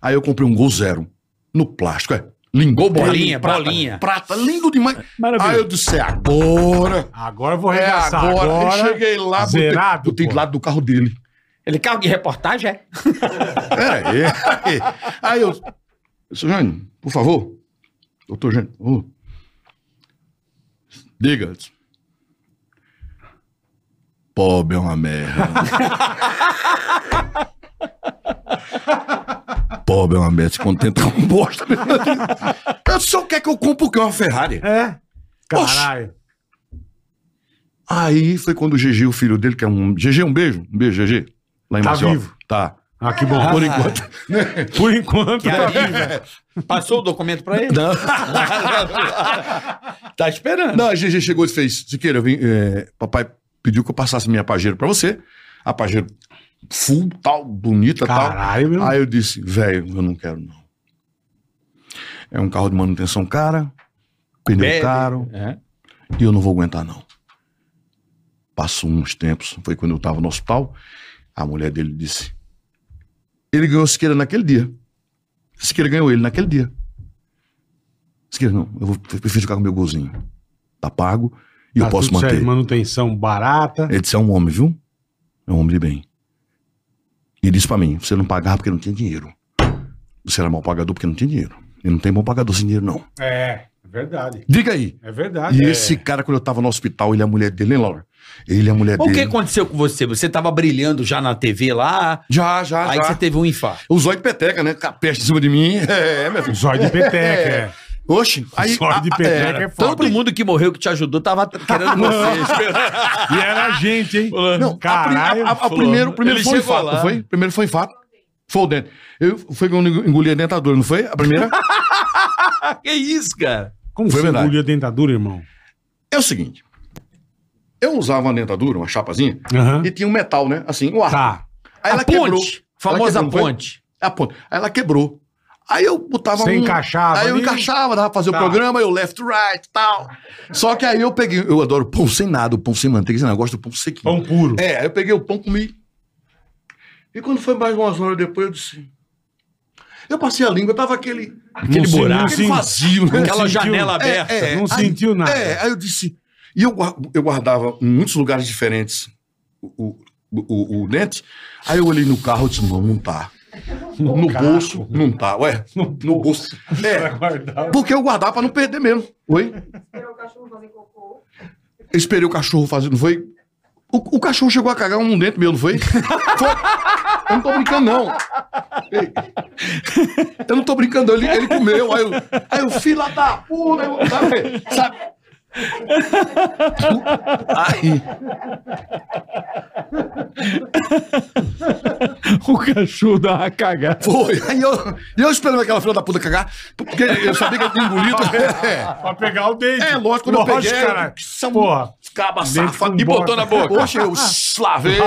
Aí eu comprei um gol zero no plástico, é. Lingou Bolinha, bolinha, prata, bolinha. Prata, lindo demais. Maravilha. Aí eu disse, é agora. Agora eu vou É arregaçar. agora. agora. Eu cheguei lá, botei- zerado, botei do pô. lado do carro dele. Ele carro de reportagem, é? Peraí. Aí, aí eu. Seu Jânio, por favor. Doutor Jânio. ô. Diga. Eu disse, Pobre é uma merda. Pobre é uma merda. Se contenta com bosta. Eu só quer que eu compre o quê? Uma Ferrari. É? Caralho. Aí foi quando o GG, o filho dele, que é um. GG, um beijo. Um beijo, GG. Lá em Tá Maceió. vivo. Tá. Ah, que bom. Por enquanto. Por enquanto. Que tá alívio. vivo. Passou o documento pra ele? Não. Tá esperando. Não, a GG chegou e fez: Siqueira, eu vim, é, papai pediu que eu passasse minha pajeira pra você. A pajeira full, tal, bonita, Caralho, meu. tal. tá. Aí eu disse: velho, eu não quero, não. É um carro de manutenção cara, pneu Bebe. caro, É. e eu não vou aguentar, não. Passou uns tempos, foi quando eu tava no hospital. A mulher dele disse: Ele ganhou o Siqueira naquele dia. Siqueira ganhou ele naquele dia. Siqueira, não, eu, vou, eu prefiro ficar com meu golzinho. Tá pago e eu Tá posso tudo certo, manter. Manutenção barata. Ele disse, é um homem, viu? É um homem de bem. Ele disse pra mim, você não pagava porque não tinha dinheiro. Você era mal pagador porque não tinha dinheiro. E não tem bom pagador sem dinheiro, não. É, é verdade. Diga aí. É verdade. E é. esse cara, quando eu tava no hospital, ele é a mulher dele, hein, Laura? Ele é a mulher O que dele. aconteceu com você? Você tava brilhando já na TV lá, Já, já, aí já. você teve um infarto. O zóio de peteca, né? Com a peste em cima de mim. É, meu filho. Zóio de É. é. peteca. Oxe. Aí, Zóio de a- a- peteca é. é foda. Todo mundo que morreu que te ajudou tava querendo você. E era a gente, hein? é, Não, Caralho. a, pri- a- a- a primeiro, primeiro Ele foi chegou infarto, lá. não foi? Primeiro foi infarto. Foi o dente. Eu, foi quando eu engoli a dentadura, não foi? A primeira? que isso, cara? Como Foi você verdade. engoliu a dentadura, irmão? É o seguinte. Eu usava uma dentadura, uma chapazinha, Aham. e tinha um metal, né? Assim, um ar. Tá. Aí ela a ponte. quebrou. Famosa Ela quebrou, não foi? ponte. A ponte. Aí ela quebrou. Aí eu botava Você um- encaixava Aí eu ali? encaixava, dava pra fazer Tá. o programa, eu left, right, tal. Só que aí eu peguei... Eu adoro pão sem nada, o pão sem manteiga, sem nada. Eu gosto do pão sequinho. Pão puro. É, aí eu peguei o pão, comi. E quando foi mais umas horas depois, eu disse... Eu passei a língua, tava aquele... Aquele buraco. Aquele vazio, né? Aquela sentiu. janela aberta. É, Não aí- sentiu nada. É, aí eu disse. E eu, guar- eu guardava em muitos lugares diferentes o, o, o- o dente. Aí eu olhei no carro e disse: não, não tá. No, carro. bolso, não tá. Ué, no, bolso. Pra É, guardar. porque eu guardava pra não perder mesmo. Oi? Esperou o cachorro fazer cocô. Eu esperei o cachorro fazer, não foi? O, o cachorro chegou a cagar um dente meu, não foi? Foi. Eu não tô brincando, não. Ei, Eu não tô brincando, ele, ele comeu. Aí eu, aí eu fila da puta, eu- sabe? sabe? Aí, O cachorro dá uma cagada. foi. Aí eu, e eu esperando aquela filha da puta cagar, porque eu sabia que ele tinha engolido. É, Pra pegar o dente. é lógico, quando eu peguei, Cara. que são Porra. caba Dente safado, com e botou bosta. na boca. Poxa, eu lavei.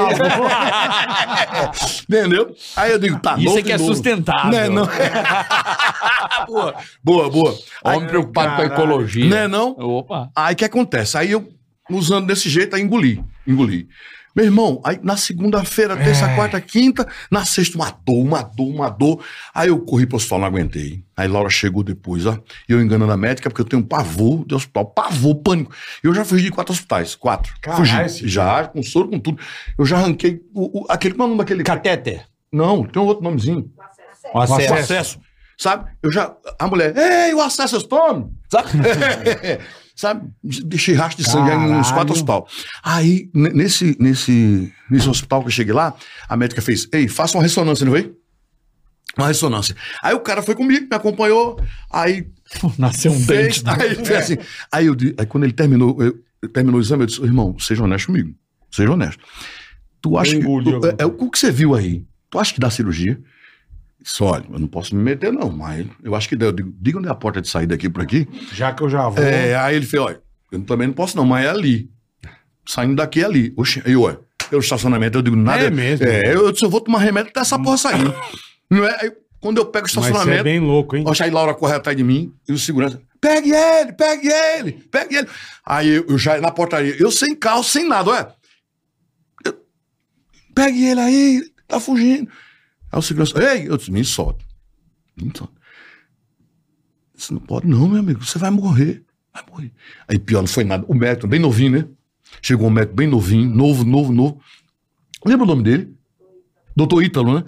Entendeu? Aí eu digo, tá Ah, Isso novo é que de é novo. sustentável. Né, não? é? boa, boa, boa. Homem preocupado com a caralho. ecologia. Né, não? Opa. Aí o que acontece? Aí eu, usando desse jeito, aí engoli, engoli. Meu irmão, aí na segunda-feira, É. terça, quarta, quinta, na sexta, uma dor, uma dor, uma dor. Aí eu corri pro hospital, não aguentei. Aí Laura chegou depois, ó. E eu enganando a médica, porque eu tenho pavor de hospital, pavor, pânico. Eu já fugi de quatro hospitais, quatro. Caralho, fugi. esse- Já, com soro, com tudo. Eu já arranquei o, o- aquele, como é o nome daquele? Catéter. Não, tem um outro nomezinho. O acesso. O acesso. Sabe? Eu já. A mulher, ei, o acesso tome! Sabe? Sabe? Deixei rastro de sangue em uns Caralho. quatro hospital. Aí, ne- nesse, nesse, nesse hospital que eu cheguei lá, a médica fez, ei, faça uma ressonância, não foi? Uma ressonância. Aí o cara foi comigo, me acompanhou, aí Nasceu um fez, dente. aí fez assim. Aí, eu, di- aí quando ele terminou, eu- eu- terminou o exame, eu disse, "Ô, irmão, seja honesto comigo, seja honesto. Tu acha que, engoliu tu- é, alguma é, o que você viu aí? Tu acha que dá cirurgia? Disse, olha, eu não posso me meter não, mas eu acho que dá. Eu digo, diga onde é a porta de saída aqui por aqui. Já que eu já vou. É, aí ele fez, olha, eu também não posso não, mas é ali. Saindo daqui é ali. Oxe, aí eu, olha, eu estacionamento, eu digo, nada. É mesmo? É, eu, eu disse, eu vou tomar remédio até essa porra sair. não é? Aí, quando eu pego o Mas você é estacionamento, bem louco, hein? Oxe, aí Laura corre atrás de mim e o segurança. Pegue ele, pegue ele, pegue ele. Aí eu, eu já na portaria, eu sem carro, sem nada, olha. Eu- pegue ele aí, tá fugindo. Aí o segurança, ei, eu disse, me solta. Me solta. Você não pode, não, meu amigo, você vai morrer. Vai morrer. Aí pior, não foi nada. O médico, bem novinho, né? Chegou um médico bem novinho, novo, novo, novo. Lembra o nome dele? Doutor Ítalo, né?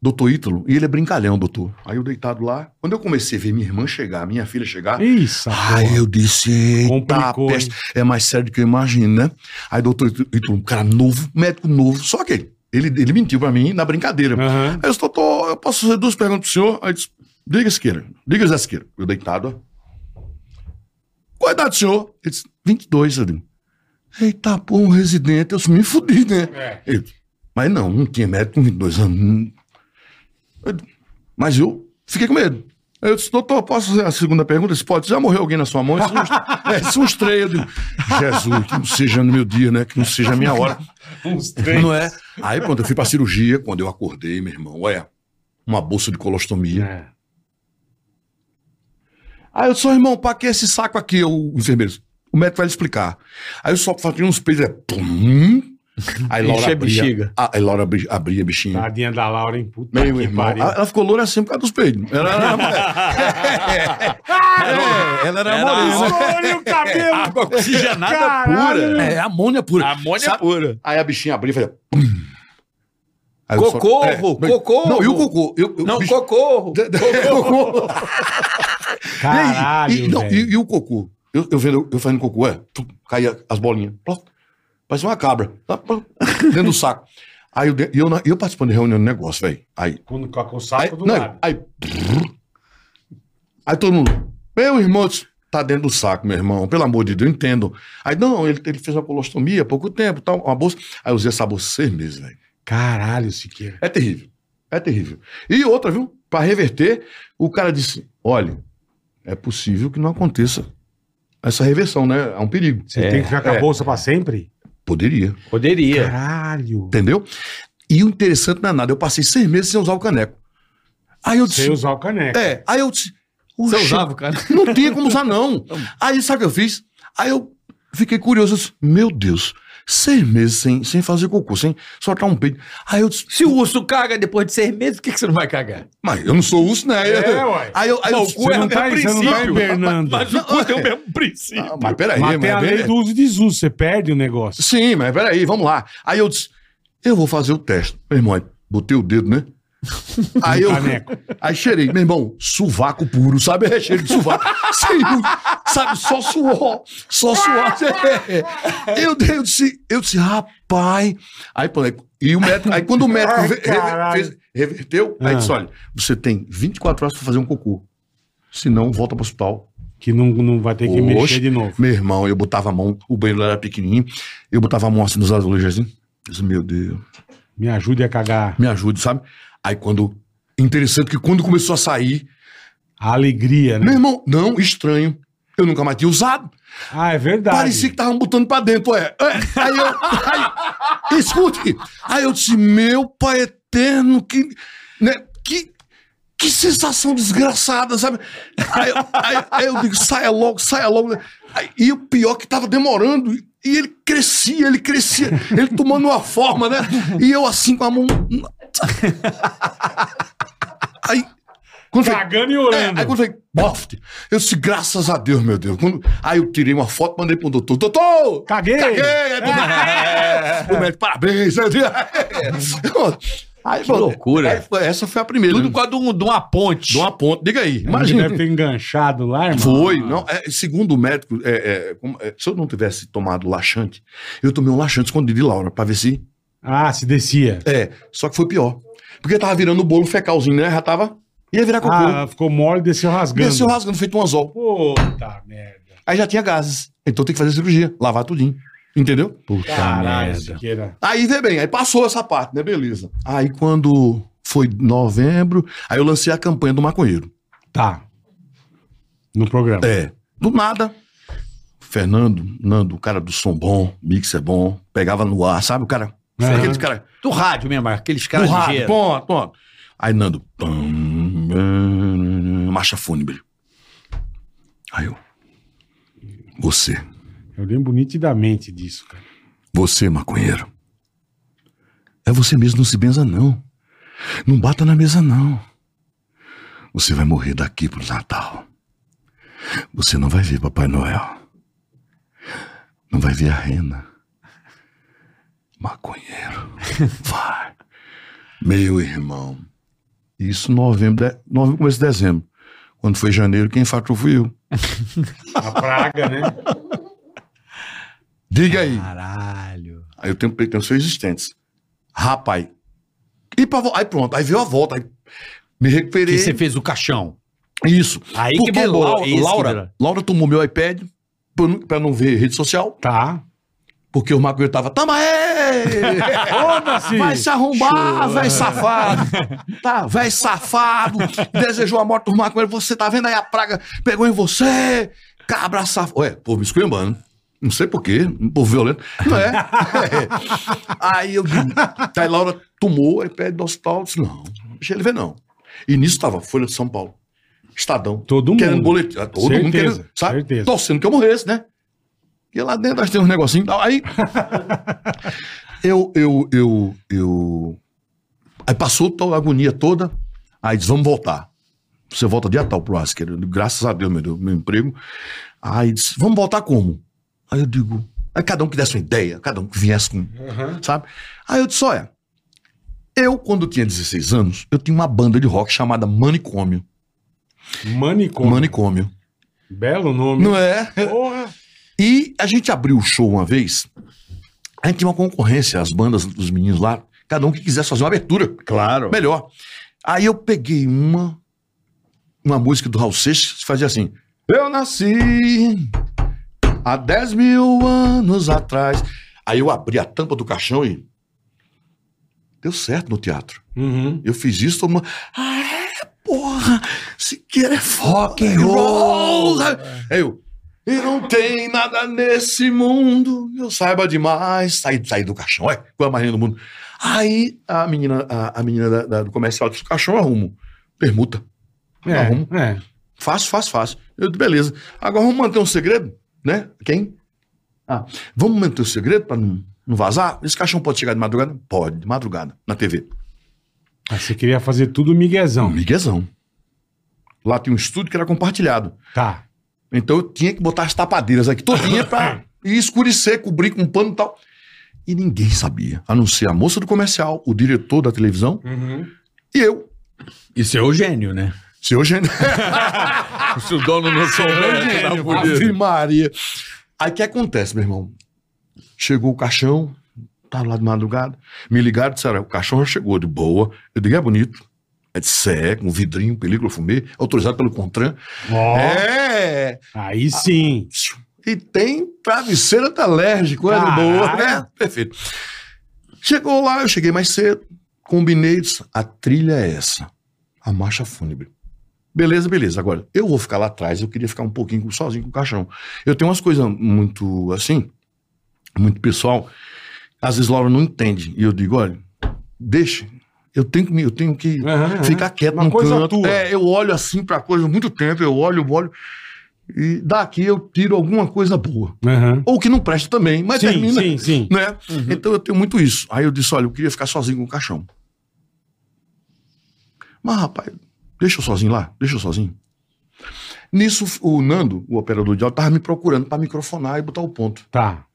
Doutor Ítalo, e ele é brincalhão, doutor. Aí eu deitado lá, quando eu comecei a ver minha irmã chegar, minha filha chegar, Isso, aí Ah, eu disse, eita, Complicou, peste, hein? é mais sério do que eu imagino, né? Aí doutor Ítalo, um cara novo, médico novo, só que ele, ele mentiu pra mim na brincadeira. Aham. Aí eu disse, doutor, eu posso fazer duas perguntas pro senhor? Aí eu disse, diga, Siqueira, diga, Zé Siqueira. Eu deitado, ó. Qual a idade do senhor? Ele disse, 22, eu digo. Eita, pô, um residente, eu disse, me fudi, né? É. Ele, mas não, não tinha médico com 22 anos. não. Eu digo, Mas eu fiquei com medo. Aí eu disse, doutor, posso fazer a segunda pergunta? Ele disse, pode. Já morreu alguém na sua mão? Isso uns, é, isso uns três. Eu digo, Jesus, que não seja no meu dia, né? Que não seja a minha hora. Uns três. Não é? Aí quando eu fui pra cirurgia, quando eu acordei, meu irmão, olha, uma bolsa de colostomia. É. Aí eu disse, "Ô, irmão, pra que esse saco aqui, o enfermeiro? O médico vai lhe explicar. Aí eu só fazia uns peitos, é, pum, né? Aí Enche Laura a abria, bexiga. a- aí Laura abri- abria a bexinha. Tadinha da Laura, hein? Puta Meu irmão. pariu. Ela ficou loura assim por causa dos peidos. Ela era É, ela era, Ah, morena. Olha o cabelo! Água oxigenada Caralho. pura. É, amônia pura. Amônia Sabe- pura. Aí a bichinha abria e fazia. pum. Aí eu só- Cocorro, é, mas- cocorro. Não, e o cocô? Eu, eu, Não, bicho- cocorro. Cocô. Caralho, E, aí, e, não, velho. e- e o cocô? Eu, eu, vendo, eu fazendo cocô, é, tum, caía as bolinhas. Plop. Parecia uma cabra. Lá, plop, Dentro do saco. Aí eu, de- e eu, na- e eu participando de reunião de negócio, velho. Aí. Com, com o Aí, saco do não, lado. aí. Aí todo mundo. Meu irmão, isso tá dentro do saco, meu irmão. Pelo amor de Deus, entendo. Aí, não, ele, ele fez uma colostomia há pouco tempo, tal, uma bolsa. Aí eu usei essa bolsa seis meses, velho. Caralho, Siqueira. É terrível. É terrível. E outra, viu? Para reverter, o cara disse: olha, é possível que não aconteça essa reversão, né? É um perigo. Você tem que ficar com a bolsa pra sempre? Poderia. Poderia. Caralho. Entendeu? E o interessante não é nada. Eu passei seis meses sem usar o caneco. Aí eu Sem disse: usar o caneco. é, aí eu disse. Você "Oxe, usava, cara? Não tinha como usar, não. Aí sabe o que eu fiz? Aí eu fiquei curioso. Eu disse, Meu Deus, seis meses sem, sem fazer cocô, sem soltar um peito. Aí eu disse, Se o urso caga depois de seis meses, por que, que você não vai cagar? mas eu não sou urso, né? É, ué. Aí eu, aí eu Não, o disse, cu é Você o não tá, mesmo você não tá princípio. hibernando. Mas o cu tem é. o mesmo princípio. Ah, mas peraí, Mas mas, tem a bem- lei do uso e desuso, você perde o negócio. Sim, mas peraí, vamos lá. Aí eu disse, eu vou fazer o teste. Meu irmão, aí botei o dedo, né? Aí eu. Caneco. Aí cheirei, meu irmão, sovaco puro, sabe? É cheiro de sovaco. Sim, sabe? Só suor, só suor. Eu, eu disse, eu disse, rapaz. Aí, pô, aí- e o médico, aí quando o médico Ai, ve- rever- caralho. fez- reverteu, aí Ah. disse: olha, você tem 24 horas pra fazer um cocô. Senão, volta pro hospital. Que não, não vai ter que mexer Oxe, de novo. Meu irmão, eu botava a mão, o banheiro era pequenininho, eu botava a mão assim nos azulejos assim. Eu disse, meu Deus, Me ajude a cagar. me ajude, sabe? Aí quando. Interessante que quando começou a sair, A alegria, meu né? irmão, não, estranho. Eu nunca mais tinha usado. Ah, é verdade. Parecia que estavam botando pra dentro, é. É, Aí eu. Aí, escute! Aí eu disse, meu pai eterno, que. Né, que. Que sensação desgraçada, sabe? Aí, eu- aí- aí eu digo, saia logo, saia logo. né? Aí- e o pior que tava demorando. E ele crescia, ele crescia, ele tomando uma forma, né? E eu assim com a mão. Aí. Quando foi- Cagando e é, orando. aí quando eu falei, boft, eu disse, graças a Deus, meu Deus. Quando- Aí eu tirei uma foto, mandei pro doutor. Doutor! Caguei! É. Caguei! Aí, doutor, O médico, parabéns! Eu disse, Aí, que loucura. essa foi a primeira. Tudo por causa de, um- de uma ponte. de uma ponta. Diga aí, Imagina. imagina. Deve ter enganchado lá, irmão. Foi, não, é, segundo o médico, é, é, como- é, se eu não tivesse tomado laxante, eu tomei um laxante escondido de Laura, pra ver se... Ah, se descia. É, só que foi pior. Porque tava virando o bolo fecalzinho, né? Já tava... Ia virar cocô. Ah, ficou mole e desceu rasgando. Desceu rasgando, feito um anzol. Puta merda. Aí já tinha gases. Então tem que fazer cirurgia, lavar tudinho. Entendeu? Puta Caralho, Siqueira. Aí vê bem, aí passou essa parte, né? Beleza. Aí quando foi novembro, aí eu lancei a campanha do maconheiro. Tá. No programa. É. Do nada. Fernando, Nando, o cara do som bom, mix é bom, pegava no ar, sabe? O cara. Aham. Aqueles caras. Do rádio mesmo, aqueles caras Porrado, ligeiros. ponto, ponto. Aí Nando. pam, pam, Marcha fúnebre. Aí eu. Você. É. Eu lembro nitidamente disso, cara. Você, maconheiro. É você mesmo, não se benza, não. Não bata na mesa, não. Você vai morrer daqui pro Natal. Você não vai ver Papai Noel. Não vai ver a rena. Maconheiro. Vai. Meu irmão. Isso novembro, de... novembro, começo de dezembro. Quando foi janeiro, quem faturou fui eu. A praga, né? Diga aí. Caralho. Aí eu tenho, tenho seis existentes. Rapaz. E pra, vo- aí pronto, aí veio a volta. Aí me recuperei. Que você fez o caixão. Isso. Aí que Porque bombou, Laura, esse que Laura, virou. Laura tomou meu iPad pra eu não- pra não ver rede social, Tá. porque o maconheiro tava, tama aí! Foda-se! Vai se arrombar, vai safado. Tá, vai safado. Desejou a morte do maconheiro. Você tá vendo aí a praga pegou em você. Cabra safado. Ué, povo me esculhambando. Não sei porquê, um povo violento. Não é? É. Aí eu digo, tá, aí Laura tomou, aí pede do hospital. eu Disse, não, deixa ele ver não. E nisso tava Folha de São Paulo. Estadão. Todo mundo. Querendo boletim. ah, Todo mundo tá Certeza, querendo, sabe? certeza. Torcendo que eu morresse, né? E lá dentro nós temos um negocinho. e tal. Aí Eu, eu, eu, eu. Aí passou a agonia toda, aí diz: vamos voltar. Você volta dia tal pro Asker. Eu digo, Graças a Deus, meu, Deus, meu emprego. Aí diz: vamos voltar como? Aí eu digo: aí cada um que desse uma ideia, cada um que viesse com. Sabe? Aí eu disse: olha, eu, quando tinha 16 anos, eu tinha uma banda de rock chamada Manicômio. Manicômio. Manicômio. Belo nome. Não é? Porra. E a gente abriu o show uma vez. A gente tinha uma concorrência, as bandas dos meninos lá, cada um que quisesse fazer uma abertura. Claro. Melhor. Aí eu peguei uma uma música do Raul Seixas que fazia assim: Eu nasci há 10 mil anos atrás. Aí eu abri a tampa do caixão e. Deu certo no teatro. Uhum. Eu fiz isso, todo mundo. Ah, é, porra! Siqueira é foda. and roll." sabe? Aí eu. E não tem nada nesse mundo que eu saiba demais. Saí, saí do caixão, ué, qual é a mais linda do mundo? Aí a menina, a, a menina da- da- do comercial disse: caixão eu arrumo. Permuta. Eu arrumo. É, é. Fácil, fácil, fácil. Eu disse, beleza. Agora vamos manter um segredo, né? Quem? Ah, vamos manter o segredo pra não, não vazar? Esse caixão pode chegar de madrugada? Pode, de madrugada, na TV. Mas Ah, você queria fazer tudo miguezão. Um Miguezão. Lá tinha um estúdio que era compartilhado. Tá. Então eu tinha que botar as tapadeiras aqui todinha pra e escurecer, cobrir com um pano e tal. E ninguém sabia, a não ser a moça do comercial, o diretor da televisão e eu. Isso é o gênio, né? É Seu gênio. Se o dono não souber, tá Ave fudido. Maria. Aí o que acontece, meu irmão? Chegou o caixão, tava lá de madrugada. Me ligaram e disseram: o caixão já chegou de boa. Eu digo: é bonito. É de sé, com vidrinho, película, fumê, autorizado pelo Contran. Ó, É! Aí sim. E tem travesseiro até alérgico, é de Caralho. boa, né? Perfeito. Chegou lá, eu cheguei mais cedo, combinei, disse, a trilha é essa, a marcha fúnebre. Beleza, beleza. Agora, eu vou ficar lá atrás, eu queria ficar um pouquinho com- sozinho com o caixão. Eu tenho umas coisas muito, assim, muito pessoal, às vezes Laura não entende, e eu digo, olha, deixa, eu tenho que, me- eu tenho que Aham, aham. ficar quieto É, né? Uma num coisa canto. tua. É, eu olho assim pra coisa há muito tempo, eu olho, eu olho, e daqui eu tiro alguma coisa boa. Aham. Ou que não presta também, mas Sim, Uhum. termina. sim, sim. Né? Então eu tenho muito isso. Aí eu disse: olha, eu queria ficar sozinho com o caixão. Mas, rapaz, deixa eu sozinho lá, deixa eu sozinho. Nisso, o Nando, o operador de áudio, tava me procurando pra microfonar e botar o ponto. Tá.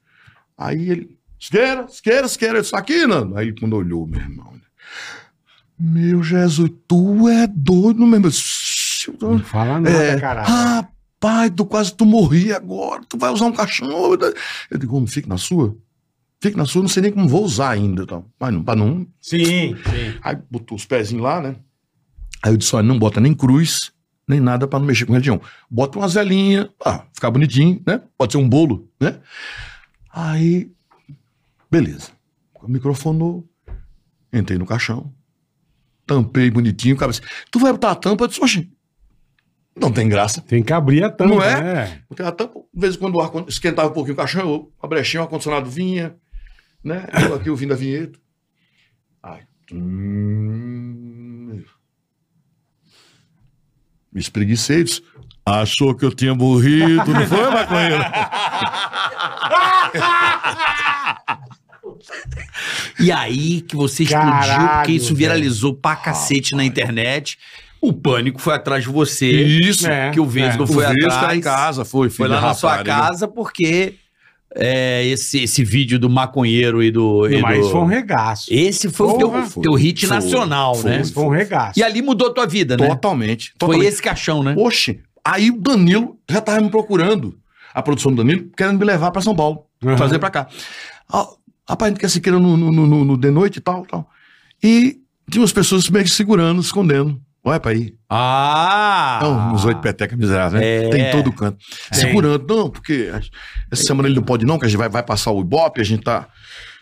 Aí ele, Siqueira, Siqueira, Siqueira, isso aqui, Nando. Aí quando olhou, meu irmão, né? meu Jesus, tu é doido mesmo. Eu disse, Não fala nada, é, caralho. rapaz, tu quase tu morri agora, tu vai usar um caixão. Eu digo, homem, fique na sua. Fique na sua, não sei nem como vou usar ainda. Tal. Mas não, pra não. Sim, sim. Aí botou os pezinhos lá, né? Aí eu disse, olha, não bota nem cruz, nem nada pra não mexer com religião. Bota umas velhinhas, ah, ficar bonitinho, né? Pode ser um bolo, né? Aí, beleza. Microfonou, entrei no caixão, tampei bonitinho, o cara disse, tu vai botar a tampa? Eu disse, oxe, não tem graça. Tem que abrir a tampa, Não é? né? Porque a tampa, de vez em quando o ar con- esquentava um pouquinho o caixão, eu- a brechinha, o ar-condicionado vinha, né? Eu aqui ouvindo a vinheta. Ai. hum. Me espreguicei, disse, achou que eu tinha morrido, não foi, maconheiro? E aí que você explodiu, Caralho, porque isso viralizou pra cacete na internet. O pânico foi atrás de você. Isso. É, que o Vesgo O foi Vesgo tá atrás. em casa, foi, Foi filho lá da na sua rapariga. casa porque é, esse, esse vídeo do maconheiro e do. e Mas do- foi um regaço. Esse foi o Porra. teu, teu hit Foi, nacional, foi. né? Esse foi um regaço. E ali mudou tua vida, né? Totalmente. Foi totalmente. esse caixão, né? Oxe, aí o Danilo já tava me procurando, a produção do Danilo, querendo me levar pra São Paulo, Uhum. trazer pra cá. Ah, rapaz, não quer se queira no, no, no, no de noite e tal, tal. E tinha umas pessoas meio que segurando, escondendo. Olha pra aí. Ah! É uns oito petecas miseráveis, né? É. Tem em todo canto. Segurando, não, porque essa semana ele não pode não, que a gente vai, vai passar o Ibope, a gente tá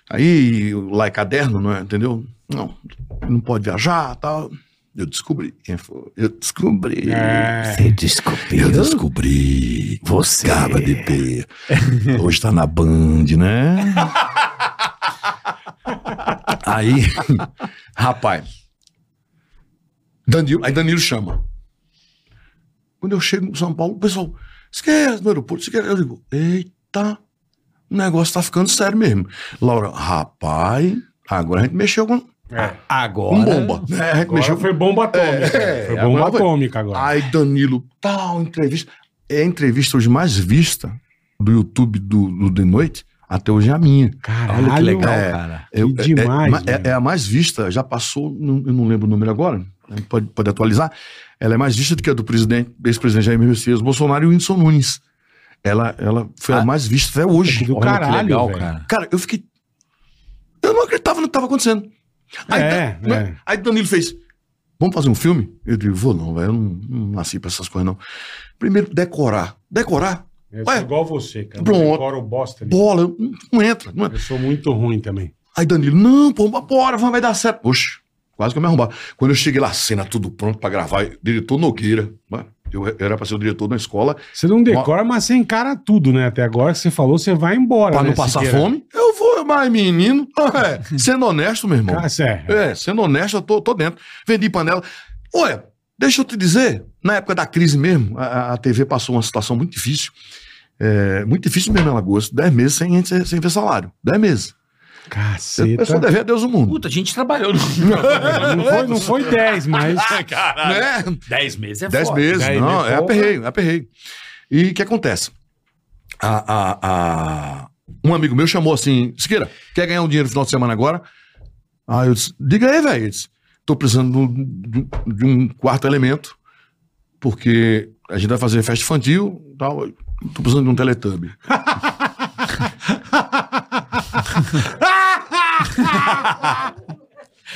aí, lá é caderno, não é? Entendeu? Não, não pode viajar tal. Eu descobri. quem foi. Eu descobri. É. Você descobriu. Eu descobri. Você. Caba de P. Hoje tá na Band, né? aí, rapaz. Danilo, aí Danilo chama. Quando eu chego em São Paulo, o pessoal, esquece no aeroporto, esquece. Eu digo, eita, o negócio tá ficando sério mesmo. Laura, rapaz, agora a gente mexeu com, Agora. com bomba. né? A gente é. Agora mexeu foi bomba atômica. Ah, É, foi bomba agora foi. atômica Ah, agora. Aí Danilo, tal, entrevista. É a entrevista hoje mais vista do YouTube do, do De Noite, até hoje é a minha. Caralho, Olha que legal, É. cara. Eu- é- demais, é- velho. É, é a mais vista, já passou, não- eu não lembro o número agora, a gente pode, pode atualizar. Ela é mais vista do que a do presidente, ex-presidente Jair Messias Bolsonaro e o Whindersson Nunes. Ela, ela foi Ah. a mais vista até hoje. é Do Olha caralho, que legal, velho. cara. Cara, eu fiquei. Eu não acreditava no que estava acontecendo. Aí, É, Dan- né, é. aí Danilo fez: Vamos fazer um filme? Eu digo: Vou não, velho. Eu não, não nasci pra essas coisas, não. Primeiro, decorar. Decorar. Eu Ué, sou igual você, cara. É. pronto. Eu decoro bosta. né? Bola, eu- não, não entra. Não entra. Eu sou muito ruim também. Aí Danilo: Não, pô, bora, vai vai dar certo. Oxe, quase que eu me arrumava. Quando eu cheguei lá, a cena tudo pronto pra gravar, diretor Nogueira. né? Eu, eu era pra ser o diretor da escola, Você não decora, mas você encara tudo, né? Até agora que você falou, você vai embora. pra né, não passar Siqueira? fome. Eu vou, mas menino, é, sendo honesto, meu irmão. Cara, sério. É, sendo honesto, eu tô, tô dentro. Vendi panela. Olha, deixa eu te dizer, na época da crise mesmo, a- a, a TV passou uma situação muito difícil. É, muito difícil mesmo em Alagoas. Dez meses sem, sem, sem ver salário. Dez meses. Eu, eu só Caceta. devia a Deus o mundo. Puta, a gente trabalhou. Não foi, não foi 10, mas. Caralho. Né? Dez meses é Dez foda. meses, Dez não, meses, é porra. aperreio, é aperreio. E o que acontece? A- a- a- Um amigo meu chamou assim, Siqueira, quer ganhar um dinheiro no final de semana agora? Aí eu disse, diga aí, velho. Ele disse, Tô precisando de, um- de um quarto elemento, porque a gente vai fazer festa infantil e tal. eu Tô precisando de um teletubbie.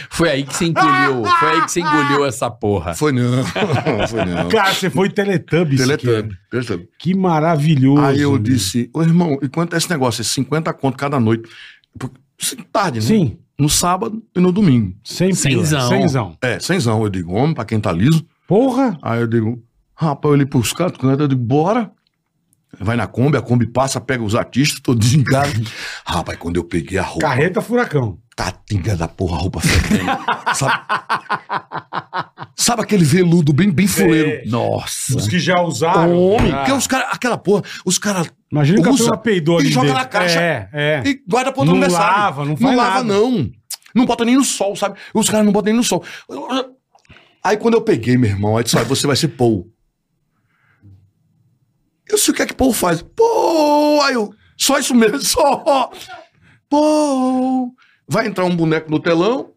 Foi aí que você engoliu. Foi aí que você engoliu essa porra. Foi não, foi não. Tá. Cara, você foi Teletubbies. Siqueira. Teletubbie, teletubbie. Que maravilhoso. Aí eu meu. disse, ô irmão, e quanto é esse negócio? É 50 conto cada noite. Porque- sim, Tarde, né? Sim, No sábado e no domingo. sem Cenzão. pila. Cenzão. É, cenzão. Eu digo, homem, pra quem tá liso. Porra! Aí eu digo, rapaz, eu li pros cantos, canto, eu digo, bora. Vai na Kombi, a Kombi passa, pega os artistas, tô desligado. rapaz, quando eu peguei a roupa, Carreta furacão. catinga da porra, a roupa fedendo. Sabe? Sabe aquele veludo bem, bem fuleiro? Nossa. Os que já usaram. Homem, Né? Ah. porque os caras, aquela porra, os caras Imagina que a Usa pessoa peidou e ali. joga dentro. na caixa. É, é. E guarda pra outro Não aniversário. lava, não faz lava, nada. não. Não bota nem no sol, sabe? Os caras não botam nem no sol. Aí quando eu peguei, meu irmão, aí disse, "Olha, você vai ser Paul. Eu sei o que é que Paul faz. Paul! Aí eu, só isso mesmo, só. Paul! Vai entrar um boneco no telão.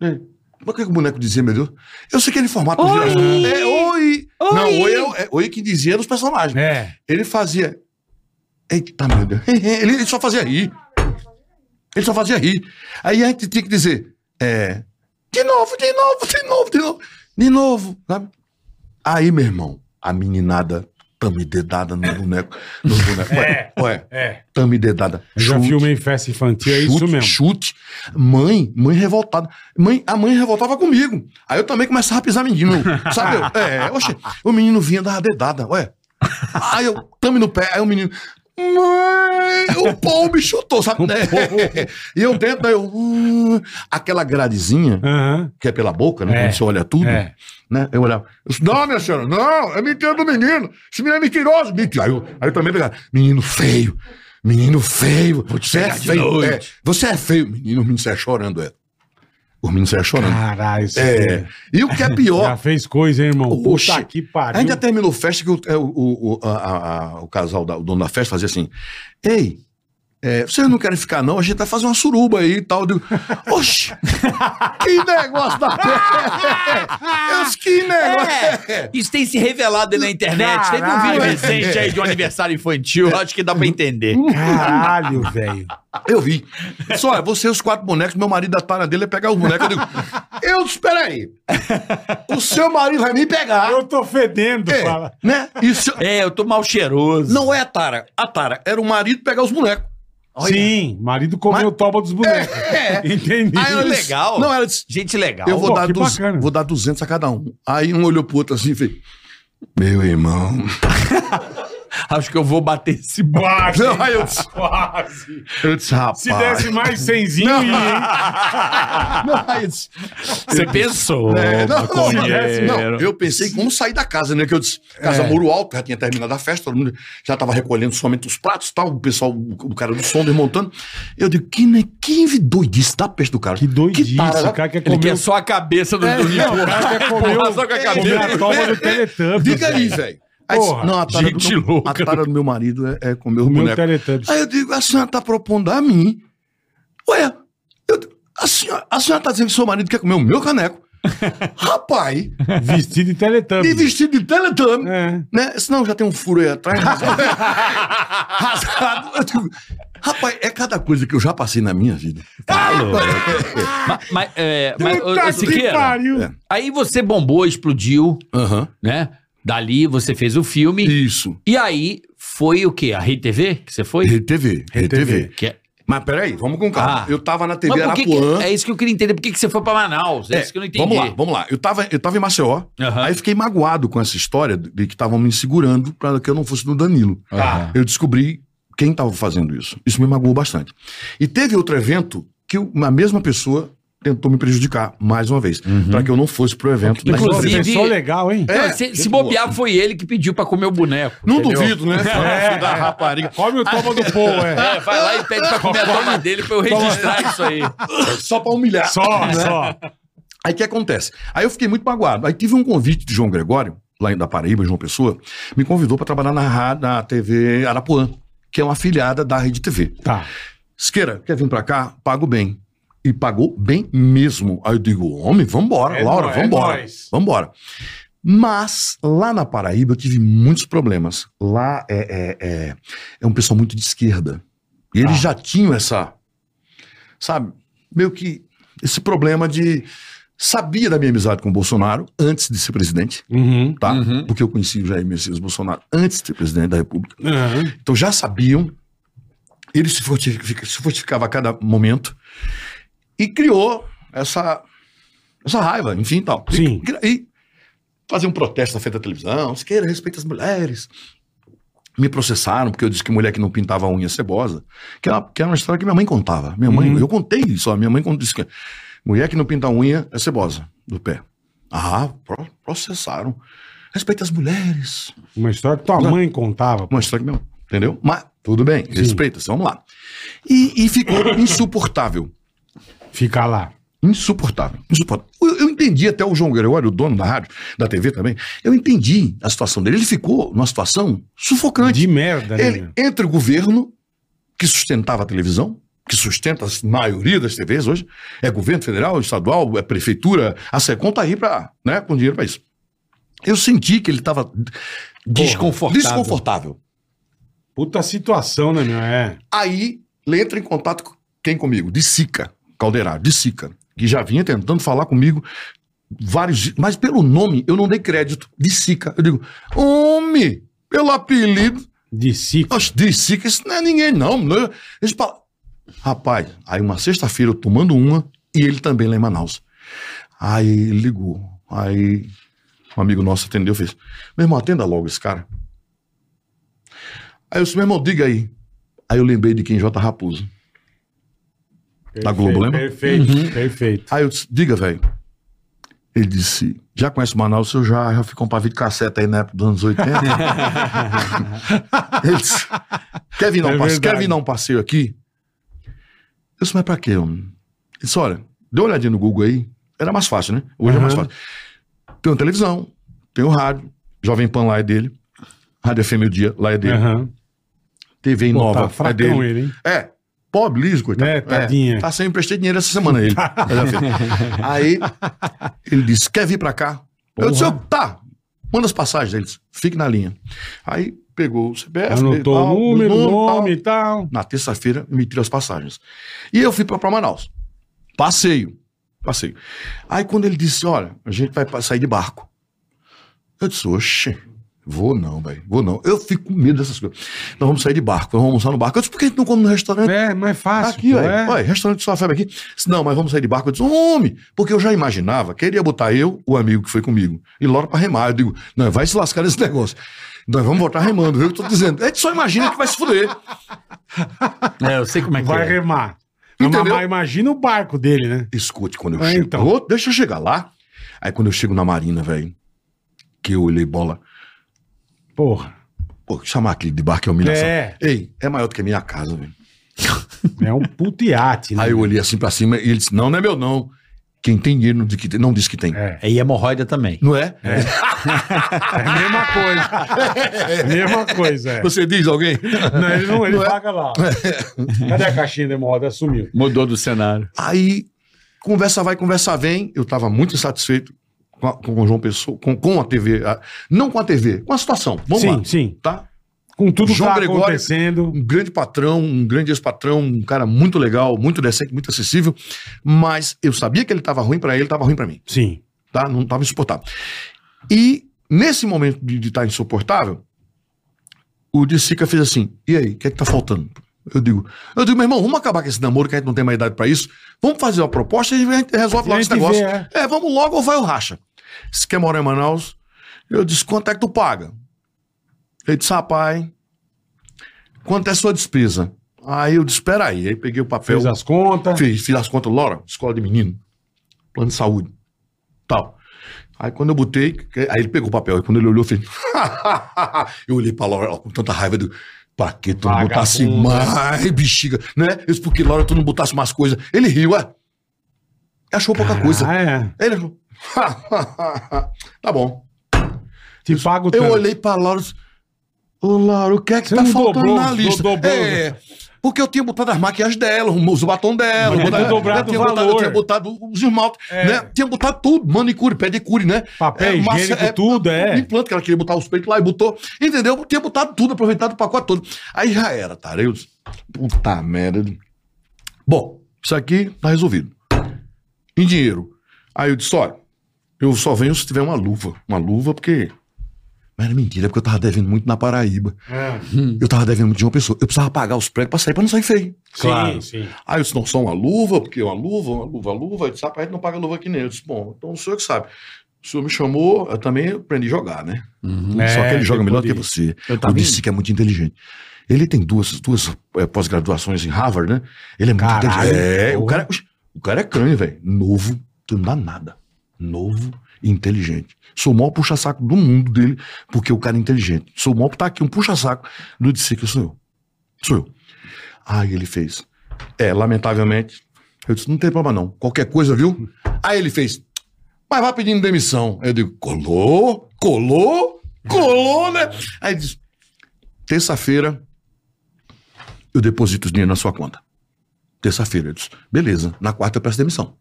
É. Mas o que, que o boneco dizia, meu Deus? Eu sei que ele formato. Oi! É, oi! Não, oi é, o- é oi que dizia nos personagens. É. Ele fazia. Eita, meu Deus. Ele, ele só fazia rir. Ele só fazia rir. Aí a gente tinha que dizer. É, de novo, de novo, de novo, de novo. De novo. Sabe? Aí, meu irmão, a meninada tame dedada no boneco. No boneco. Ué, ué, É. tame dedada. Eu Já Chute, filmei em festa infantil, é chute, isso mesmo. Chute. Mãe, mãe revoltada. Mãe, a mãe revoltava comigo. Aí eu também começava a pisar menino. Sabe? Eu, é, oxe, o menino vinha dava dedada, ué. Aí eu tame no pé, aí o menino. Mãe, o pau me chutou, sabe? né? e eu dentro, aí eu. "Hum", aquela gradezinha, Aham. que é pela boca, né? É. Quando você olha tudo, É. né? Eu olhava. Eu disse, não, minha senhora, não, é mentira do menino. Esse menino é mentiroso. Mentira. Aí eu, aí eu também pegava, menino feio. Menino feio, você é feio. é, você é feio. Menino, o menino sai chorando, é. O menino sai chorando. Caralho, isso é. E o que é pior, Já fez coisa, hein, irmão? Oxe. Puta que a pariu. gente já terminou festa que o, é, o, o, o- a- a- a- o casal, da- o dono da festa, fazia assim: Ei, é, vocês não querem ficar, não? A gente vai fazer uma suruba aí e tal. Eu digo, Oxi! que negócio da peste! Eu disse, Que É. negócio! Isso tem se revelado aí na internet. Teve um vídeo recente aí de um aniversário infantil. eu Acho que dá pra entender. Caralho, velho. Eu vi. Só, olha, você e os quatro bonecos, meu marido, a tara dele é pegar os bonecos. Eu digo: Eu disse, peraí. O seu marido vai me pegar. Eu tô fedendo, É, fala. né? E se- É, eu tô mal cheiroso. Não é a tara. A tara era o marido pegar os bonecos. Sim, marido comeu o toba dos bonecos. É. Entendi. Ah, era legal. Não, ela disse. Gente legal. Eu vou, Pô, dar que duz- bacana. vou dar 200 a cada um. Aí um olhou pro outro assim e fez: Meu irmão, Acho que eu vou bater esse bo... Quase, Não, aí eu disse, quase. eu disse, rapaz. Se desse mais cenzinho, Não. ia, hein? Não, aí eu disse, Você pensou? É, não, não, não, maconheiro. não, eu pensei em como sair da casa, né? Que eu disse, É. casa muro alto, já tinha terminado a festa, todo mundo já estava recolhendo somente os pratos e tal, o pessoal, o, o cara do som desmontando. Eu digo, que, né, que doidice da peste do cara. Que é doidice, tarada. o cara quer Ele comer, quer só a cabeça É, do, do não, o Nico. cara quer comer, Porra, o- só com a comer cabeça. a toma do Teletubbies. Diga aí, velho. Aí disse, Porra, não, a tara, gente do, louca. a tara do meu marido é, é comer o Comer o boneco. Teletubbies. Aí eu digo, a senhora tá propondo a mim. Ué, eu, a, senhora, a senhora tá dizendo que seu marido quer comer o meu caneco. Rapaz, Vestido de de Teletubbies. vestido de teletame. É. né? Senão já tem um furo aí atrás. rasgado. Eu digo, Rapaz, é cada coisa que eu já passei na minha vida. Mas, mas, é, mas, ô, Puta ô, que Siqueira, pariu. É. aí você bombou, explodiu, Aham. né? Dali você fez o filme. Isso. E aí foi o quê? A Rede TV que você foi? RTV, RTV. Que é- Mas peraí, vamos com calma. Ah. Eu tava na TV Mas por que que- Arapuã. é isso que eu queria entender. Por que, que você foi pra Manaus? É, É, isso que eu não entendi. vamos lá, vamos lá. Eu tava, eu tava em Maceió, Aham. aí fiquei magoado com essa história de que estavam me segurando para que eu não fosse no Danilo. Eu descobri quem estava fazendo isso. Isso me magoou bastante. E teve outro evento que uma mesma pessoa tentou me prejudicar mais uma vez, para que eu não fosse pro evento. da Uhum. Inclusive- empresa. Pessoal legal, hein? É, Não, se, se gente bobear, boa. foi ele que pediu pra comer o boneco. Não entendeu? duvido, né? É. Da rapariga. Come o toma do Paul, é. É, vai lá e pede pra comer a toma dele pra eu registrar isso aí. Só pra humilhar. Só, só. Aí o que acontece? Aí eu fiquei muito magoado. Aí tive um convite de João Gregório, lá em da Paraíba, João Pessoa, me convidou para trabalhar na, ra- na TV Arapuã, que é uma afiliada da Rede TV. Tá. Siqueira, quer vir pra cá? Pago bem. E pagou bem mesmo. Aí eu digo, homem, vambora, É Laura, nóis, é vambora. nóis. vambora. Mas lá na Paraíba eu tive muitos problemas. Lá é, é, é, é um pessoal muito de esquerda. E Ah. eles já tinham essa, sabe, meio que esse problema de. Sabia da minha amizade com o Bolsonaro antes de ser presidente, Uhum. tá? Porque eu conheci o Jair Messias Bolsonaro antes de ser presidente da República. Uhum. Então já sabiam, ele se fortifica- se fortificava a cada momento e criou essa, essa raiva, enfim e tal. E- Sim. E, fazia um protesto na frente da televisão, se queira, respeita as mulheres. Me processaram porque eu disse que mulher que não pintava a unha é cebosa, que era, que era uma história que minha mãe contava. Minha mãe, Uhum. eu contei isso, ó, minha mãe con- disse que mulher que não pinta a unha é cebosa do pé. Ah, pro- processaram. Respeita as mulheres. Uma história que tua mãe contava. Uma história que não, entendeu? Mas tudo bem, respeita-se, vamos lá. E, e ficou insuportável. Fica lá. Insuportável, insuportável. Eu, eu entendi até o João Gregório, o dono da rádio, da TV também, eu entendi a situação dele. Ele ficou numa situação sufocante. De merda, né? Ele, meu? entre o governo, que sustentava a televisão, que sustenta a maioria das TVs hoje, é governo federal, estadual, é prefeitura, a SECOM tá aí pra, né, com dinheiro para isso. Eu senti que ele estava Desconfortável. desconfortável. Puta situação, né, meu? É. Aí ele entra em contato com quem comigo? De Sica, Caldeirado, de Sica, que já vinha tentando falar comigo vários dias, mas pelo nome eu não dei crédito. De Sica. Eu digo, homem, pelo apelido, De ciclo. oxe, de Sica, isso não é ninguém não. né? Eles falam, rapaz, aí uma sexta-feira eu tomando uma e ele também lá em Manaus. Aí ele ligou, aí um amigo nosso atendeu e fez, meu irmão, atenda logo esse cara. Aí eu disse, meu irmão, diga aí. Aí eu lembrei de quem J. Raposo. Da Globo, lembra? Perfeito, perfeito. Aí eu disse, diga, velho. Ele disse, já conhece Manaus? Eu já, já fui comprar vídeo cassete aí na época dos anos 80. Ele disse, quer vir, dar um É passe- quer verdade. vir dar um passeio aqui? Eu disse, mas pra quê, homem? Ele disse, olha, dê uma olhadinha no Google aí. Era mais fácil, né? Hoje é mais Aham. fácil. Tem uma televisão, tem o rádio, Jovem Pan lá é dele, Rádio FM o Dia lá é dele, Aham. TV em Pô, Nova tá é fracão dele. ele, hein? É. Pobre liso, coitado. É, tadinha. tá sem emprestei dinheiro essa semana a ele. Olha, filho. Aí ele disse: quer vir pra cá? Eu disse, eu, tá, manda as passagens deles, fique na linha. Aí pegou o CBF, Anotou tal, o número, tal. nome e tal. Na terça-feira me tirou as passagens. E eu fui pra, pra Manaus. Passeio. Passeio. Aí quando ele disse, olha, a gente vai pa- sair de barco. Eu disse, oxe, Vou não, velho. Vou não. Eu fico com medo dessas coisas. Nós vamos sair de barco, nós vamos almoçar no barco. Eu disse, por que a gente não come no restaurante? É, mais Tá fácil. aqui, pô, ué. é. Ué, restaurante só febre aqui. Disse, Não, mas vamos sair de barco. Eu disse, homem, porque eu já imaginava, queria botar eu, o amigo que foi comigo, e Laura pra remar. Eu digo, não, vai se lascar nesse negócio. Nós vamos voltar remando, viu o que eu tô dizendo. A gente só imagina que vai se fuder. É, eu sei como é que Vai é. remar. Entendeu? Mas imagina o barco dele, né? Escute, quando eu É, chego. então. Ô, deixa eu chegar lá. Aí quando eu chego na marina, velho, que eu olhei bola. Porra. Pô, chamar aquele de barco é humilhação. É. Ei, é maior do que a minha casa, velho. É um puto iate, né? Aí eu olhei assim pra cima e ele disse: Não, não é meu, não. Quem tem dinheiro não diz que tem. Não diz que tem. É. E hemorroida também. Não é? É a mesma coisa. mesma coisa, é. Você diz alguém? Não, é? ele não, ele paga lá. Cadê a caixinha de moda? Sumiu. Mudou do cenário. Aí, conversa vai, conversa vem. Eu tava muito insatisfeito com, a- com o João Pessoa, com, com a TV. a- não com a TV, com a situação. Vamos sim, lá. sim. Tá? Com tudo João que tá Gregório- acontecendo. Um grande patrão, um grande ex-patrão, um cara muito legal, muito decente, muito acessível. Mas eu sabia que ele tava ruim pra ele, tava ruim pra mim. Sim. tá? Não estava insuportável. E nesse momento de estar insuportável, o Dissica fez assim: e aí, o que é que tá faltando? Eu digo, eu digo, meu irmão, vamos acabar com esse namoro que a gente não tem mais idade pra isso. Vamos fazer uma proposta e a gente resolve E logo a esse gente negócio. vê, é. vamos logo ou vai o racha. Se quer morar em Manaus, eu disse, quanto é que tu paga? Ele disse, rapaz, quanto é sua despesa? Aí eu disse, peraí. Aí peguei o papel. Fez as contas. Fiz, fiz as contas, Laura, escola de menino, plano de saúde, tal. Aí quando eu botei, que- aí ele pegou o papel, e quando ele olhou, eu fiz. eu olhei pra Laura, ó, com tanta raiva, eu digo, pra que tu não Vagabunda. botasse mais bexiga, né? Eu disse, porque Laura, tu não botasse mais coisa. Ele riu, é. Achou pouca coisa. Ah, é. Ele achou. tá bom. Te pago Eu tanto. olhei pra Laura e disse, Ô, Laura, o que é que Você tá não faltando dobrou, na lista? do- dobrou. né? É, porque eu tinha botado as maquiagens dela, os batom dela, Mas tinha botado- dobrado eu, tinha o botado, eu valor. tinha botado os esmaltes, É. né? Tinha botado tudo, manicure, pedicure, né? Papel higiênico, tudo, é. um Implante, que ela queria botar os peitos lá e botou, entendeu? Eu tinha botado tudo, aproveitado o pacote todo. Aí já era, cara. Eu disse, puta merda. Bom, isso aqui tá resolvido. Em dinheiro. Aí eu disse, olha, eu só venho se tiver uma luva. Uma luva, porque... Mas era mentira, porque eu tava devendo muito na Paraíba. Ah, Eu tava devendo muito de uma pessoa. Eu precisava pagar os pregos pra sair, pra não sair feio. Sim, sim. Aí eu disse, Ah, não, só uma luva, porque uma luva, uma luva, uma luva. Eu disse, rapaz, a gente não paga luva aqui nem. Eu disse, bom, então o senhor que sabe. O senhor me chamou, eu também aprendi a jogar, né? Só que ele joga melhor do que você. o disse que é muito inteligente. Ele tem duas, duas eh, pós-graduações em Harvard, né? Ele é muito Caralho, inteligente. É, o porra. cara, oxe, o cara é crânio, velho. Novo, tu não dá nada. Novo e inteligente. Sou o maior puxa-saco do mundo dele, porque o cara é inteligente. Sou o maior tá aqui, um puxa-saco do disse que sou eu. Sou eu. Aí ele fez. É, lamentavelmente. Eu disse, não tem problema não. Qualquer coisa, viu? Aí ele fez. Mas vai pedindo demissão. Eu digo, colou, colou, colou, né? Aí ele disse, terça-feira eu deposito os dinheiro na sua conta. Terça-feira. Eu disse, beleza, na quarta eu peço demissão.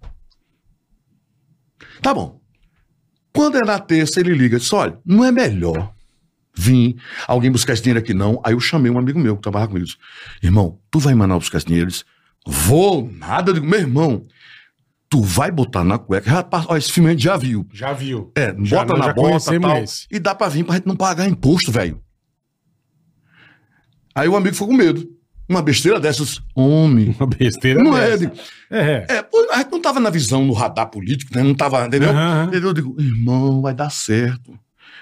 Tá bom. Quando é na terça, ele liga e diz, olha, não é melhor vir alguém buscar esse dinheiro aqui não? Aí eu chamei um amigo meu que trabalha comigo. Disse, irmão, tu vai em Manaus buscar esse dinheiro? Ele disse, vou nada. Eu digo, meu irmão, tu vai botar na cueca. Rapaz, ó, esse filme a gente já viu. Já viu. É, Já, bota nós na já bota conhecemos tal, esse. e dá pra vir pra gente não pagar imposto, velho. Aí o amigo ficou com medo. Uma besteira dessas, homem. Uma besteira. Não é, dessa. ele- É. é, pô, a gente não tava na visão, no radar político, né? Não tava, entendeu? Aham. Eu digo, irmão, vai dar certo.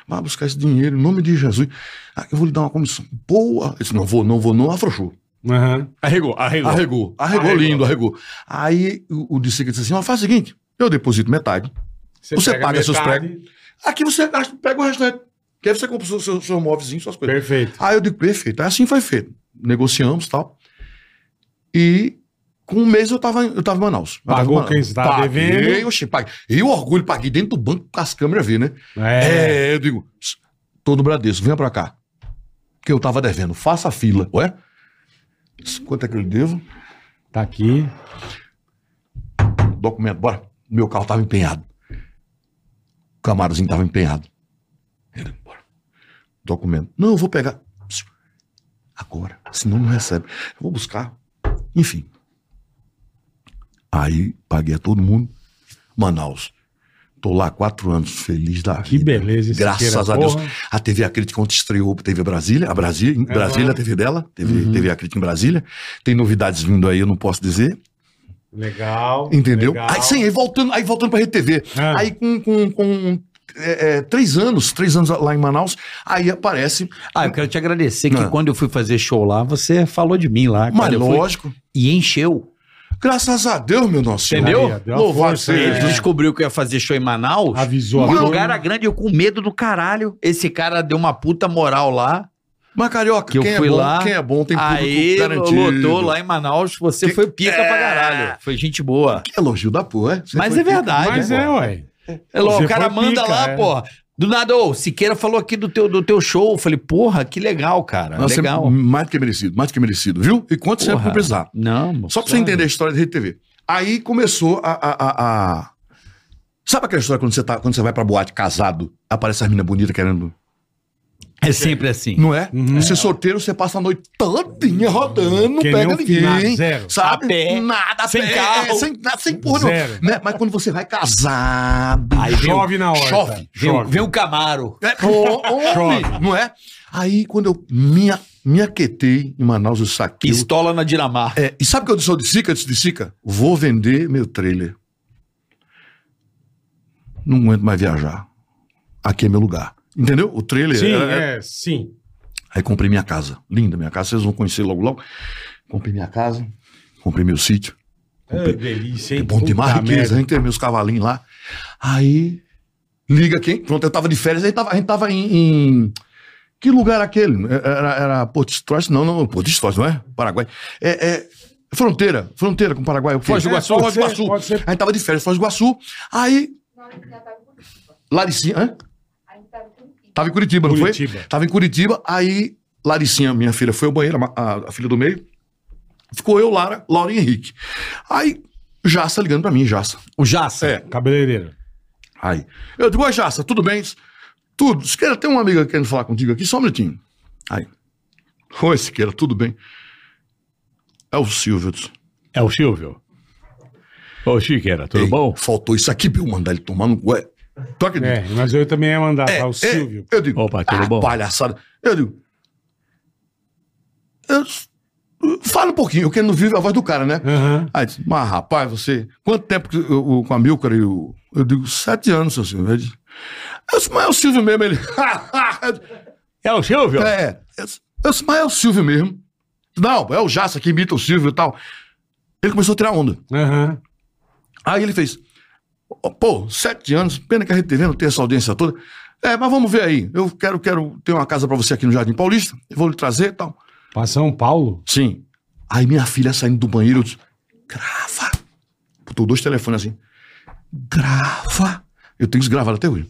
Vai buscar esse dinheiro, em nome de Jesus. Ah, eu vou lhe dar uma comissão. Boa. Ele disse, não vou, não vou, não. Afrouxou. Aham. Arregou, arregou. Arregou. Arregou, lindo, arregou. Aí o, o Dicica disse assim, ó, faz o seguinte, eu deposito metade. Você pega paga seus metade. Aqui você gasta- pega o restante. Que aí você compra o seu, seu, seu móvelzinho, suas coisas. Perfeito. Aí eu digo, perfeito. Aí assim foi feito. Negociamos e tal. E com um mês eu tava, eu tava em Manaus. Eu Pagou tava em Manaus. quem você tava Paguei, devendo. oxi, paguei. E o orgulho, paguei dentro do banco com as câmeras ver, né? É. É, eu digo, "Ps, tô no Bradesco, venha pra cá. Que eu tava devendo, faça a fila. Ué? Ps, Quanto é que eu lhe devo? Tá aqui. Documento, bora. Meu carro tava empenhado. O camarozinho tava empenhado. Ele, bora. Documento. Não, eu vou pegar. Psiu. Agora, senão não recebe. Eu vou buscar. Enfim. Aí, paguei a todo mundo. Manaus. Tô lá há quatro anos, feliz da Que vida. beleza, esse Graças Siqueira, a Deus. porra. A TV Acrítica ontem estreou TV Brasília, a Brasília, É, Uhum. Brasília, lá. a TV dela, TV, TV Acrítica em Brasília. Tem novidades vindo aí, eu não posso dizer. Legal. Entendeu? legal. Aí sim, aí voltando, aí voltando pra RTV. É. Ah. Aí com, com, com, é, é, três anos, três anos lá em Manaus, aí aparece. Ah, eu quero te agradecer que Não. quando eu fui fazer show lá, você falou de mim lá. Ah. Mas quando eu fui- lógico. E encheu. Graças a Deus, meu nosso Senhor. Entendeu? Aí, deu uma Louvado força, seja Ele né? Jesus. descobriu que eu ia fazer show em Manaus. Avisou O a lugar era grande, eu com medo do caralho. Esse cara deu uma puta moral lá. Mas, Carioca, Que eu quem, fui é bom, lá, quem é bom tem público Aí garantido. lotou lá em Manaus, você Que- foi pica pra É. caralho. Foi gente boa. Que elogio da porra, é? Você Mas foi é verdade. Mas é, ué. É louco, Você o cara foi manda pica, lá, é. porra. Do nada, ô, Siqueira falou aqui do teu, do teu show. Eu falei, porra, que legal, cara. Nossa, legal. é mais do que merecido, mais do que merecido, viu? E quanto você Porra. vai precisar? Não, moço, Só pra você claro. entender a história da RedeTV. Aí começou a, a- a- a- Sabe aquela história quando você, tá, quando você vai pra boate casado, aparece as meninas bonitas querendo... É sempre assim. Não é? Você solteiro, você passa a noite todinha rodando, não Uhum. Que pega nem um finado, ninguém. zero. Sabe? A pé, nada, a sem pé, carro. Sem, nada, sem porra Zero. não. Né? Mas quando você vai casado... Aí vem, o- Chove na hora. chove, cara. vem, o- Chove. vem o Camaro. É, pô, homem, Chove. não é? Aí quando eu me, a- me aquetei em Manaus, eu saquei. o- Pistola na Dinamarca. É, e sabe o que eu disse ao de Sica? Eu disse de Sica, vou vender meu trailer. Não aguento mais viajar. Aqui é meu lugar. Entendeu? O trailer. Sim, era- é, sim. Aí comprei minha casa. Linda minha casa, vocês vão conhecer logo logo. Comprei minha casa, comprei meu sítio. É, delícia, hein? É bom ter mais Puta riqueza, merda. a gente tem meus cavalinhos lá. Aí, liga quem? Pronto, eu tava de férias, aí tava, a gente tava em. em- Que lugar era aquele? É, Era, era Porto Estróis? Não, não, Porto Estróis, não é? Paraguai. É, é fronteira, fronteira com o Paraguai. o quê? Foz do Iguaçu, Foz do é, pode ser, Iguaçu. pode ser. A gente tava de férias, Foz do Iguaçu. Aí, Não, a gente já estava em Curitiba. Laricinha. Hã? A gente estava em Curitiba. Tava em Curitiba, não Curitiba. foi? Tava em Curitiba, aí Laricinha, minha filha, foi ao banheiro, a ma- a, a filha do meio. Ficou eu, Lara, Laura e Henrique. Aí, Jaça ligando pra mim, Jaça. O Jaça. É. Cabeleireiro. Aí. Eu digo, oi, Jaça, tudo bem? Tudo. Siqueira, tem uma amiga querendo falar contigo aqui, só um minutinho. Aí. Oi, Siqueira, tudo bem? É o Silvio. eu disse, É o Silvio. Ô, Chiqueira, tudo "Ei, bom? Faltou isso aqui pra eu mandar ele tomar no cu. é. Tu acredita? É, mas eu também ia mandar, É, é, tá? O Silvio. Eu digo, Opa, tudo ah, bom?" palhaçada. Eu digo, eu- fala um pouquinho, porque não vive a voz do cara, né? Aham. Aí disse, mas rapaz, você. Quanto tempo que eu, o- com a Milcar e o. Eu digo, sete anos, seu Silvio. Ele disse, Eu disse, mas é o Silvio mesmo. Ele. É o Silvio? é. Eu disse, eu disse, mas é o Silvio mesmo. Não, é o Jaça que imita o Silvio e tal. Ele começou a tirar onda. Aham. Aí ele fez, pô, sete anos, pena que a RTV não tem essa audiência toda. É, mas vamos ver aí. Eu quero, quero ter uma casa pra você aqui no Jardim Paulista, eu vou lhe trazer e tal. Pra São Paulo? Sim. Aí minha filha saindo do banheiro, eu disse, grava. Botou dois telefones assim, grava. Eu tenho isso gravado até hoje.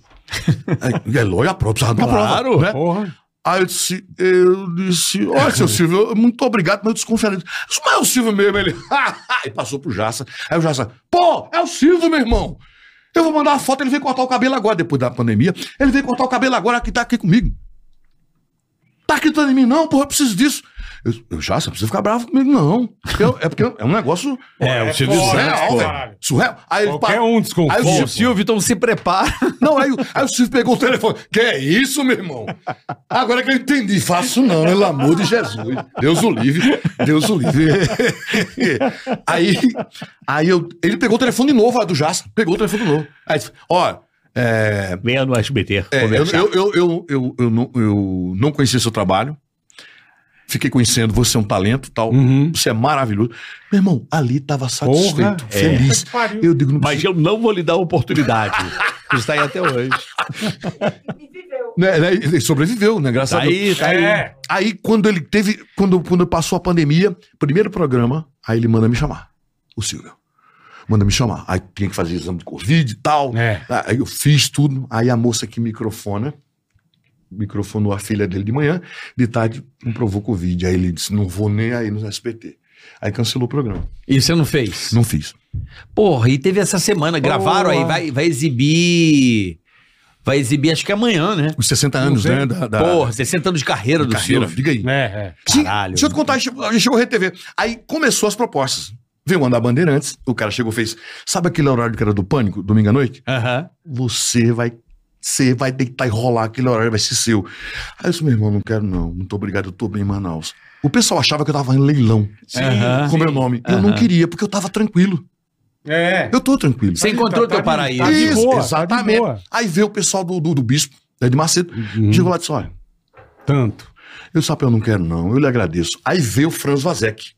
Aí, é lógico, a prova, precisava de uma Claro. prova. Né? Porra. Aí eu disse, eu disse, olha, seu Silvio, eu- muito obrigado, mas eu desconfiei. Ele disse, Mas é o Silvio mesmo, ele. e passou pro Jaça. Aí o Jaça, pô, é o Silvio, meu irmão. Eu vou mandar a foto, ele veio cortar o cabelo agora, depois da pandemia. Ele veio cortar o cabelo agora que tá aqui comigo. Tá acreditando em mim, não, porra, eu preciso disso. Eu, eu Jaça, não precisa ficar bravo comigo, não. Eu- é porque é um negócio É, o Silvio foda, Santos, né? surreal, pô. velho. Surreal. Aí ele Qualquer parou. um Aí o desconfia. Silvio- Ô, Silvio, então se prepara. Não, aí, o- aí o Silvio pegou o telefone. Que é isso, meu irmão? Agora que eu entendi. Faço não, né? pelo amor de Jesus. Deus o livre. Deus o livre. aí aí eu, ele pegou o telefone de novo, a do Jaça. Pegou o telefone de novo. Aí disse, ó, é, Venha no SBT. é, eu, conversar. eu, eu, eu, eu, eu não, eu não conhecia seu trabalho. Fiquei conhecendo, você é um talento tal. Uhum. Você é maravilhoso. Meu irmão, ali tava satisfeito, Porra, feliz. É. que pariu. Eu digo, não Mas eu não vou lhe dar oportunidade. tá Está aí até hoje. E viveu. Né, né, ele sobreviveu, né? Graças Tá a Deus. aí, tá aí. É. Aí, quando ele teve. Quando, quando passou a pandemia, primeiro programa, aí ele manda me chamar. O Silvio. Manda me chamar. Aí tinha que fazer exame de Covid e tal. Ah, É. Aí eu fiz tudo. Aí a moça que microfona. Microfonou a filha dele de manhã, de tarde comprovou Covid. Aí ele disse: Não vou nem aí no SPT. Aí cancelou o programa. E você não fez? Não fiz. Porra, e teve essa semana, gravaram aí, Porra. vai, vai exibir. Vai exibir, acho que amanhã, né? Os 60 anos, né? Da, da Porra, 60 anos de carreira do carreira, Silvio. diga aí. É, é. Sim, Caralho. Deixa eu te contar, a gente chegou a gente chegou a RTV. Aí começou as propostas. Veio mandar Bandeirantes, o cara chegou e fez. Sabe aquele horário que era do pânico, domingo à noite? Você vai. Você vai deitar e rolar aquele horário, vai ser seu. Aí eu disse, meu irmão, não quero não, muito obrigado, eu tô bem em Manaus. O pessoal achava que eu tava em leilão, Aham. com meu nome. Eu não Aham. queria, porque eu tava tranquilo. É. Eu tô tranquilo. Você encontrou Tá- teu tá- paraíso. tá de Isso, boa, tá de exatamente. boa. Uhum. Aí veio o pessoal do, do, do bispo, né, de Macedo, chegou lá e disse, olha, Hum, Tanto. eu sabe, eu não quero não, eu lhe agradeço. Aí veio o Franz Vazek.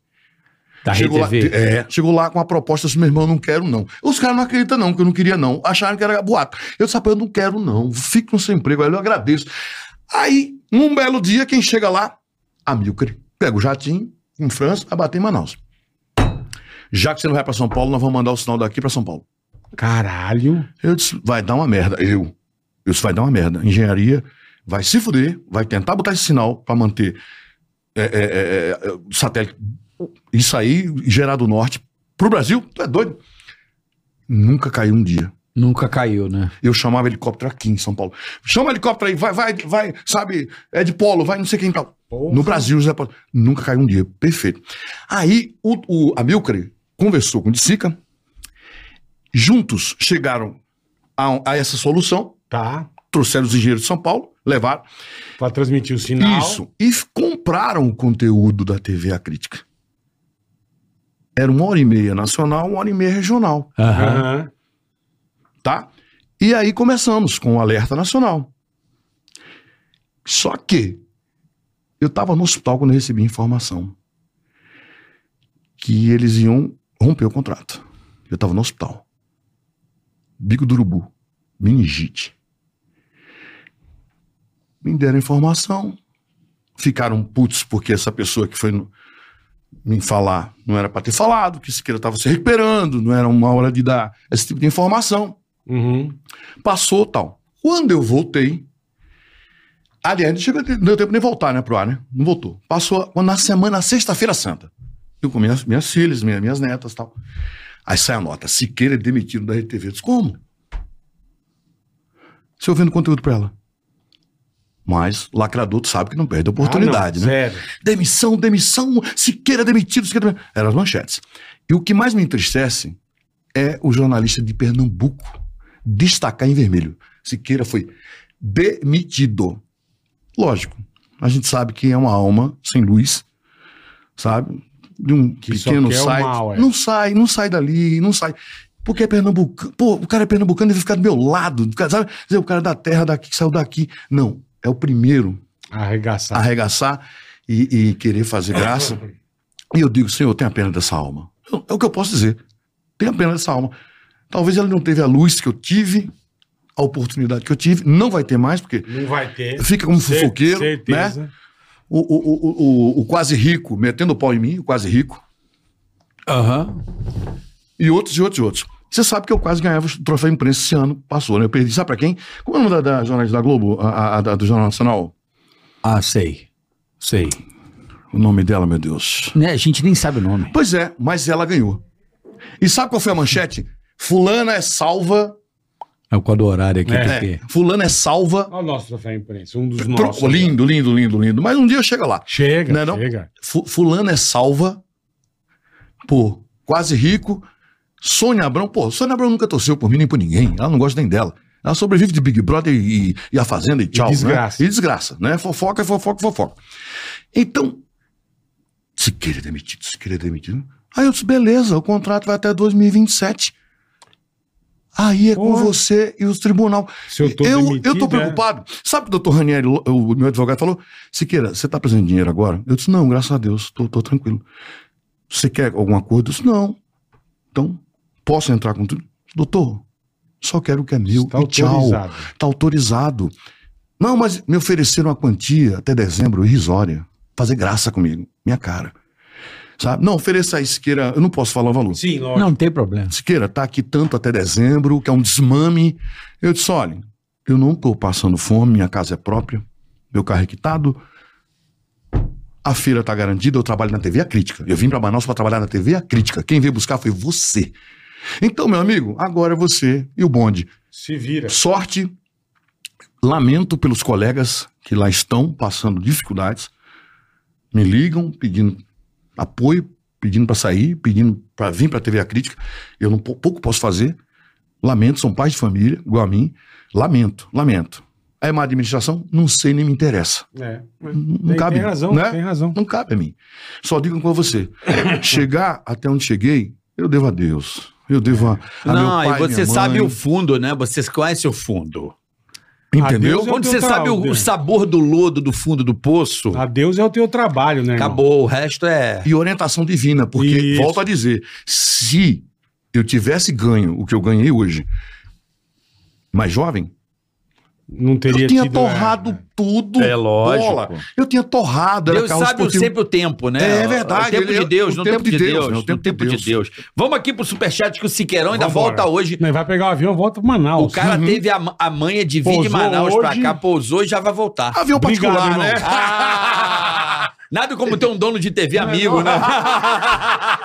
Da chegou lá, RedeTV. é, chegou lá com a proposta, disse, meu irmão, eu não quero não. Os caras não acreditam não, que eu não queria não. Acharam que era boato. Eu disse, rapaz, eu não quero não, fico no seu emprego, aí eu lhe agradeço. Aí, num belo dia, quem chega lá? Amílcar. Pega o jatinho, em França, vai bater em Manaus. Já que você não vai pra São Paulo, nós vamos mandar o sinal daqui pra São Paulo. Caralho. Eu disse, vai dar uma merda. Eu. Eu disse, vai dar uma merda. Engenharia vai se fuder, vai tentar botar esse sinal pra manter é, é, é, é, o satélite. Isso aí, gerar do norte pro Brasil. Tu é doido? Nunca caiu um dia. Nunca caiu, né? Eu chamava helicóptero aqui em São Paulo. Chama helicóptero aí, vai, vai, vai, sabe? É de polo, vai, não sei quem tal. Porra. No Brasil, Zé Paulo. Nunca caiu um dia. Perfeito. Aí, o, o Amilcar conversou com o Dissica. Juntos chegaram a, a essa solução. Tá. Trouxeram os engenheiros de São Paulo, levaram. Pra transmitir o sinal. Isso. E f- compraram o conteúdo da TV A Crítica. Era uma hora e meia nacional, uma hora e meia regional, Aham. Aham. tá? E aí começamos com o Alerta Nacional. Só que eu estava no hospital quando eu recebi a informação que eles iam romper o contrato. Eu estava no hospital. Bico do urubu, meningite. Me deram informação, ficaram putos porque essa pessoa que foi no- me falar não era para ter falado, que Siqueira estava se recuperando, não era uma hora de dar esse tipo de informação Uhum. passou tal. Quando eu voltei, aliás, não chegou- não deu tempo nem voltar, né, pro ar, né? Não voltou. Passou quando na semana, na sexta-feira santa. Eu com minhas, minhas filhas, minha- minhas, netas tal. Aí sai a nota, Siqueira é demitido da RTV. Eu disse, como? Se eu vendo conteúdo pra ela. Mas lacrador tu sabe que não perde a oportunidade, Ah, não, né? Sério. Demissão, demissão, Siqueira demitido, Siqueira demitido. Eram as manchetes. E o que mais me entristece é o jornalista de Pernambuco destacar em vermelho. Siqueira foi demitido. Lógico, a gente sabe que é uma alma sem luz, sabe? De um Que só pequeno quer o site. mal, é. Não sai, não sai dali, não sai. Porque é pernambucano. Pô, o cara é pernambucano, ele fica do meu lado. Sabe? Quer dizer, O cara é da terra daqui, que saiu daqui. Não, é o primeiro Arregaçar. Tá. arregaçar e, e querer fazer graça. E eu digo, Senhor, tenha pena dessa alma. Eu- É o que eu posso dizer. Tenha pena dessa alma. Talvez ela não teve a luz que eu tive, a oportunidade que eu tive, não vai ter mais, porque Não vai ter. fica como Cer- fofoqueiro, né? Certeza. O, o- o- o- o quase rico metendo o pau em mim, o quase rico, Aham. e outros e outros e outros. Você sabe que eu quase ganhava o troféu imprensa esse ano, passou, né? Eu perdi, sabe pra quem? Como é o nome da, da jornalista da Globo, a, a- a da- do Jornal Nacional? Ah, sei. Sei. O nome dela, meu Deus. Né, a gente nem sabe o nome. Pois é, mas ela ganhou. E sabe qual foi a manchete? Fulana é salva. É o quadro horário aqui. É. porque- É, fulana é salva. Olha o nosso troféu imprensa. Um dos Tro- nossos. lindo, lindo, lindo, lindo. Mas um dia chega lá. Chega, Não é não? chega. Fu- Fulana é salva por quase rico. Sônia Abrão, pô, Sônia Abrão nunca torceu por mim nem por ninguém. Ela não gosta nem dela. Ela sobrevive de Big Brother e, e a Fazenda e tchau. né? desgraça. E desgraça, né? Fofoca, fofoca, fofoca. Então, se querer é demitido, se querer demitido. Aí eu disse, beleza, o contrato vai até 2027. Aí é com Porra. você e o tribunal. Se eu tô demitido, eu tô é. preocupado. Sabe o que o doutor Ranieri, o- o meu advogado, falou? Siqueira, você tá precisando de dinheiro agora? Eu disse, não, graças a Deus, tô, tô tranquilo. Você quer algum acordo? Eu disse, não. Então, posso entrar com tudo? Doutor, só quero o que é meu. Está e tchau. autorizado. Tá autorizado. Não, mas me ofereceram uma quantia até dezembro irrisória. Fazer graça comigo, minha cara. Sabe? Não, ofereça aí, Siqueira. Eu não posso falar o valor. Sim, lógico. Não tem problema. Siqueira, tá aqui tanto até dezembro, que é um desmame. Eu disse, olha, eu não tô passando fome, minha casa é própria, meu carro é quitado, a feira tá garantida, eu trabalho na TV A Crítica. Eu vim pra Manaus pra trabalhar na TV A Crítica. Quem veio buscar foi você. Então, meu amigo, agora é você e o bonde. Se vira. Sorte, lamento pelos colegas que lá estão passando dificuldades, me ligam pedindo apoio pedindo pra sair, pedindo pra vir pra TV A Crítica. Eu não, pou- pouco posso fazer. Lamento, são pais de família, igual a mim. Lamento, lamento. É má administração? Não sei, nem me interessa. É. Não Tem, cabe. tem razão, né? tem razão. Não cabe a mim. Só digo com você. Chegar até onde cheguei, eu devo a Deus. Eu devo a, a Ah, meu Não, pai, e você minha mãe. sabe o fundo, né? Você conhece o fundo. A Entendeu? Deus é o Quando teu você sabe o, trabalho. o sabor do lodo do fundo do poço, A Deus é o teu trabalho, né? irmão? Tipo, acabou. O resto é. E orientação divina, porque, Isso. volto a dizer, se eu tivesse ganho o que eu ganhei hoje, mais jovem, Não teria eu tinha tido, torrado é, tudo. É lógico. Eu tinha torrado. era Deus carro sabe esportivo. sempre o tempo, né? É verdade, O tempo ele- de Deus, o no tempo tempo de de Deus, Deus, né? no tempo de Deus. Vamos aqui pro superchat que o Siqueirão ainda Vambora. volta hoje. Não, vai pegar o avião, volta pro O Manaus. cara teve a, ma- a manha de vir de Pousou Manaus pra hoje. cá, pousou e já vai voltar. Avião Obrigado, particular, irmão. né? Ah! Nada como ter um dono de TV amigo, né?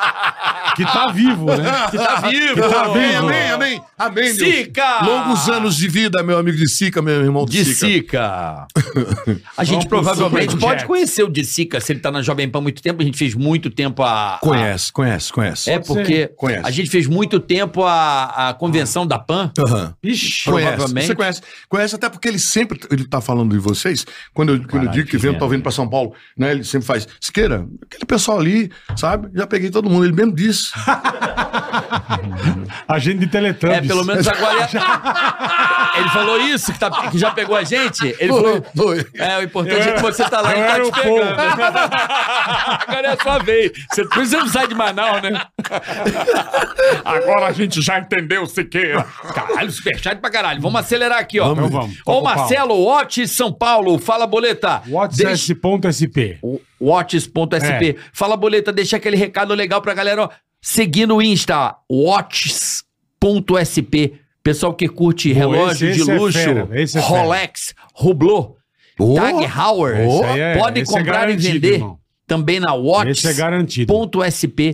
Que tá vivo, né? Que tá vivo. Amém, amém, amém. Amém, Deus. Sica! Longos anos de vida, meu amigo de Sica, meu irmão de, De Sica. Sica. A Vamos gente pro provavelmente Superchat. pode conhecer o de Sica, se ele tá na Jovem Pan há muito tempo. A gente fez muito tempo a. a- Conhece, conhece, conhece. É Pode ser. porque Conhece. a gente fez muito tempo a, a convenção da PAN. Aham. Ixi, Provavelmente. Conhece, você conhece. Conhece até porque ele sempre ele tá falando de vocês. Quando eu, quando eu Caralho, digo que que vendo, tô merda. vindo pra São Paulo, né? Ele sempre faz, Siqueira, aquele pessoal ali, sabe? Já peguei todo mundo, ele mesmo disse. agente de Teletubbies. É, pelo menos agora. é- ele falou isso, que, tá- que já pegou a gente. Ele falou. Foi. É, o importante é que você tá lá Eu e não tá era te o povo. pegando. Agora é a sua vez. Você, por isso você não sai de Manaus, né? Agora a gente já entendeu, Siqueira. Caralho, superchat pra caralho. Vamos acelerar aqui, ó. Vamos, Então vamos. Ó, o Marcelo Otis, São Paulo. Fala, boleta. Deixa- WhatsApp.sp. o- Watches.sp. É. Fala, boleta, deixa aquele recado legal pra galera, ó. Seguindo o Insta, watches.sp. Pessoal que curte Pô, relógio esse- de esse é luxo, fera, esse é fera. Rolex, Hublot, Tag Heuer, Esse aí é- podem esse é comprar e garantido, vender irmão. também na Esse é watches.sp. garantido.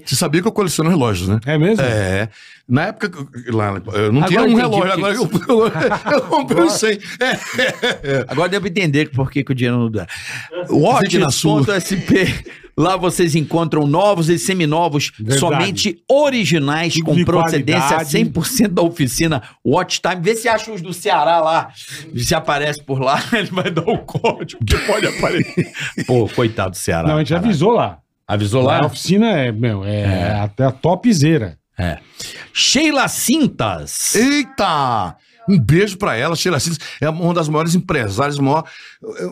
Você sabia que eu coleciono relógios, né? É mesmo? É. Na época, lá, eu não Agora tinha eu um entendi relógio, agora eu, porque eu, comprei um 100. Agora devo entender por que, que o dinheiro não dá. Fique na sua. Watches.sp. é Lá vocês encontram novos e seminovos, Verdade. somente originais, Tudo com de procedência qualidade. 100% da oficina Watch Time. Vê se acha os do Ceará lá. Se aparece por lá, ele vai dar o código que pode aparecer. Pô, coitado do Ceará. Não, a gente cara. avisou lá. avisou A lá. oficina é, meu, é, até a topzera. Sheila Cintas. Eita! Um beijo pra ela, Sheila Silva. É uma das maiores empresárias, maior,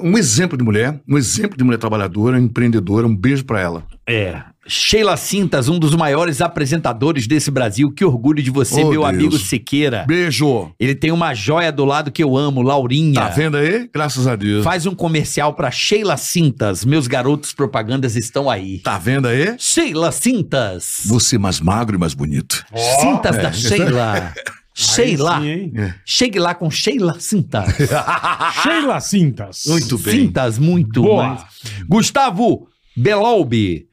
um exemplo de mulher, um exemplo de mulher trabalhadora, empreendedora. Um beijo pra ela. É. Sheila Cintas, um dos maiores apresentadores desse Brasil. Que orgulho de você, Oh, meu Deus. amigo Siqueira. Beijo! Ele tem uma joia do lado que eu amo, Laurinha. Tá vendo aí? Graças a Deus. Faz um comercial pra Sheila Cintas. Meus garotos propagandas estão aí. Tá vendo aí? Sheila Cintas. Você mais magro e mais bonito. Cintas é. da Sheila. Sheila. Aí sim, hein? Chegue lá com Sheila Cintas. Sheila Cintas. Muito bem. Cintas muito. Boa. Ah, mais. Gustavo Belolbe.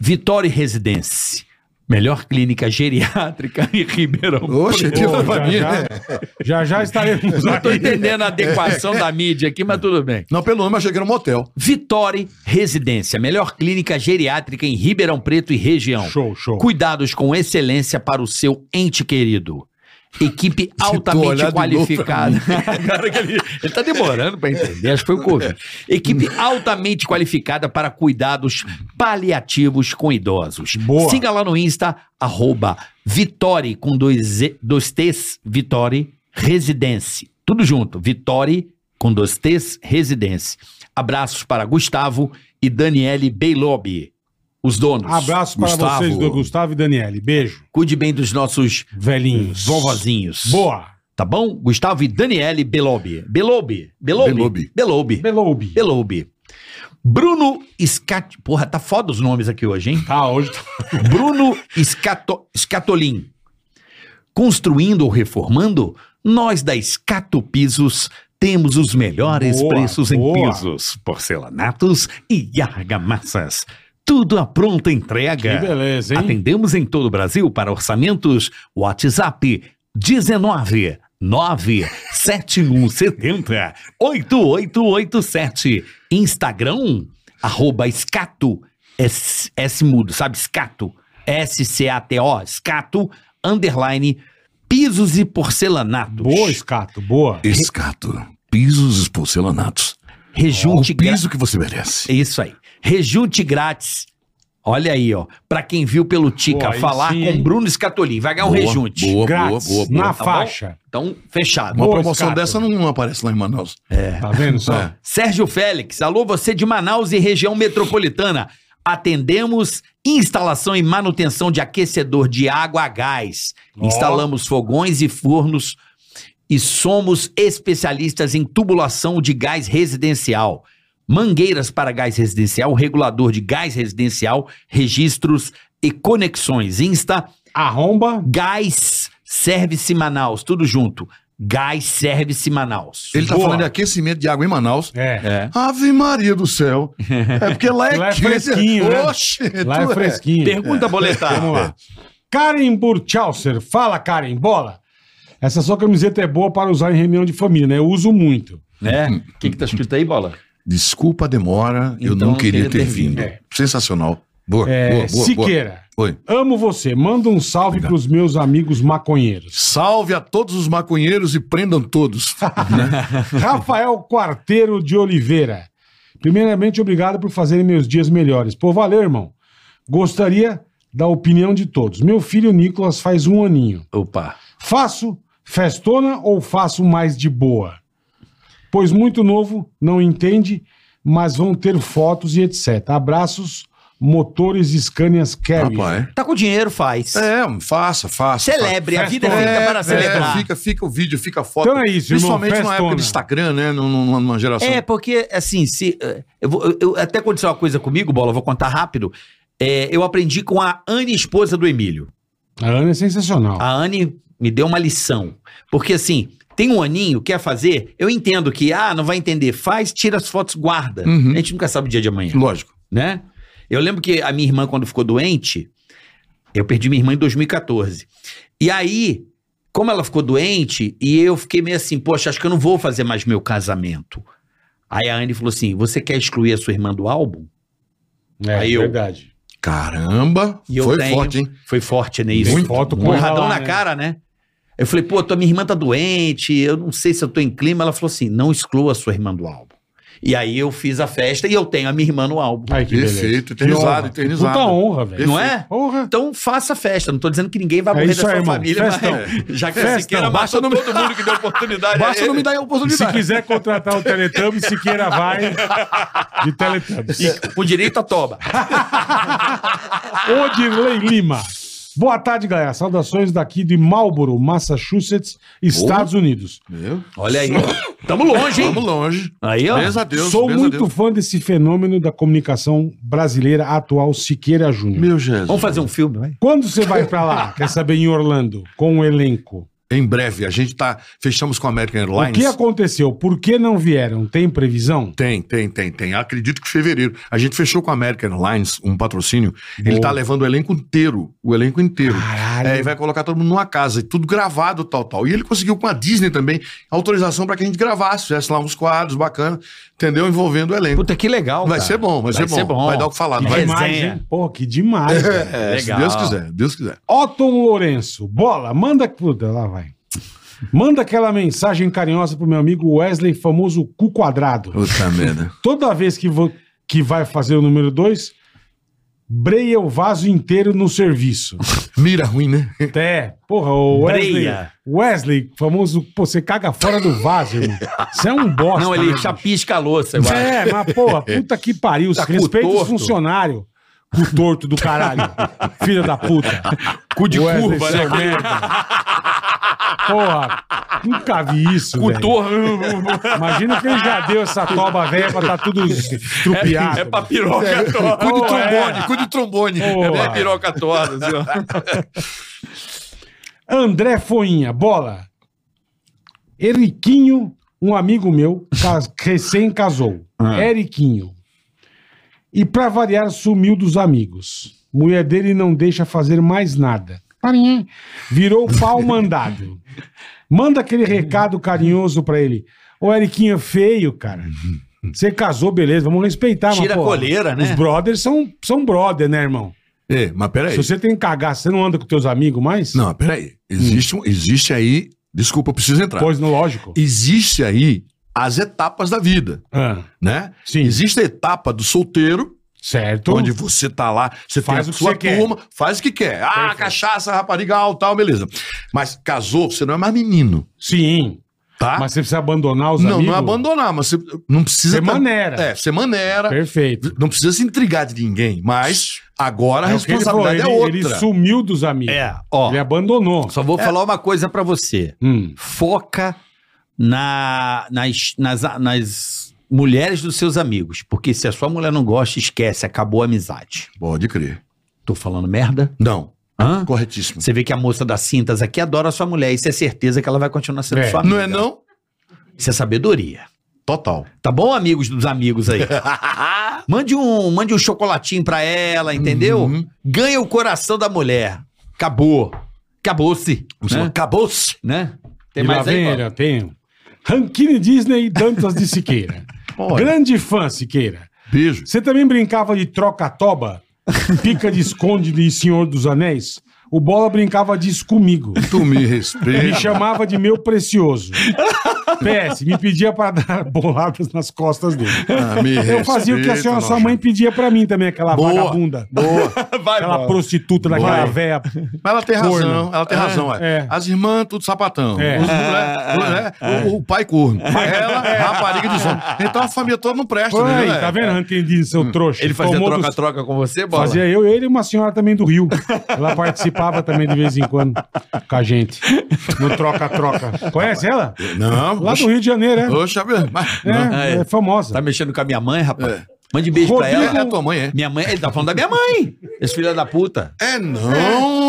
Vitória Residence. Melhor clínica geriátrica em Ribeirão. Oxe, Pô, que já, pra mim, né? já, já já estaremos Não tô aqui. entendendo a adequação da mídia aqui, mas tudo bem. Não, pelo nome, eu cheguei no motel. Vitória Residência, melhor clínica geriátrica em Ribeirão Preto e região. Show, show. Cuidados com excelência para o seu ente querido. Equipe altamente olhar de novo qualificada. Cara, que ele, ele tá demorando para entender, acho que foi o Covid. Equipe altamente qualificada para cuidados paliativos com idosos. Boa. Siga lá no Insta, arroba Vitori, com dois, E- dois T's, Vitori Residência. Tudo junto, Vitori, com dois T's, Residência. Abraços para Gustavo e Daniele Beilobi, os donos. Abraço para Gustavo. vocês do Gustavo e Daniele. Beijo. Cuide bem dos nossos Velhinhos. vovozinhos. Boa. Tá bom? Gustavo e Daniele Belobi. Belobi. Belobi. Belobi. Belobi. Beloube. Belobi. Bruno Scat... Porra, tá foda os nomes aqui hoje, hein? Tá, hoje tá... Bruno Escato... Escatolim. Construindo ou reformando, nós da Escato Pisos temos os melhores Boa, preços em boa. pisos, porcelanatos e argamassas. Tudo à pronta entrega. É. Que tá beleza, hein? Atendemos em todo o Brasil para orçamentos. WhatsApp 19 97170 8887. Instagram, arroba escato S, S mudo, sabe? Scato. S-C-A-T-O. Scato, underline, pisos e porcelanatos. Boa, Escato, boa. Escato, pisos e porcelanatos. O Rejunte gra- piso que você merece. É Isso aí. Rejunte grátis. Olha aí, ó. Pra quem viu pelo Tica Pô, aí falar sim, com hein? Bruno Escatolin. Vai ganhar um Boa, rejunte. Boa, boa, Grátis, boa, na boa. tá bom? faixa. Então, fechado. Uma Boa, promoção Escato. dessa não aparece lá em Manaus. Tá vendo só? É. Sérgio Félix, alô você de Manaus e região metropolitana. Atendemos instalação e manutenção de aquecedor de água a gás. Ó. Instalamos fogões e fornos e somos especialistas em tubulação de gás residencial. Mangueiras para gás residencial, regulador de gás residencial, registros e conexões. Insta Arromba. Gás Service Manaus, tudo junto. Gás Service Manaus. Ele tá Boa. falando de aquecimento de água em Manaus. É. É. Ave Maria do céu. É porque lá é, Lá é quente. fresquinho, né? Oxe, Lá tu é fresquinho. Pergunta boletar. Vamos lá. Karen Burchauser, fala Karen, bola. Essa sua camiseta é boa para usar em reunião de família, né? Eu uso muito. Né? O que, que tá escrito aí, bola? Desculpa a demora, eu Então, não queria ter vindo. Sensacional. Boa, É, boa, boa, Siqueira, boa. Oi. amo você. Manda um salve para os meus amigos maconheiros. Salve a todos os maconheiros e prendam todos. É Rafael Quarteiro de Oliveira. Primeiramente, obrigado por fazerem meus dias melhores. Pô, valeu, irmão. Gostaria da opinião de todos. Meu filho Nicolas faz um aninho. Opa. Faço festona ou faço mais de boa? Pois muito novo, não entende, mas vão ter fotos e etc. Abraços, motores Scanias Carry. Rapaz. Tá com dinheiro, faz. É, faça, faça. Celebre, a vida é Festona. feita para É, celebrar. É, fica, fica o vídeo, fica a foto. Então é isso, irmão, Principalmente numa época festona. de Instagram, né? Num- Numa, numa geração. É, porque, assim, se. eh, Eu, vou- eu- eu- até aconteceu uma coisa comigo, bola, eu vou contar rápido. Eh, eu aprendi com a Anne, esposa do Emílio. A Ana é sensacional. A Anne me deu uma lição. Porque, assim, tem um aninho, quer fazer, eu entendo que, ah, não vai entender, faz, tira as fotos, guarda. Uhum. A gente nunca sabe o dia de amanhã. Lógico. né? Eu lembro que a minha irmã, quando ficou doente, eu perdi minha irmã em 2014. E aí, como ela ficou doente, e eu fiquei meio assim, poxa, acho que eu não vou fazer mais meu casamento. Aí a Anne falou assim: você quer excluir a sua irmã do álbum? É aí eu- verdade. Caramba, E eu foi tenho- forte, hein? Foi forte, né? Tem Isso. foto com ela Porradão lá, na né? cara, né? Eu falei, pô, tua minha irmã tá doente, eu não sei se eu tô em clima. Ela falou assim: não exclua a sua irmã do álbum. E aí eu fiz a festa e eu tenho a minha irmã no álbum. Ai, que Perfeito, beleza. Que eternizado, honra. eternizado. Puta honra, velho. Não é? Honra. Então faça festa. Não tô dizendo que ninguém vai É morrer isso da sua aí, irmão. família, Festão. mas já que Festão. a Siqueira matou todo mundo que deu oportunidade. a Basta ele. não me dar a Se oportunidade. quiser contratar o Teletubbies, Siqueira vai de Teletubbies. E com direito a toba. Odirley Lima. Boa tarde, galera. Saudações daqui de Marlboro, Massachusetts, Estados Unidos. Meu, Olha aí. Tamo longe, hein? Vamos longe. Aí, ó. Graças a Deus. Sou graças a muito Deus. fã desse fenômeno da comunicação brasileira atual, Siqueira Júnior. Meu Jesus. Vamos fazer um filme, vai? Quando você vai pra lá, quer saber, em Orlando, com o elenco? Em breve, a gente tá. Fechamos com a American O que Airlines. aconteceu? Por que não vieram? Tem previsão? Tem, tem, tem, tem. Acredito que fevereiro. A gente fechou com a American Airlines um patrocínio. Ele Boa. tá levando o elenco inteiro. O elenco inteiro. Caralho. É, e vai colocar todo mundo numa casa, e tudo gravado, tal, tal. E ele conseguiu com a Disney também autorização pra que a gente gravasse, fizesse lá uns quadros bacanas, entendeu? Envolvendo o elenco. Puta, que legal. vai cara. ser bom, vai, ser, bom. Vai dar o que falar. Que não vai? resenha. demais, hein? Porra, que demais. velho. É, se Legal. Deus quiser, Deus quiser. Otton Lourenço, bola, manda. Puta, lá vai. Manda aquela mensagem carinhosa pro meu amigo Wesley, famoso cu quadrado. Puta merda. Toda vez que, vo- que vai fazer o número 2, breia o vaso inteiro no serviço. Mira ruim, né? Até, porra, o Wesley, Breia. Wesley, famoso, pô, você caga fora do vaso, irmão. Você é um bosta. Não, né, ele bicho? chapisca a louça, eu acho. É, mas porra, puta que pariu. Tá cu Respeita os torto. funcionários. Cu torto do caralho. Filha da puta. Cu de Wesley, curva, seu né? um merda. Porra, nunca vi isso, Cu velho. torto. Imagina que ele já deu essa toba velha pra tá tudo estrupiado. É, é pra piroca torta. Cu de Oh, trombone, é. cu de trombone. Pô, É piroca torta, assim, ó. André Foinha, bola. Eriquinho, um amigo meu, cas- recém casou. Ah. Eriquinho. E pra variar, sumiu dos amigos. Mulher dele não deixa fazer mais nada. Parinha. Virou pau mandado. Manda aquele recado carinhoso pra ele. Ô, Eriquinho é feio, cara. Você casou, beleza, vamos respeitar, mas, Tira a pô, coleira, né? Os brothers são, são brother, né, irmão? É, mas peraí. Se você tem que cagar, você não anda com teus amigos mais? Não, peraí. Existe, um- existe aí. Desculpa, eu preciso entrar. Pois, no lógico. Existe aí as etapas da vida, Ah, né? Sim. Existe a etapa do solteiro, certo. onde você tá lá, você faz tem Faz a o que sua você quer. turma, faz o que quer. Ah, Perfeito. cachaça, rapariga, al, tal, beleza. Mas casou, você não é mais menino, Sim. tá? Mas você precisa abandonar os não, amigos? não é abandonar, mas você não precisa... Você tá- maneira. É, você maneira, Perfeito. não precisa se intrigar de ninguém, mas agora a É o que ele falou, responsabilidade ele, é outra. ele sumiu dos amigos. É, ó. Ele abandonou. Só vou falar uma coisa pra você. Hum, Foca na, nas, nas, nas mulheres dos seus amigos. Porque se a sua mulher não gosta, esquece, acabou a amizade. Pode crer. Tô falando merda? Não, Hã? corretíssimo. Você vê que a moça das cintas aqui adora a sua mulher. Isso é certeza que ela vai continuar sendo É. sua amiga. Não é não? Isso é sabedoria. Total. Tá bom, amigos dos amigos aí? mande, um, mande um chocolatinho pra ela, entendeu? Uhum. Ganha o coração da mulher. Acabou. Acabou-se. Você né? Acabou-se. Né? e lá vem Paulo? ele, ó, tem. Rankine Disney e Dantas de Siqueira. Grande fã, Siqueira. Beijo. Você também brincava de troca-toba? Pica de esconde de Senhor dos Anéis? O Bola brincava disso comigo. Tu me Me respeita. chamava de meu precioso. PS, me pedia para dar boladas nas costas dele. Ah, me Eu fazia o que a senhora, nossa. sua mãe pedia pra mim também, aquela Boa. vagabunda. Boa. aquela prostituta Boa. daquela véia. Mas ela tem razão, Corno. ela tem É, razão. ué. é. As irmãs, tudo sapatão. É. Os mulher- o- né? O, o pai corno. Ela, rapariga dos homens. Então a família toda não presta, Foi né? aí, tá vendo, Ranquendi, Hum. seu trouxa? Ele fazia Tomou dos- troca-troca com você, bola? Fazia eu, ele e uma senhora também do Rio. Ela participava também de vez em quando com a gente. No troca-troca. Conhece ela? Não. Lá do Rio de Janeiro, é. Oxe, tá mas, não. É, é. é famosa. Tá mexendo com a minha mãe, rapaz? Mande beijo É. Rodrigo- pra É, ela. a tua mãe, é. Minha mãe, ele tá falando da minha mãe. Esse filho da puta. É, não.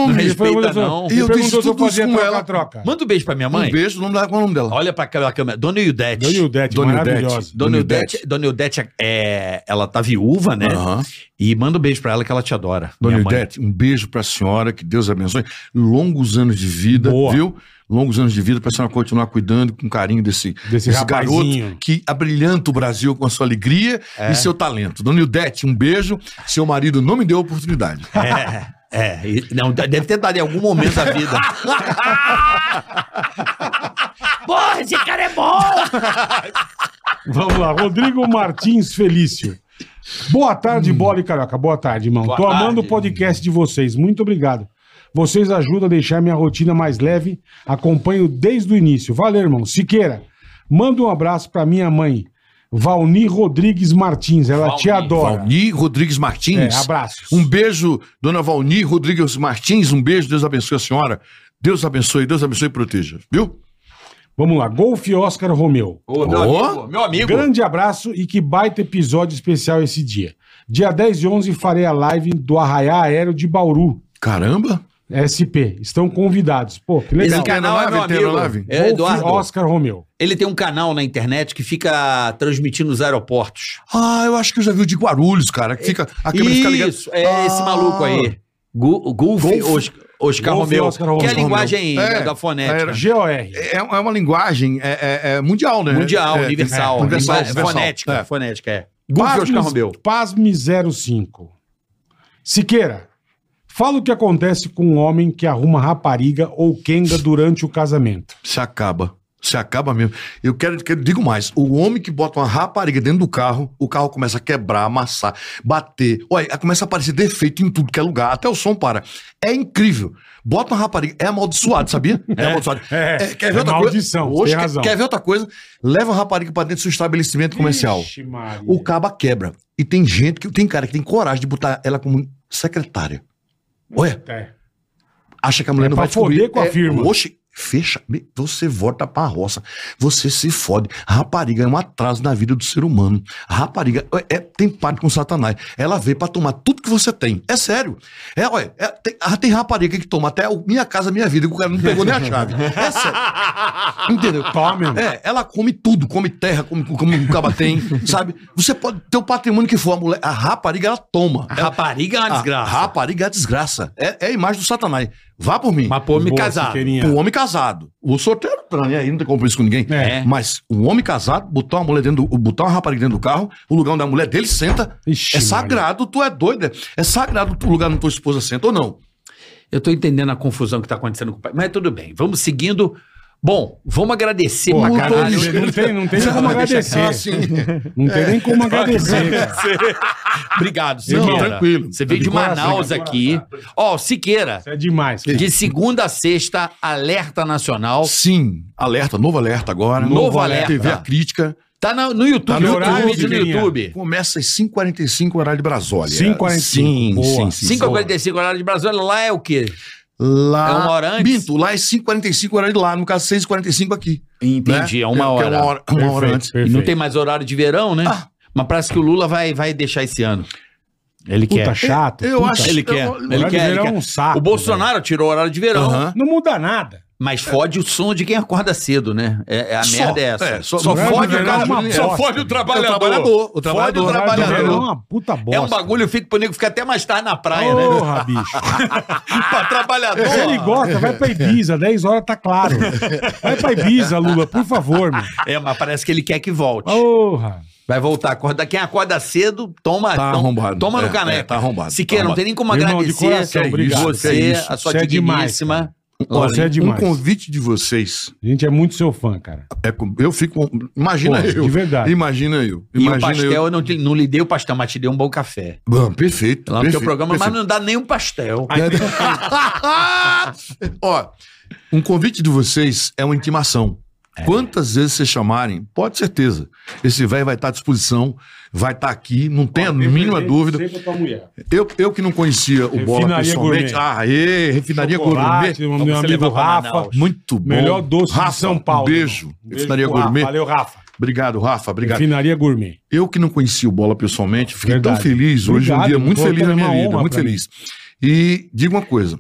Não Ele foi- respeita, não. Ele Eu perguntou disse se eu tudo fazia isso com ela. troca-troca. Manda um beijo pra minha Um mãe. beijo, não me dá qual é o nome dela. Olha pra aquela câmera. Dona Iudete. Dona Ildete, Dona Ildete. maravilhosa. Dona Dona Iudete, Iudete. Dona Iudete, é, ela tá viúva, né? Aham. E manda um beijo pra ela que ela te adora. Dona minha mãe. Ildete, um beijo pra senhora, que Deus abençoe. Longos anos de vida, Boa. viu? Longos anos de vida pra senhora continuar cuidando com carinho desse, Desse desse rapazinho. garoto que abrilhanta o Brasil com a sua alegria É. e seu talento. Dona Ildete, um beijo. Seu marido não me deu a oportunidade. É, é. E- Não, deve ter dado em algum momento da vida. Porra, esse cara é bom! Vamos lá, Rodrigo Martins Felício. Boa tarde, Hum. bola e carioca. Boa tarde, irmão. Boa Tô amando o tarde. podcast de vocês. Muito obrigado. Vocês ajudam a deixar minha rotina mais leve. Acompanho desde o início. Valeu, irmão. Siqueira, manda um abraço pra minha mãe, Valni Rodrigues Martins. Ela te Valni, adora. Valni Rodrigues É, Martins. abraços. Um beijo, dona Valni Rodrigues Martins. Um beijo, Deus abençoe a senhora. Deus abençoe, Deus abençoe e proteja, viu? Vamos lá, Golfe Oscar Romeu. Ô, meu Ô. amigo, meu amigo. Grande abraço e que baita episódio especial esse dia. Dia 10 e 11 farei a live do Arraiá Aéreo de Bauru, Caramba! SP. Estão convidados. Pô, que legal. Esse canal é meu Aeronave, amigo. aeronave. É, Wolf Eduardo. Oscar Romeu. Ele tem um canal na internet que fica transmitindo os aeroportos. Ah, eu acho que eu já vi o de Guarulhos, cara. Que fica, a câmera fica ligada. Ah. Isso, é esse maluco aí. Gu- Golf. Gulf, Os- Oscar Golf, Romeu. Oscar Romeu. que é a linguagem É, da fonética. era- GOR. É, é uma linguagem é, é- é mundial, né? Mundial, É, é, universal. é, universal, lingu- universal. Fonética, É. fonética, é. Gulf Oscar Romeu. Pasme 05. Siqueira, fala o que acontece com um homem que arruma rapariga ou quenga durante o casamento. Se acaba. Se acaba mesmo. Eu quero, quero- digo mais: o homem que bota uma rapariga dentro do carro, o carro começa a quebrar, amassar, bater. Olha, começa a aparecer defeito em tudo que é lugar, até o som para. É incrível. Bota uma rapariga, é amaldiçoado, sabia? É, amaldiçoado. é. quer É ver outra maldição, coisa? Hoje, tem quer- razão. Quer ver outra coisa? Leva uma rapariga pra dentro do seu estabelecimento comercial. Ixi, Maria. O caba quebra. E tem gente que tem cara que tem coragem de botar ela como secretária. Olha, É. acha que a mulher É não pra vai descobrir. foder com a firma. Oxe, fecha. me- Você volta pra roça. Você se fode. Rapariga é um atraso na vida do ser humano. Rapariga é, é- tem parte com satanás. Ela veio pra tomar tudo que você tem. É sério. É, olha, é, tem, ah, tem rapariga que toma até o Minha Casa Minha Vida, que o cara não pegou nem a chave. É sério. Entendeu? Tome, meu. É, ela come tudo, come terra, come, come o caba tem, sabe? Você pode ter o patrimônio que for, a mulher, a rapariga ela toma. Rapariga é uma Ah, A desgraça. rapariga é a desgraça. É, é a imagem do satanás. Vá por mim. Mas pô, me Boa, casar. Siqueirinha. O homem casado. O solteiro, tá nem aí, não tem compromisso com ninguém. É. Mas o homem casado, botar uma mulher dentro do, botar uma rapariga dentro do carro, o lugar onde a mulher dele senta, Ixi, é sagrado, tu é doido. né? É sagrado o lugar onde tua esposa senta ou não. Eu tô entendendo a confusão que tá acontecendo com o pai. Mas tudo bem, vamos seguindo. Bom, vamos agradecer Pô, pra não, caralho. tem- não tem, não tem Não, como mas deixa agradecer. quieto, assim. Não tem nem como agradecer. cara. Obrigado, Siqueira. Irmão, tranquilo. Você veio de, De coração, Manaus de aqui. Ó, Siqueira, Isso é demais. cara. de segunda a sexta, alerta nacional. Sim, alerta, novo alerta agora. Novo alerta. TV A Crítica. Tá na- no YouTube, Tá no outro horário, vídeo no Siqueirinha. YouTube. Começa às 5h45, horário de Brasólia. 5h45, Sim, boa. sim, sim. 5h45, horário de Brasília, lá é o quê? Lá... É uma hora antes? Binto, lá é 5h45, horário de lá. No caso, 6h45 aqui. Entendi, né? é uma Que hora. É uma hora, uma hora Perfeito, antes. E não perfeito. tem mais horário de verão, né? Ah. Mas parece que o Lula vai, vai deixar esse ano. Ele Puta quer. chato. Eu puta. acho Ele quer. eu- Ele Horário de quer. ele verão é quer. um saco, o Bolsonaro tirou o horário de verão, Aham. velho. Não muda nada. mas fode o som de quem acorda cedo, né? É, é a Só, merda é essa. é, só- Horário de É fode o verão cara. é uma Só bosta. fode o O trabalhador. trabalhador. O Fode o trabalhador. Horário de verão é trabalhador. uma puta bosta. É um bagulho feito pro nego ficar até mais tarde na praia, né? Porra, bicho. pra trabalhador. Ele gosta, vai pra Ibiza, 10 horas tá claro. Vai pra Ibiza, Lula, por favor, meu. É, mas parece que ele quer que volte. Porra. Vai voltar a acordar. Quem acorda cedo, toma, Tá tom- arrombado. toma no É, caneco. é, tá arrombado, Siqueira, tá não tem nem como Irmão, de agradecer coração, que é obrigado, você, que é isso. a sua Você é demais, digníssima. Olha, Você é demais. um convite de vocês. A gente é muito seu fã, cara. é com- eu fico. Imagina Pô, eu. de verdade. Imagina eu. E Imagina o pastel, eu. eu, não, te- não lhe dei o pastel, mas te dei um bom café. Bom, perfeito. Lá no teu perfeito, programa, mas perfeito. não dá nem um pastel. Ó, um convite de vocês é uma intimação. Quantas vezes vocês chamarem, pode certeza. Esse velho vai estar à disposição, vai estar aqui, não tenha a mínima dúvida. Sempre tua mulher. Eu, eu que não conhecia o Bola Refinaria pessoalmente. Gourmet. Ah, e, refinaria Gourmet. Chocolate, meu meu você amigo levar pra Rafa. Manaus. Muito bom. Melhor doce Rafa, de São Paulo. Um beijo. irmão. Refinaria pro Rafa. Gourmet. Valeu, Rafa. Obrigado, Rafa. Obrigado. Refinaria Gourmet. Eu que não conhecia o Bola pessoalmente, fiquei Verdade. tão feliz. Hoje é um Obrigado, dia muito pô, feliz tá na minha uma vida, honra muito pra mim. feliz. E digo uma coisa: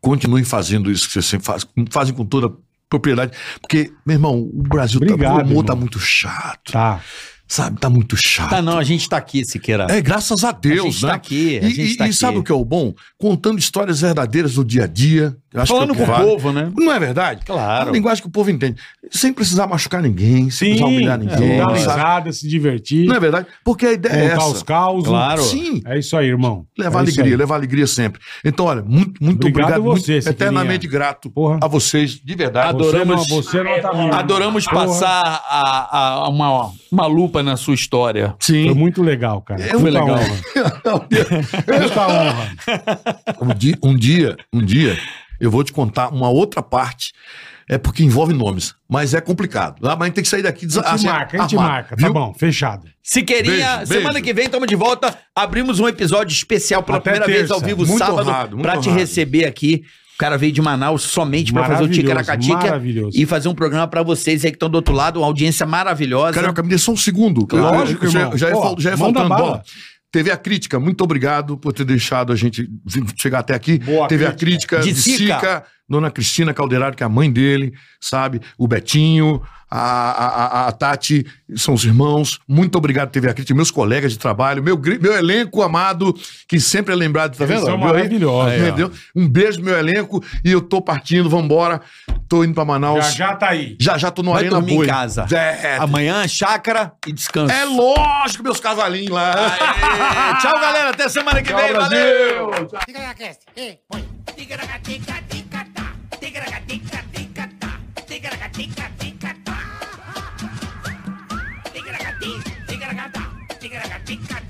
continuem fazendo isso que vocês sempre fazem, fazem com toda propriedade, porque, meu irmão, o Brasil Obrigado, tá, o humor tá irmão. muito chato, Tá. sabe? Tá muito chato. Tá, não, a gente tá aqui, Siqueira. É, graças a a Deus, gente tá né? aqui, a E, gente e- tá e aqui. sabe o que é o bom? Contando histórias verdadeiras do dia a dia. eu acho Falando que é o com que o vale. povo, né? Não é verdade? Claro. É uma linguagem que o povo entende. Sem precisar machucar ninguém, sem Sim. precisar humilhar é, ninguém. Dar sabe? risada, se divertir. Não é verdade? Porque a ideia é Contar essa. os causos. Claro. Sim, É isso aí, irmão. levar É isso alegria, aí. levar alegria sempre. Então, olha, muito, muito Obrigado obrigado, a você, muito, Siqueirinha. eternamente grato Porra. a vocês, de verdade. é Adoramos- Você não, você não tá vivo. Adoramos Porra. passar a, a- uma, uma lupa na sua história. Sim. Foi muito legal, cara. Então, É, Puta foi legal. honra. Puta honra. Um dia, um dia, um dia, eu vou te contar uma outra parte. É porque envolve nomes, mas é complicado. Ah, mas a gente tem que sair daqui A gente marca, a gente marca. Tá bom, fechado. Siqueirinha, Beijo, semana beijo. que vem estamos de volta. Abrimos um episódio especial pela Até primeira vez terça. ao vivo Muito sábado honrado, muito pra te honrado. receber aqui. O cara veio de Manaus somente pra fazer o Maravilhoso, Ticaracatica maravilhoso. e fazer um programa pra vocês aí que estão do outro lado, uma audiência maravilhosa. Carioca, me dê só um segundo. Lógico, Eu- já, é- irmão. Já, ia Pô, fal- já ia manda faltando bala. bola. Teve a crítica, muito obrigado por ter deixado a gente vir- chegar até aqui. Boa Teve a crítica De de, Sica. Sica. Dona Cristina Calderaro, que é a mãe dele, sabe? O Betinho, a, a, a- a Tati, são os irmãos. Muito obrigado por ter vindo a crítica, meus colegas de trabalho, meu, gri- meu elenco amado, que sempre é lembrado, tá Eles vendo? são Meu- maravilhosos, Aí, Entendeu? Um beijo, meu elenco, e eu tô partindo, vambora. Tô indo pra Manaus. Já já tá aí. Já já tô no Vai Arena dormir em Boi. casa. É, Amanhã, chácara e descanso. é lógico, meus cavalinhos lá. Aê! Tchau, galera. Até semana que vem. Valeu! Ticaracast, ei, põe. Ticaracatica, ticatá. Ticaracatica, ticatá. Ticaracatica, ticatá. Ticaracati, ticaracatá. Ticaracatica,